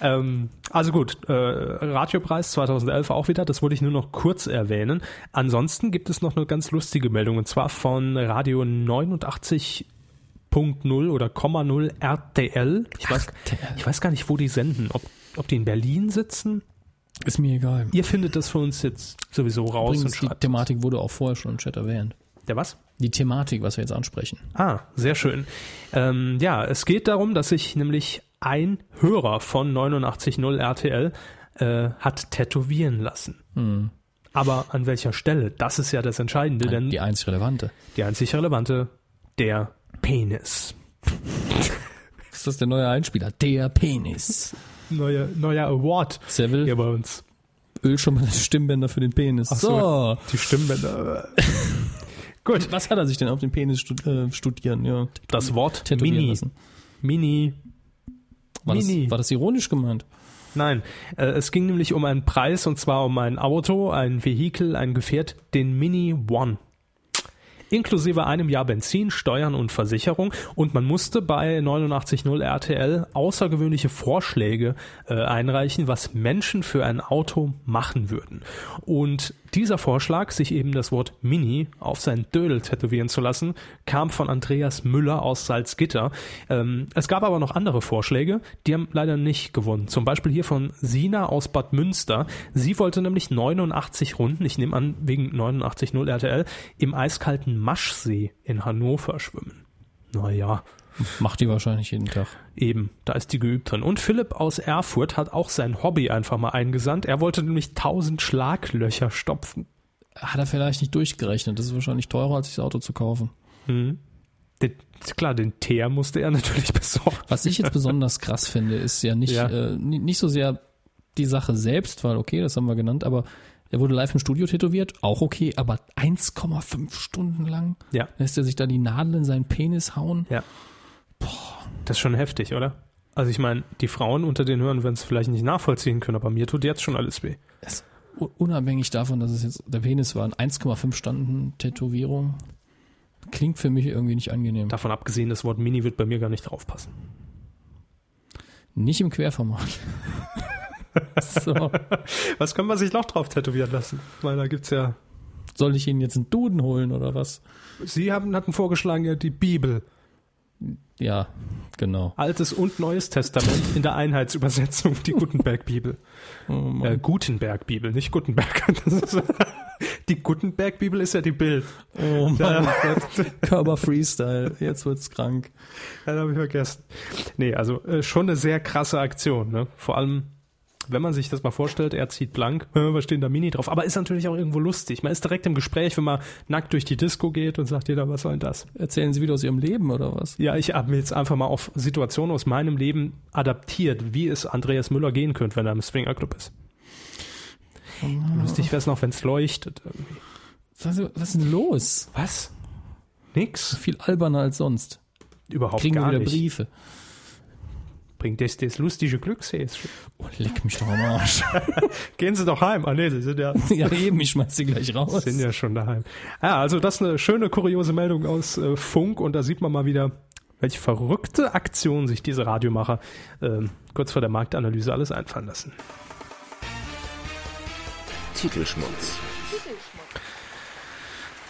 Ähm, also gut, äh, Radiopreis 2011 auch wieder, das wollte ich nur noch kurz erwähnen. Ansonsten gibt es noch eine ganz lustige Meldung und zwar von Radio 89.0 oder 0 RTL. Ich weiß, ich weiß gar nicht, wo die senden, ob, ob die in Berlin sitzen. Ist mir egal. Ihr findet das für uns jetzt sowieso raus Übrigens, die und schreibt. Thematik wurde auch vorher schon im Chat erwähnt. Der was? Die Thematik, was wir jetzt ansprechen. Ah, sehr schön. Ähm, ja, es geht darum, dass sich nämlich ein Hörer von 89.0 RTL äh, hat tätowieren lassen. Hm. Aber an welcher Stelle? Das ist ja das Entscheidende, denn Die einzig relevante. die einzig relevante, der Penis. Ist das der neue Einspieler? Der Penis. Neuer, neuer Award Seville, hier bei uns. öl schon mal das Stimmbänder für den Penis. so. Die Stimmbänder. Gut, Was hat er sich denn auf den Penis stud äh, studieren? Ja. das Wort Tätowieren Mini. lassen. Mini War das, Mini. war das ironisch gemeint? Nein, äh, es ging nämlich um einen Preis und zwar um ein Auto, ein Vehikel, ein Gefährt, den Mini One. Inklusive einem Jahr Benzin, Steuern und Versicherung. Und man musste bei 89.0 RTL außergewöhnliche Vorschläge äh, einreichen, was Menschen für ein Auto machen würden. Und dieser Vorschlag, sich eben das Wort Mini auf seinen Dödel tätowieren zu lassen, kam von Andreas Müller aus Salzgitter. Ähm, es gab aber noch andere Vorschläge, die haben leider nicht gewonnen. Zum Beispiel hier von Sina aus Bad Münster. Sie wollte nämlich 89 Runden, ich nehme an wegen 89.0 RTL, im eiskalten Maschsee in Hannover schwimmen. Naja, Macht die wahrscheinlich jeden Tag. Eben, da ist die geübt drin. Und Philipp aus Erfurt hat auch sein Hobby einfach mal eingesandt. Er wollte nämlich 1000 Schlaglöcher stopfen. Hat er vielleicht nicht durchgerechnet. Das ist wahrscheinlich teurer, als sich das Auto zu kaufen. Den, klar, den Teer musste er natürlich besorgen. Was ich jetzt besonders krass finde, ist ja nicht, Ja. Äh, ni- nicht so sehr die Sache selbst, weil okay, das haben wir genannt, aber er wurde live im Studio tätowiert, auch okay, aber 1,5 Stunden lang Ja. lässt er sich da die Nadel in seinen Penis hauen. Ja. Das ist schon heftig, oder? Also ich meine, die Frauen unter den Hörern werden es vielleicht nicht nachvollziehen können, aber mir tut jetzt schon alles weh. Es, u- unabhängig davon, dass es jetzt der Penis war, eine 1,5 Stunden Tätowierung klingt für mich irgendwie nicht angenehm. Davon abgesehen, das Wort Mini wird bei mir gar nicht draufpassen. Nicht im Querformat. so. Was können wir sich noch drauf tätowieren lassen? Ich meine, da gibt's ja... Soll ich ihn jetzt einen Duden holen oder was? Sie haben, hatten vorgeschlagen, ja, die Bibel. Ja, genau. Altes und Neues Testament in der Einheitsübersetzung, die Gutenberg-Bibel. äh, Gutenberg-Bibel, nicht Gutenberg. Das ist, die Gutenberg-Bibel ist ja die Bild. Oh Äh, Mann, Körper Freestyle. Jetzt wird's krank. das habe ich vergessen. Nee, also äh, schon eine sehr krasse Aktion. Ne? Vor allem, wenn man sich das mal vorstellt, er zieht blank, äh, was stehen da Mini drauf? Aber ist natürlich auch irgendwo lustig. Man ist direkt im Gespräch, wenn man nackt durch die Disco geht und sagt jeder, was soll denn das? Erzählen Sie wieder aus Ihrem Leben oder was? Ja, ich habe mir jetzt einfach mal auf Situationen aus meinem Leben adaptiert, wie es Andreas Müller gehen könnte, wenn er im Swingerclub ist. Lustig wäre es noch, wenn es leuchtet. Was, was ist denn los? Was? Nix? Viel alberner als sonst. Überhaupt Kriegen wir gar wieder nicht. Briefe. Bringt das, das lustige Glückshäs. Oh, leck mich doch am Arsch. Gehen Sie doch heim. Ah nee, Sie sind ja, ja, eben, ich schmeiß sie gleich raus. sind ja schon daheim. Ja, also das ist eine schöne, kuriose Meldung aus äh, Funk und da sieht man mal wieder, welche verrückte Aktion sich diese Radiomacher ähm, kurz vor der Marktanalyse alles einfallen lassen. Titelschmutz.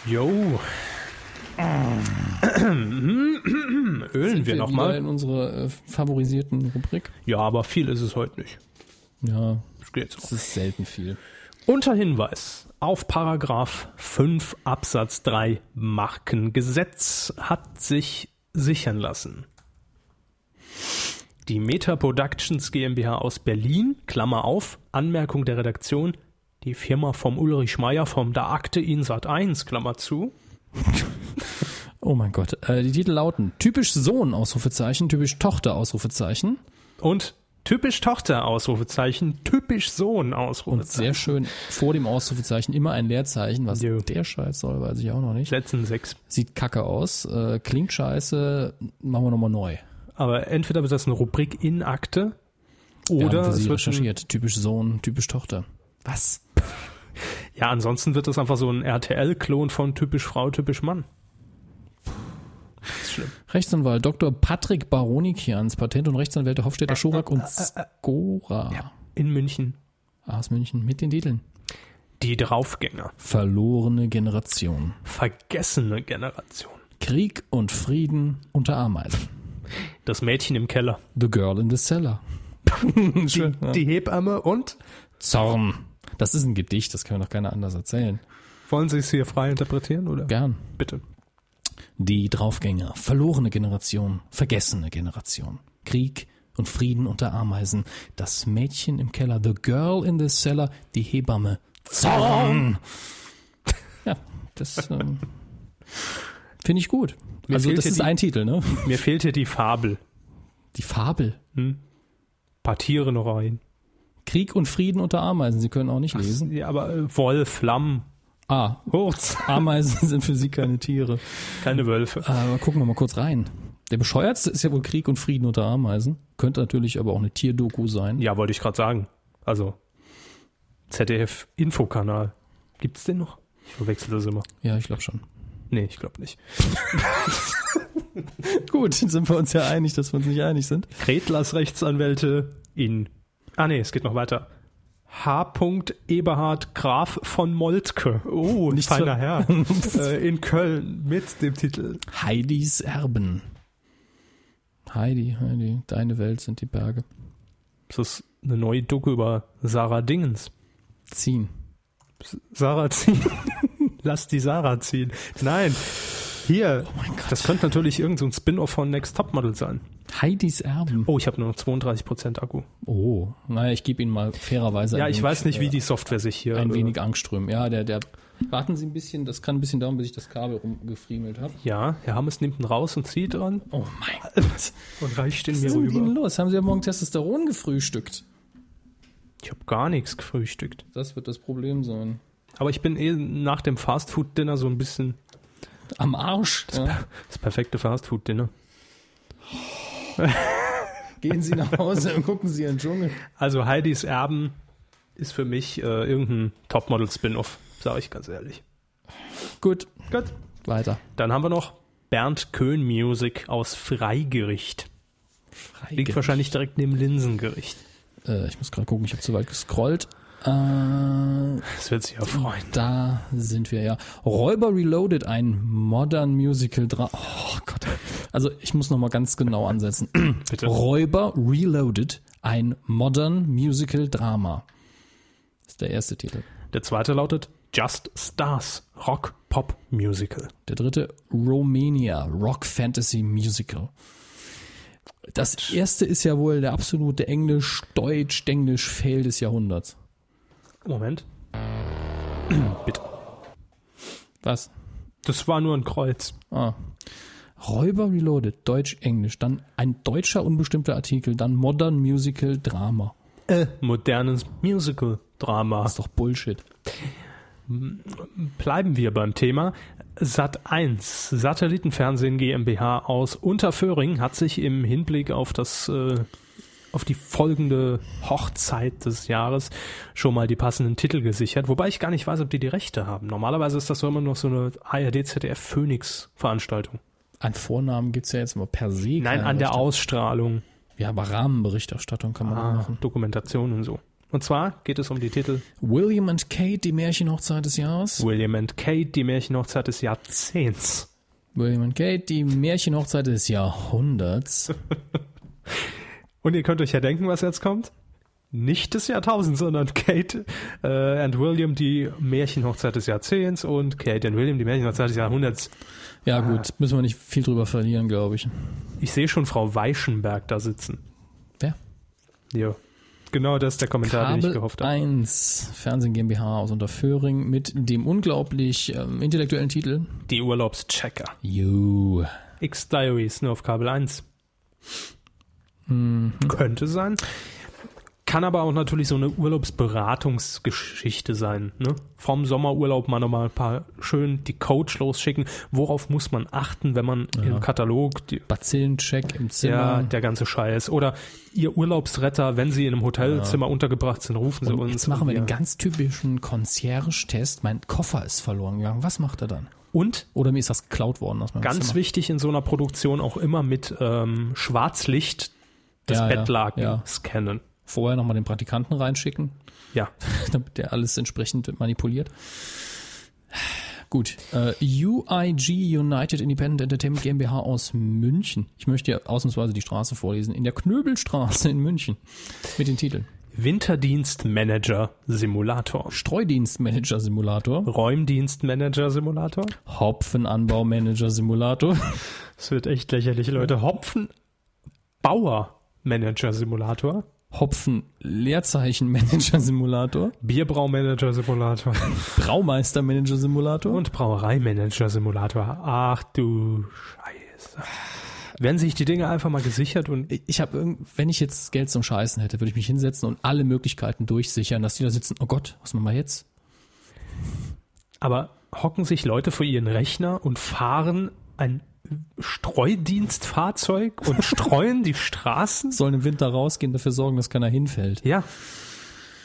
Jo. ölen wir wieder nochmal. in unsere äh, favorisierten Rubrik. Ja, aber viel ist es heute nicht. Ja, Das geht so. es ist selten viel. Unter Hinweis auf Paragraph 5 Absatz 3 Markengesetz hat sich sichern lassen. Die Meta Productions GmbH aus Berlin, Klammer auf, Anmerkung der Redaktion, die Firma vom Ulrich Meier vom Da Akte Insat 1, Klammer zu, Oh mein Gott. Äh, die Titel lauten typisch Sohn, Ausrufezeichen, typisch Tochter, Ausrufezeichen. und typisch Tochter, Ausrufezeichen, typisch Sohn, Und Ausrufezeichen. sehr schön vor dem Ausrufezeichen immer ein Leerzeichen. Was Jo. der Scheiß soll, weiß ich auch noch nicht. letzten sechs. Sieht kacke aus, äh, klingt scheiße, machen wir nochmal neu. Aber entweder wird das eine Rubrik in Akte Wir oder haben es für sie wird ein recherchiert. Typisch Sohn, typisch Tochter. Was? Ja, ansonsten wird das einfach so ein RTL-Klon von typisch Frau, typisch Mann. Rechtsanwalt Dr. Patrick Baronikians, Patent- und Rechtsanwälte Hofstädter Schorak und Skora In München. aus München mit den Titeln. Die Draufgänger. Verlorene Generation. Vergessene Generation. Krieg und Frieden unter Ameisen. Das Mädchen im Keller. The Girl in the Cellar. Hm, Schön, ja. Die Hebamme und? Zorn. Das ist ein Gedicht, das kann mir doch keiner anders erzählen. Wollen Sie es hier frei interpretieren oder? Gern. Bitte. Die Draufgänger, verlorene Generation, vergessene Generation. Krieg und Frieden unter Ameisen. Das Mädchen im Keller, The Girl in the Cellar, die Hebamme. Zorn! Ja, das ähm, finde ich gut. Mir also fehlt das hier ist die- ein Titel, ne? Mir fehlt hier die Fabel. Die Fabel. Partiere noch rein. Krieg und Frieden unter Ameisen. Sie können auch nicht lesen. Ja, aber äh, Wolf, Lamm, Ah, Hurz. Ameisen sind für sie keine Tiere. Keine Wölfe. Aber gucken wir mal kurz rein. Der bescheuertste ist ja wohl Krieg und Frieden unter Ameisen. Könnte natürlich aber auch eine Tierdoku sein. Ja, wollte ich gerade sagen. Also, ZDF-Infokanal. Gibt's den noch? Ich verwechsel das immer. Ja, ich glaube schon. Nee, ich glaube nicht. Gut, dann sind wir uns ja einig, dass wir uns nicht einig sind. Kretlers Rechtsanwälte in. Ah nee, es geht noch weiter. H. Eberhard Graf von Moltke. Oh, Nicht feiner so- Herr. äh, in Köln mit dem Titel. Heidis Erben. Heidi, Heidi, deine Welt sind die Berge. Das ist eine neue Doku über Sarah Dingens. Ziehen. Sarah ziehen. Lass die Sarah ziehen. Oh Nein. Hier. das könnte natürlich irgendein so ein Spin-off von Next Topmodel sein. Heidis Erben. Oh, ich habe nur noch 32% Akku. Oh, naja, ich gebe Ihnen mal fairerweise Ja, ein ich wenig, weiß nicht, wie äh, die Software sich hier. ein äh, wenig Angström. Ja, der, der. Warten Sie ein bisschen, das kann ein bisschen dauern, bis ich das Kabel rumgefriemelt habe. Ja, Herr Hammes nimmt ihn raus und zieht dran Oh mein Gott. und reicht ihn Was mir ist mit rüber. Ihnen los? Haben Sie ja morgen Testosteron gefrühstückt? Ich habe gar nichts gefrühstückt. Das wird das Problem sein. Aber ich bin eh nach dem Fastfood-Dinner so ein bisschen Am Arsch. Ja. das perfekte Fastfood-Dinner. Gehen Sie nach Hause und gucken Sie in den Dschungel. Also Heidis Erben ist für mich äh, irgendein Topmodel-Spin-Off, sage ich ganz ehrlich. Gut, Gut. weiter. Dann haben wir noch Bernd Köhn Music aus Freigericht. Liegt Liegt wahrscheinlich direkt neben Linsengericht. Äh, ich muss gerade gucken, ich habe zu weit gescrollt. Äh, Das wird sich ja freuen. da sind wir ja. Räuber Reloaded, ein Modern Musical Drama. Oh Gott. Also ich muss nochmal ganz genau ansetzen. Bitte. Räuber Reloaded, ein Modern Musical Drama. Ist der erste Titel. Der zweite lautet Just Stars Rock Pop Musical. Der dritte Romania, Rock Fantasy Musical. Das erste ist ja wohl der absolute Englisch-Deutsch-Englisch-Fail des Jahrhunderts. Moment. Bitte. Was? Das war nur ein Kreuz. Ah. Räuber Reloaded, Deutsch, Englisch, dann ein deutscher unbestimmter Artikel, dann Modern Musical Drama. Äh. Modernes Musical Drama. Das ist doch Bullshit. Bleiben wir beim Thema. Sat1, Satellitenfernsehen GmbH aus Unterföhring, hat sich im Hinblick auf das äh, auf die folgende Hochzeit des Jahres schon mal die passenden Titel gesichert, wobei ich gar nicht weiß, ob die die Rechte haben. Normalerweise ist das so immer noch so eine ARD ZDF Phoenix Veranstaltung. An Vornamen gibt's ja jetzt mal per se. Nein, keine an der Rechte. Ausstrahlung, Ja, aber Rahmenberichterstattung kann man auch ah, machen. Dokumentation und so. Und zwar geht es um die Titel William and Kate, die Märchenhochzeit des Jahres. William and Kate, die Märchenhochzeit des Jahrzehnts. William und Kate, die Märchenhochzeit des Jahrhunderts. Und ihr könnt euch ja denken, was jetzt kommt. Nicht des Jahrtausends, sondern Kate äh, and William die Märchenhochzeit des Jahrzehnts und Kate and William die Märchenhochzeit des Jahrhunderts. Ja gut, müssen wir nicht viel drüber verlieren, glaube ich. Ich sehe schon Frau Weichenberg da sitzen. Wer? Ja. Genau das ist der Kommentar, den ich Kabel gehofft habe. 1, Fernsehen GmbH aus Unterföhring mit dem unglaublich ähm, intellektuellen Titel Die Urlaubschecker. You. X-Diaries nur auf Kabel 1. Mhm. Könnte sein. Kann aber auch natürlich so eine Urlaubsberatungsgeschichte sein. Ne? Vom Sommerurlaub mal nochmal ein paar schön die Coach losschicken. Worauf muss man achten, wenn man im Katalog die, Bazillencheck im Zimmer. ja, der ganze Scheiß. Oder ihr Urlaubsretter, wenn sie in einem Hotelzimmer untergebracht sind, rufen sie Und uns. jetzt machen wir ja. den ganz typischen Concierge-Test. Mein Koffer ist verloren gegangen. Was macht er dann? Und Oder mir ist das geklaut worden aus meinem ganz Zimmer. wichtig in so einer Produktion auch immer mit ähm, Schwarzlicht das Ja, ja, Bettlaken ja. scannen. Vorher nochmal den Praktikanten reinschicken, Ja. damit der alles entsprechend manipuliert. Gut. Äh, UIG United Independent Entertainment GmbH aus München. Ich möchte ja ausnahmsweise die Straße vorlesen. In der Knöbelstraße in München. Mit den Titeln. Winterdienstmanager Simulator. Streudienstmanager-Simulator, Räumdienstmanager Simulator. Hopfenanbaumanager-Simulator, Das wird echt lächerlich, Leute. Hopfenbauer Manager Simulator. Hopfen-Leerzeichen-Manager-Simulator, Bierbraumanager Simulator. Braumeister-Manager-Simulator Und Brauereimanager Simulator. Ach du Scheiße. Werden sich die Dinge einfach mal gesichert und ich habe wenn ich jetzt Geld zum Scheißen hätte, würde ich mich hinsetzen und alle Möglichkeiten durchsichern, dass die da sitzen, oh Gott, was machen wir jetzt? Aber hocken sich Leute vor ihren Rechner und fahren ein Streudienstfahrzeug und streuen die Straßen? Sollen im Winter rausgehen, dafür sorgen, dass keiner hinfällt. Ja.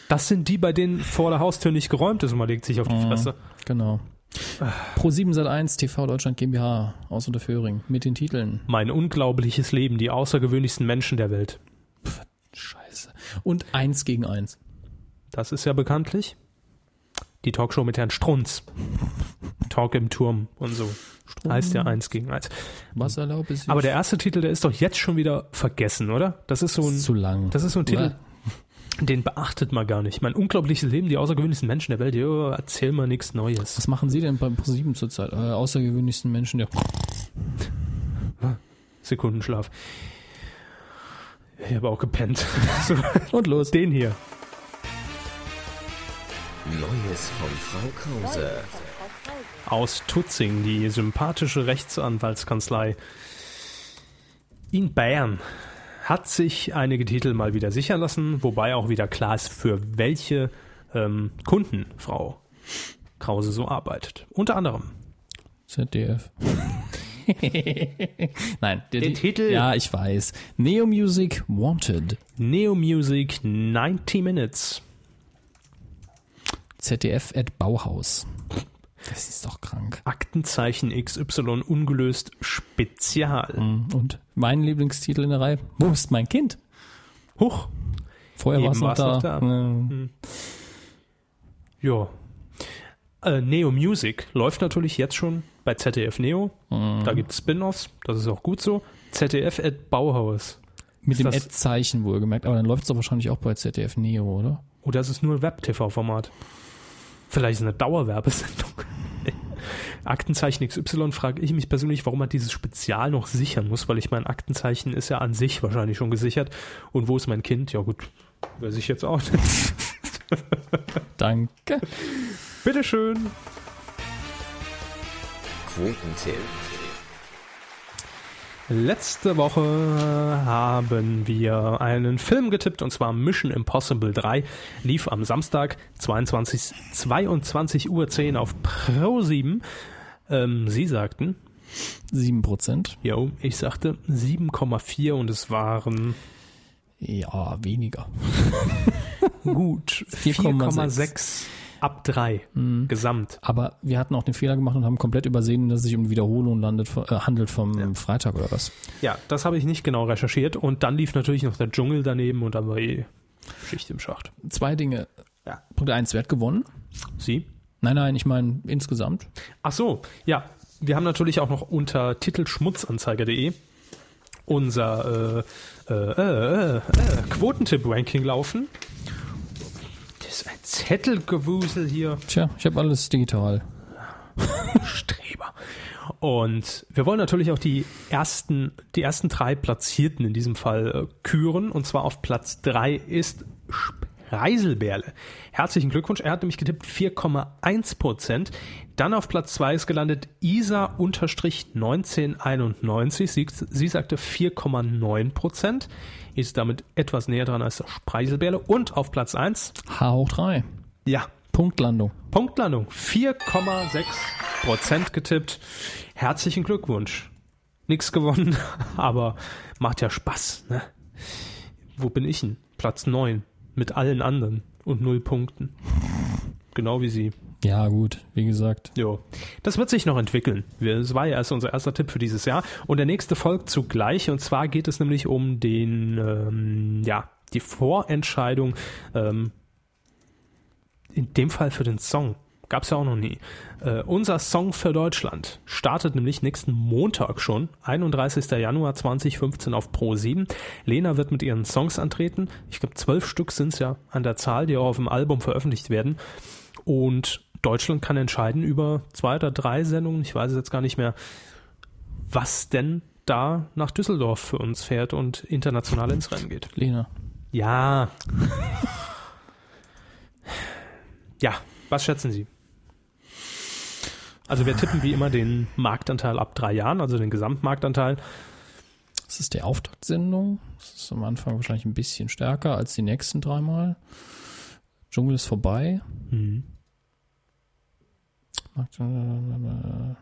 Das sind die, bei denen vor der Haustür nicht geräumt ist und man legt sich auf die Fresse. Genau. Pro7 Sat1 TV Deutschland GmbH aus Unterföhring mit den Titeln Mein unglaubliches Leben, die außergewöhnlichsten Menschen der Welt. Scheiße und 1 gegen 1. Das ist ja bekanntlich die Talkshow mit Herrn Strunz. Talk im Turm und so. Heißt ja eins gegen eins. Was erlaubt es sich? Aber der erste Titel, der ist doch jetzt schon wieder vergessen, oder? Das ist so ein, zu lang. das ist so ein Titel, Oder? den beachtet man gar nicht. Mein unglaubliches Leben, die außergewöhnlichsten Menschen der Welt. Jo, erzähl mal nichts Neues. Was machen Sie denn beim Pro7 zurzeit? Äh, außergewöhnlichsten Menschen der Sekundenschlaf. Ich habe auch gepennt. So, Und los. den hier. Neues von Frau Krause. aus Tutzing, die sympathische Rechtsanwaltskanzlei in Bayern, hat sich einige Titel mal wieder sichern lassen, wobei auch wieder klar ist, für welche ähm, Kunden Frau Krause so arbeitet. Unter anderem. ZDF. Nein, der, Den die- Titel. Ja, ich weiß. Neo Music Wanted. Neo Music 90 Minutes. ZDF at Bauhaus. Das ist doch krank. Aktenzeichen XY ungelöst Spezial. Mhm. Und mein Lieblingstitel in der Reihe: Wo ist mein Kind? Huch. Vorher war Eben es noch war's da. noch da. Hm. Äh, Ja. Äh, Neo Music läuft natürlich jetzt schon bei ZDF Neo. Da gibt es Spin-offs, das ist auch gut so. ZDF at Bauhaus. Mit dem das- Ad-Zeichen wohlgemerkt. Aber dann läuft es doch wahrscheinlich auch bei ZDF Neo, oder? Oder Oh, ist es nur ein Web-TV-Format? Vielleicht ist es eine Dauerwerbesendung. Aktenzeichen XY frage ich mich persönlich, warum man dieses Spezial noch sichern muss, weil ich mein Aktenzeichen ist ja an sich wahrscheinlich schon gesichert. Und wo ist mein Kind? Ja gut, weiß ich jetzt auch nicht. Danke. Bitteschön. Quotentipp. Letzte Woche haben wir einen Film getippt und zwar Mission Impossible 3. Lief am Samstag 22, 22.10 Uhr auf Pro 7. Ähm, Sie sagten, 7%. jo, ich sagte 7,4 und es waren Ja, weniger. gut 4,6 ab 3 gesamt. Aber wir hatten auch den Fehler gemacht und haben komplett übersehen, dass es sich um eine Wiederholung landet, äh, handelt vom Freitag oder was. Ja, das habe ich nicht genau recherchiert und dann lief natürlich noch der Dschungel daneben und dann war eh Schicht im Schacht. Zwei Dinge. Ja. Punkt eins, wer hat gewonnen? Sie? Nein, nein, ich meine insgesamt. Ach so, ja. wir haben natürlich auch noch unter titelschmutzanzeiger.de unser äh, äh, äh, äh, Quotentipp-Ranking laufen. Das ist ein Zettelgewusel hier. Tja, ich habe alles digital. Streber. Und wir wollen natürlich auch die ersten, die ersten drei Platzierten in diesem Fall äh, küren. Und zwar auf Platz drei ist Spreiselbärle. Herzlichen Glückwunsch. Er hat nämlich getippt 4,1 Prozent. Dann auf Platz zwei ist gelandet Isa-1991. Sie, sie sagte 4,9 Prozent. Ist damit etwas näher dran als der Spreiselbärle. Und auf Platz eins H hoch 3. ja, Punktlandung. Punktlandung. 4,6 Prozent getippt. Herzlichen Glückwunsch. Nix gewonnen, aber macht ja Spaß. Ne? Wo bin ich denn? Platz 9 mit allen anderen und null Punkten. Genau wie sie. Ja, gut, wie gesagt. Jo. Das wird sich noch entwickeln. Wir- Es war ja erst unser erster Tipp für dieses Jahr. Und der nächste folgt zugleich. Und zwar geht es nämlich um den, ähm, ja, die Vorentscheidung, ähm, in dem Fall für den Song. Gab's ja auch noch nie. Äh, unser Song für Deutschland startet nämlich nächsten Montag schon, 31. Januar 2015 auf Pro 7. Lena wird mit ihren Songs antreten. Ich glaube, zwölf Stück sind's ja an der Zahl, die auch auf dem Album veröffentlicht werden. Und Deutschland kann entscheiden über zwei oder drei Sendungen, ich weiß es jetzt gar nicht mehr, was denn da nach Düsseldorf für uns fährt und international ins Rennen geht. Lena. Ja. ja, was schätzen Sie? Also wir tippen wie immer den Marktanteil ab drei Jahren, also den Gesamtmarktanteil. Das ist der Auftaktsendung. Das ist am Anfang wahrscheinlich ein bisschen stärker als die nächsten dreimal. Dschungel ist vorbei. äh, Mhm.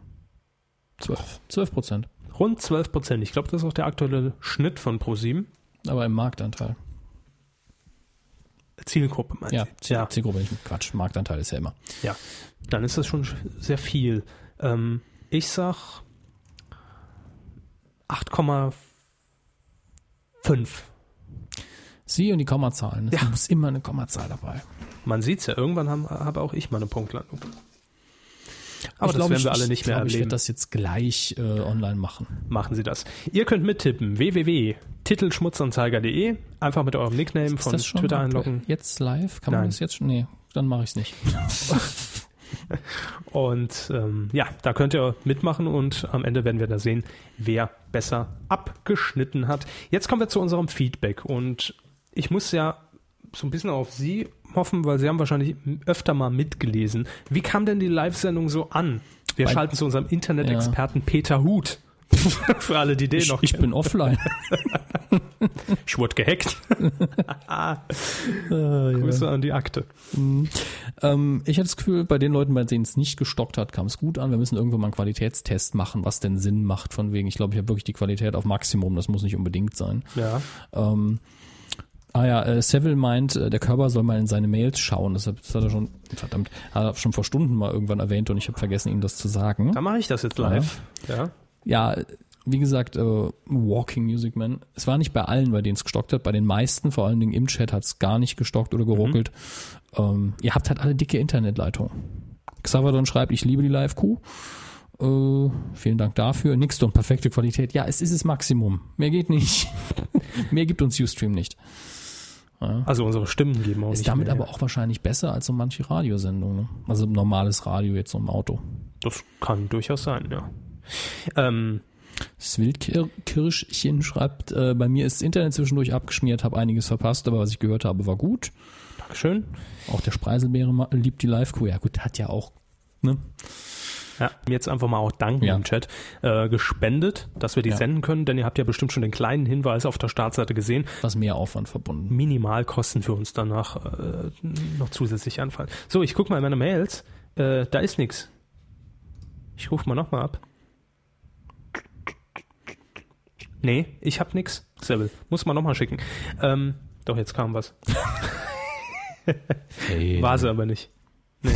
12. 12 Prozent. Rund 12 Prozent. Ich glaube, das ist auch der aktuelle Schnitt von ProSieben. Aber im Marktanteil. Zielgruppe, meinst Ja, Sie? Ziel, Zielgruppe nicht. Quatsch. Marktanteil ist ja immer. Ja, dann ist das schon sch- sehr viel. Ähm, ich sag 8,5. Sie und die Kommazahlen. Es Ja. muss immer eine Kommazahl dabei. Man sieht's ja, irgendwann haben, habe auch ich meine Punktlandung. Aber das glaube, werden wir alle nicht mehr Ich glaube, ich erleben. werde das jetzt gleich äh, online machen. Machen Sie das. Ihr könnt mittippen www.titelschmutzanzeiger.de einfach mit eurem Nickname von Twitter einloggen Jetzt live? Kann Nein. man das jetzt schon? Nee, dann mache ich es nicht. und ähm, ja, da könnt ihr mitmachen und am Ende werden wir da sehen, wer besser abgeschnitten hat. Jetzt kommen wir zu unserem Feedback und ich muss ja so ein bisschen auf Sie hoffen, weil Sie haben wahrscheinlich öfter mal mitgelesen. Wie kam denn die Live-Sendung so an? Wir Bei- schalten zu unserem Internet-Experten Peter Huth. Für alle, die den Ich, noch ich bin offline. Ich wurde gehackt. Ah, Grüße an die Akte. Ähm, ich hatte das Gefühl, bei den Leuten, bei denen es nicht gestockt hat, kam es gut an. Wir müssen irgendwann mal einen Qualitätstest machen, was denn Sinn macht. Von wegen, ich glaube, ich habe wirklich die Qualität auf Maximum. Das muss nicht unbedingt sein. Ja. Ähm, ah ja, äh, Seville meint, äh, der Körper soll mal in seine Mails schauen. Das hat, das hat er schon, verdammt, hat er schon vor Stunden mal irgendwann erwähnt und ich habe vergessen, ihm das zu sagen. Da mache ich das jetzt live. Ja. Ja, wie gesagt, äh, Walking Music Man. Es war nicht bei allen, bei denen es gestockt hat. Bei den meisten, vor allen Dingen im Chat, hat es gar nicht gestockt oder geruckelt. Ähm, ihr habt halt alle dicke Internetleitung. Xavadon schreibt, ich liebe die Live-Kuh. Äh, vielen Dank dafür. Nixton, perfekte Qualität. Ja, es ist das Maximum. Mehr geht nicht. Mehr gibt uns Ustream nicht. Also unsere Stimmen geben auch Ist nicht damit mehr. aber auch wahrscheinlich besser als so manche Radiosendung. Ne? Also normales Radio jetzt so im Auto. Das kann durchaus sein, ja. Ähm, Das Wildkirschchen schreibt, äh, bei mir ist das Internet zwischendurch abgeschmiert, habe einiges verpasst, aber was ich gehört habe, war gut. Dankeschön. Auch der Spreiselbeere ma- liebt die Live-Crew. Ja gut, hat ja auch, ne? Ja, jetzt einfach mal auch danken Ja. im Chat. Äh, gespendet, dass wir die Ja. senden können, denn ihr habt ja bestimmt schon den kleinen Hinweis auf der Startseite gesehen. Was mehr Aufwand verbunden. Minimalkosten für uns danach äh, noch zusätzlich anfallen. So, ich gucke mal in meine Mails. Äh, da ist nichts. Ich rufe mal nochmal ab. Nee, ich hab nix. Seville. Muss man nochmal schicken. Ähm, doch, jetzt kam was. Hey, War sie aber nicht. Nee.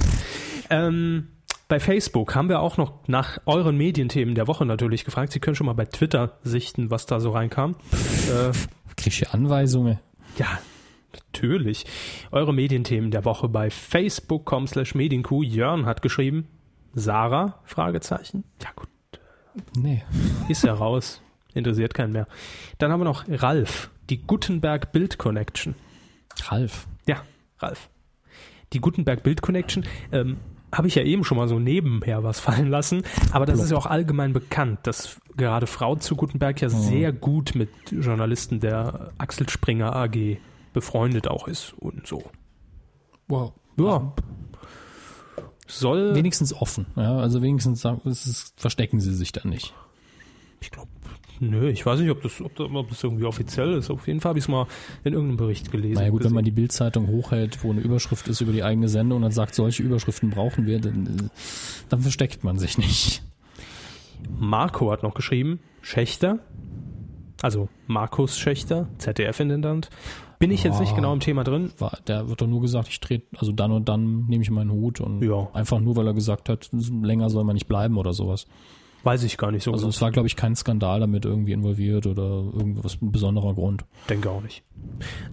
Ähm, bei Facebook haben wir auch noch nach euren Medienthemen der Woche natürlich gefragt. Sie können schon mal bei Twitter sichten, was da so reinkam. äh, krieg ich hier Anweisungen? ja, natürlich. Eure Medienthemen der Woche bei facebook.com slash medienkuh. Jörn hat geschrieben, Sarah? Fragezeichen. Ja gut, Nee. Ist ja raus. Interessiert keinen mehr. Dann haben wir noch Ralf, die Gutenberg Bild Connection. Ralf. Ja, Ralf. Die Gutenberg Bild Connection. Ähm, habe ich ja eben schon mal so nebenher was fallen lassen, aber das ist ja auch allgemein bekannt, dass gerade Frau zu Gutenberg ja sehr gut mit Journalisten der Axel Springer AG befreundet auch ist und so. Wow. Ja. Soll Wenigstens offen. Ja, also wenigstens sagen- es ist, verstecken sie sich da nicht. Ich glaube, nö, ich weiß nicht, ob das, ob, das- ob das irgendwie offiziell ist. Auf jeden Fall habe ich es mal in irgendeinem Bericht gelesen. Naja gut, wenn man gesehen. die Bildzeitung hochhält, wo eine Überschrift ist über die eigene Sendung und dann sagt, solche Überschriften brauchen wir, dann, äh, dann versteckt man sich nicht. Marco hat noch geschrieben, Schächter, also Markus Schächter, ZDF-Intendant. Bin ich jetzt nicht genau im Thema drin. War, der wird doch nur gesagt, ich trete, also dann und dann nehme ich meinen Hut und Ja. einfach nur, weil er gesagt hat, länger soll man nicht bleiben oder sowas. Weiß ich gar nicht so Also genau. es war, glaube ich, kein Skandal damit irgendwie involviert oder irgendwas ein besonderer Grund. Denke auch nicht.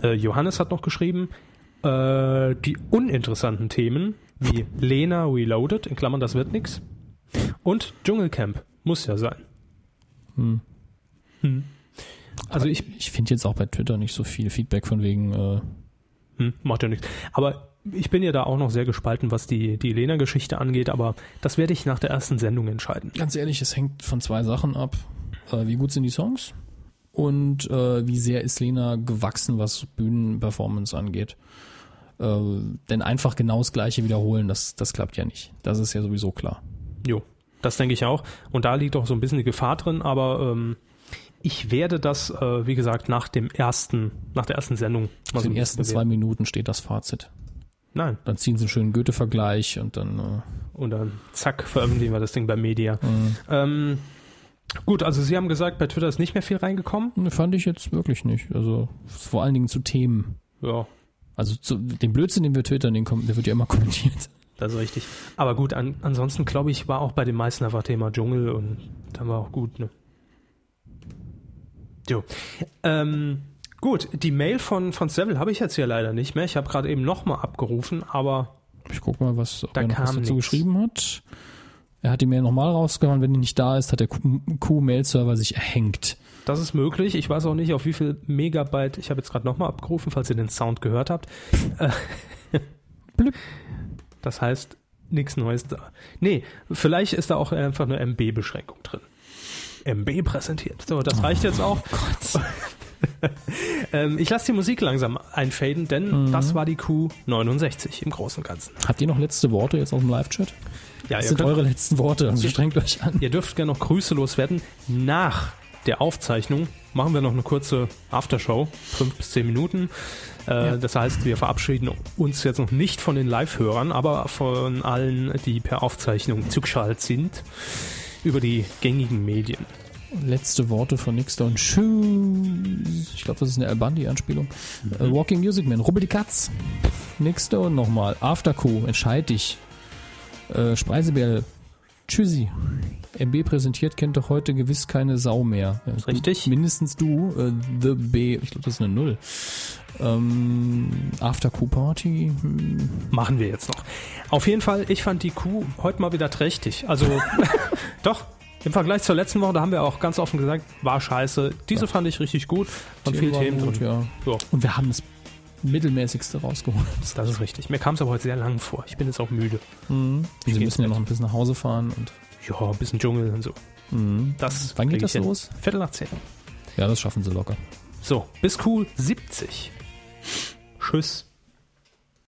Äh, Johannes hat noch geschrieben, äh, die uninteressanten Themen wie Lena Reloaded, in Klammern, das wird nix, und Dschungelcamp, muss ja sein. Hm. Also ich Ich finde jetzt auch bei Twitter nicht so viel Feedback von wegen, äh, Hm, macht ja nichts. Aber ich bin ja da auch noch sehr gespalten, was die, die Lena-Geschichte angeht, aber das werde ich nach der ersten Sendung entscheiden. ganz ehrlich, es hängt von zwei Sachen ab. Äh, wie gut sind die Songs? Und äh, wie sehr ist Lena gewachsen, was Bühnenperformance angeht? Äh, denn einfach genau das Gleiche wiederholen, das, das klappt ja nicht. Das ist ja sowieso klar. Jo, das denke ich auch. Und da liegt auch so ein bisschen die Gefahr drin, aber ähm, ich werde das, äh, wie gesagt, nach dem ersten, nach der ersten Sendung so Aus ein den bisschen ersten zwei bewerten. Minuten steht das Fazit. Nein. Dann ziehen sie einen schönen Goethe-Vergleich und dann äh, Und dann zack, veröffentlichen wir das Ding bei Media. Ähm, gut, also Sie haben gesagt, bei Twitter ist nicht mehr viel reingekommen. Ne, fand ich jetzt wirklich nicht. Also vor allen Dingen zu Themen. Ja, Also zu, den Blödsinn, den wir twittern, den kommt, der wird ja immer kommentiert. Das ist richtig. Aber gut, an, ansonsten glaube ich, war auch bei den meisten einfach Thema Dschungel und dann war auch gut, ne? Jo. Ähm, gut, die Mail von, von Seville habe ich jetzt hier leider nicht mehr. Ich habe gerade eben nochmal abgerufen, aber Ich guck mal, was, ob Da er noch was kam dazu nix. geschrieben hat. Er hat die Mail nochmal rausgehauen. Wenn die nicht da ist, hat der Q-Mail-Server sich erhängt. das ist möglich. Ich weiß auch nicht, auf wie viel Megabyte. Ich habe jetzt gerade nochmal abgerufen, falls ihr den Sound gehört habt. Äh, Blip. das heißt, nichts Neues da. Nee, vielleicht ist da auch einfach eine MB-Beschränkung drin. MB präsentiert. So, das reicht jetzt auch. Oh Gott. Ähm, ich lasse die Musik langsam einfaden, denn Mhm. das war die Q69 im Großen und Ganzen. Habt ihr noch letzte Worte jetzt aus dem Live-Chat? Ja, Das ihr, sind könnt, eure letzten Worte. Also strengt euch an. ihr dürft gerne noch Grüße loswerden. Nach der Aufzeichnung machen wir noch eine kurze Aftershow, fünf bis zehn Minuten. Äh, Das heißt, wir verabschieden uns jetzt noch nicht von den Live-Hörern, aber von allen, die per Aufzeichnung zugeschaltet sind, über die gängigen Medien. Letzte Worte von Nixter und Tschüss. Ich glaube, das ist eine Albandi-Anspielung. Mhm. Äh, Walking Music Man, rubbel die Katz. Nixter und nochmal. After Q, entscheid dich. Äh, Speisebär, tschüssi. MB präsentiert kennt doch heute gewiss keine Sau mehr. Ja, Richtig. Du, mindestens du, äh, The B, ich glaube, das ist eine Null. Ähm, After Q Party, hm, Machen wir jetzt noch. Auf jeden Fall, ich fand die Kuh heute mal wieder trächtig. Also, doch, im Vergleich zur letzten Woche, da haben wir auch ganz offen gesagt, war scheiße. Diese fand ich richtig gut. Und viel waren Themen gut, drin. ja. Ja. Und wir haben das mittelmäßigste rausgeholt. Das ist richtig. Mir kam es aber heute sehr lang vor. Ich bin jetzt auch müde. Wir gehe ins müssen ja Bett. noch ein bisschen nach Hause fahren und Ja, ein bisschen Dschungel und so. Das Mhm. Wann geht krieg ich das hin. los? Viertel nach zehn. ja, das schaffen sie locker. So, bis Kuh 70. Tschüss.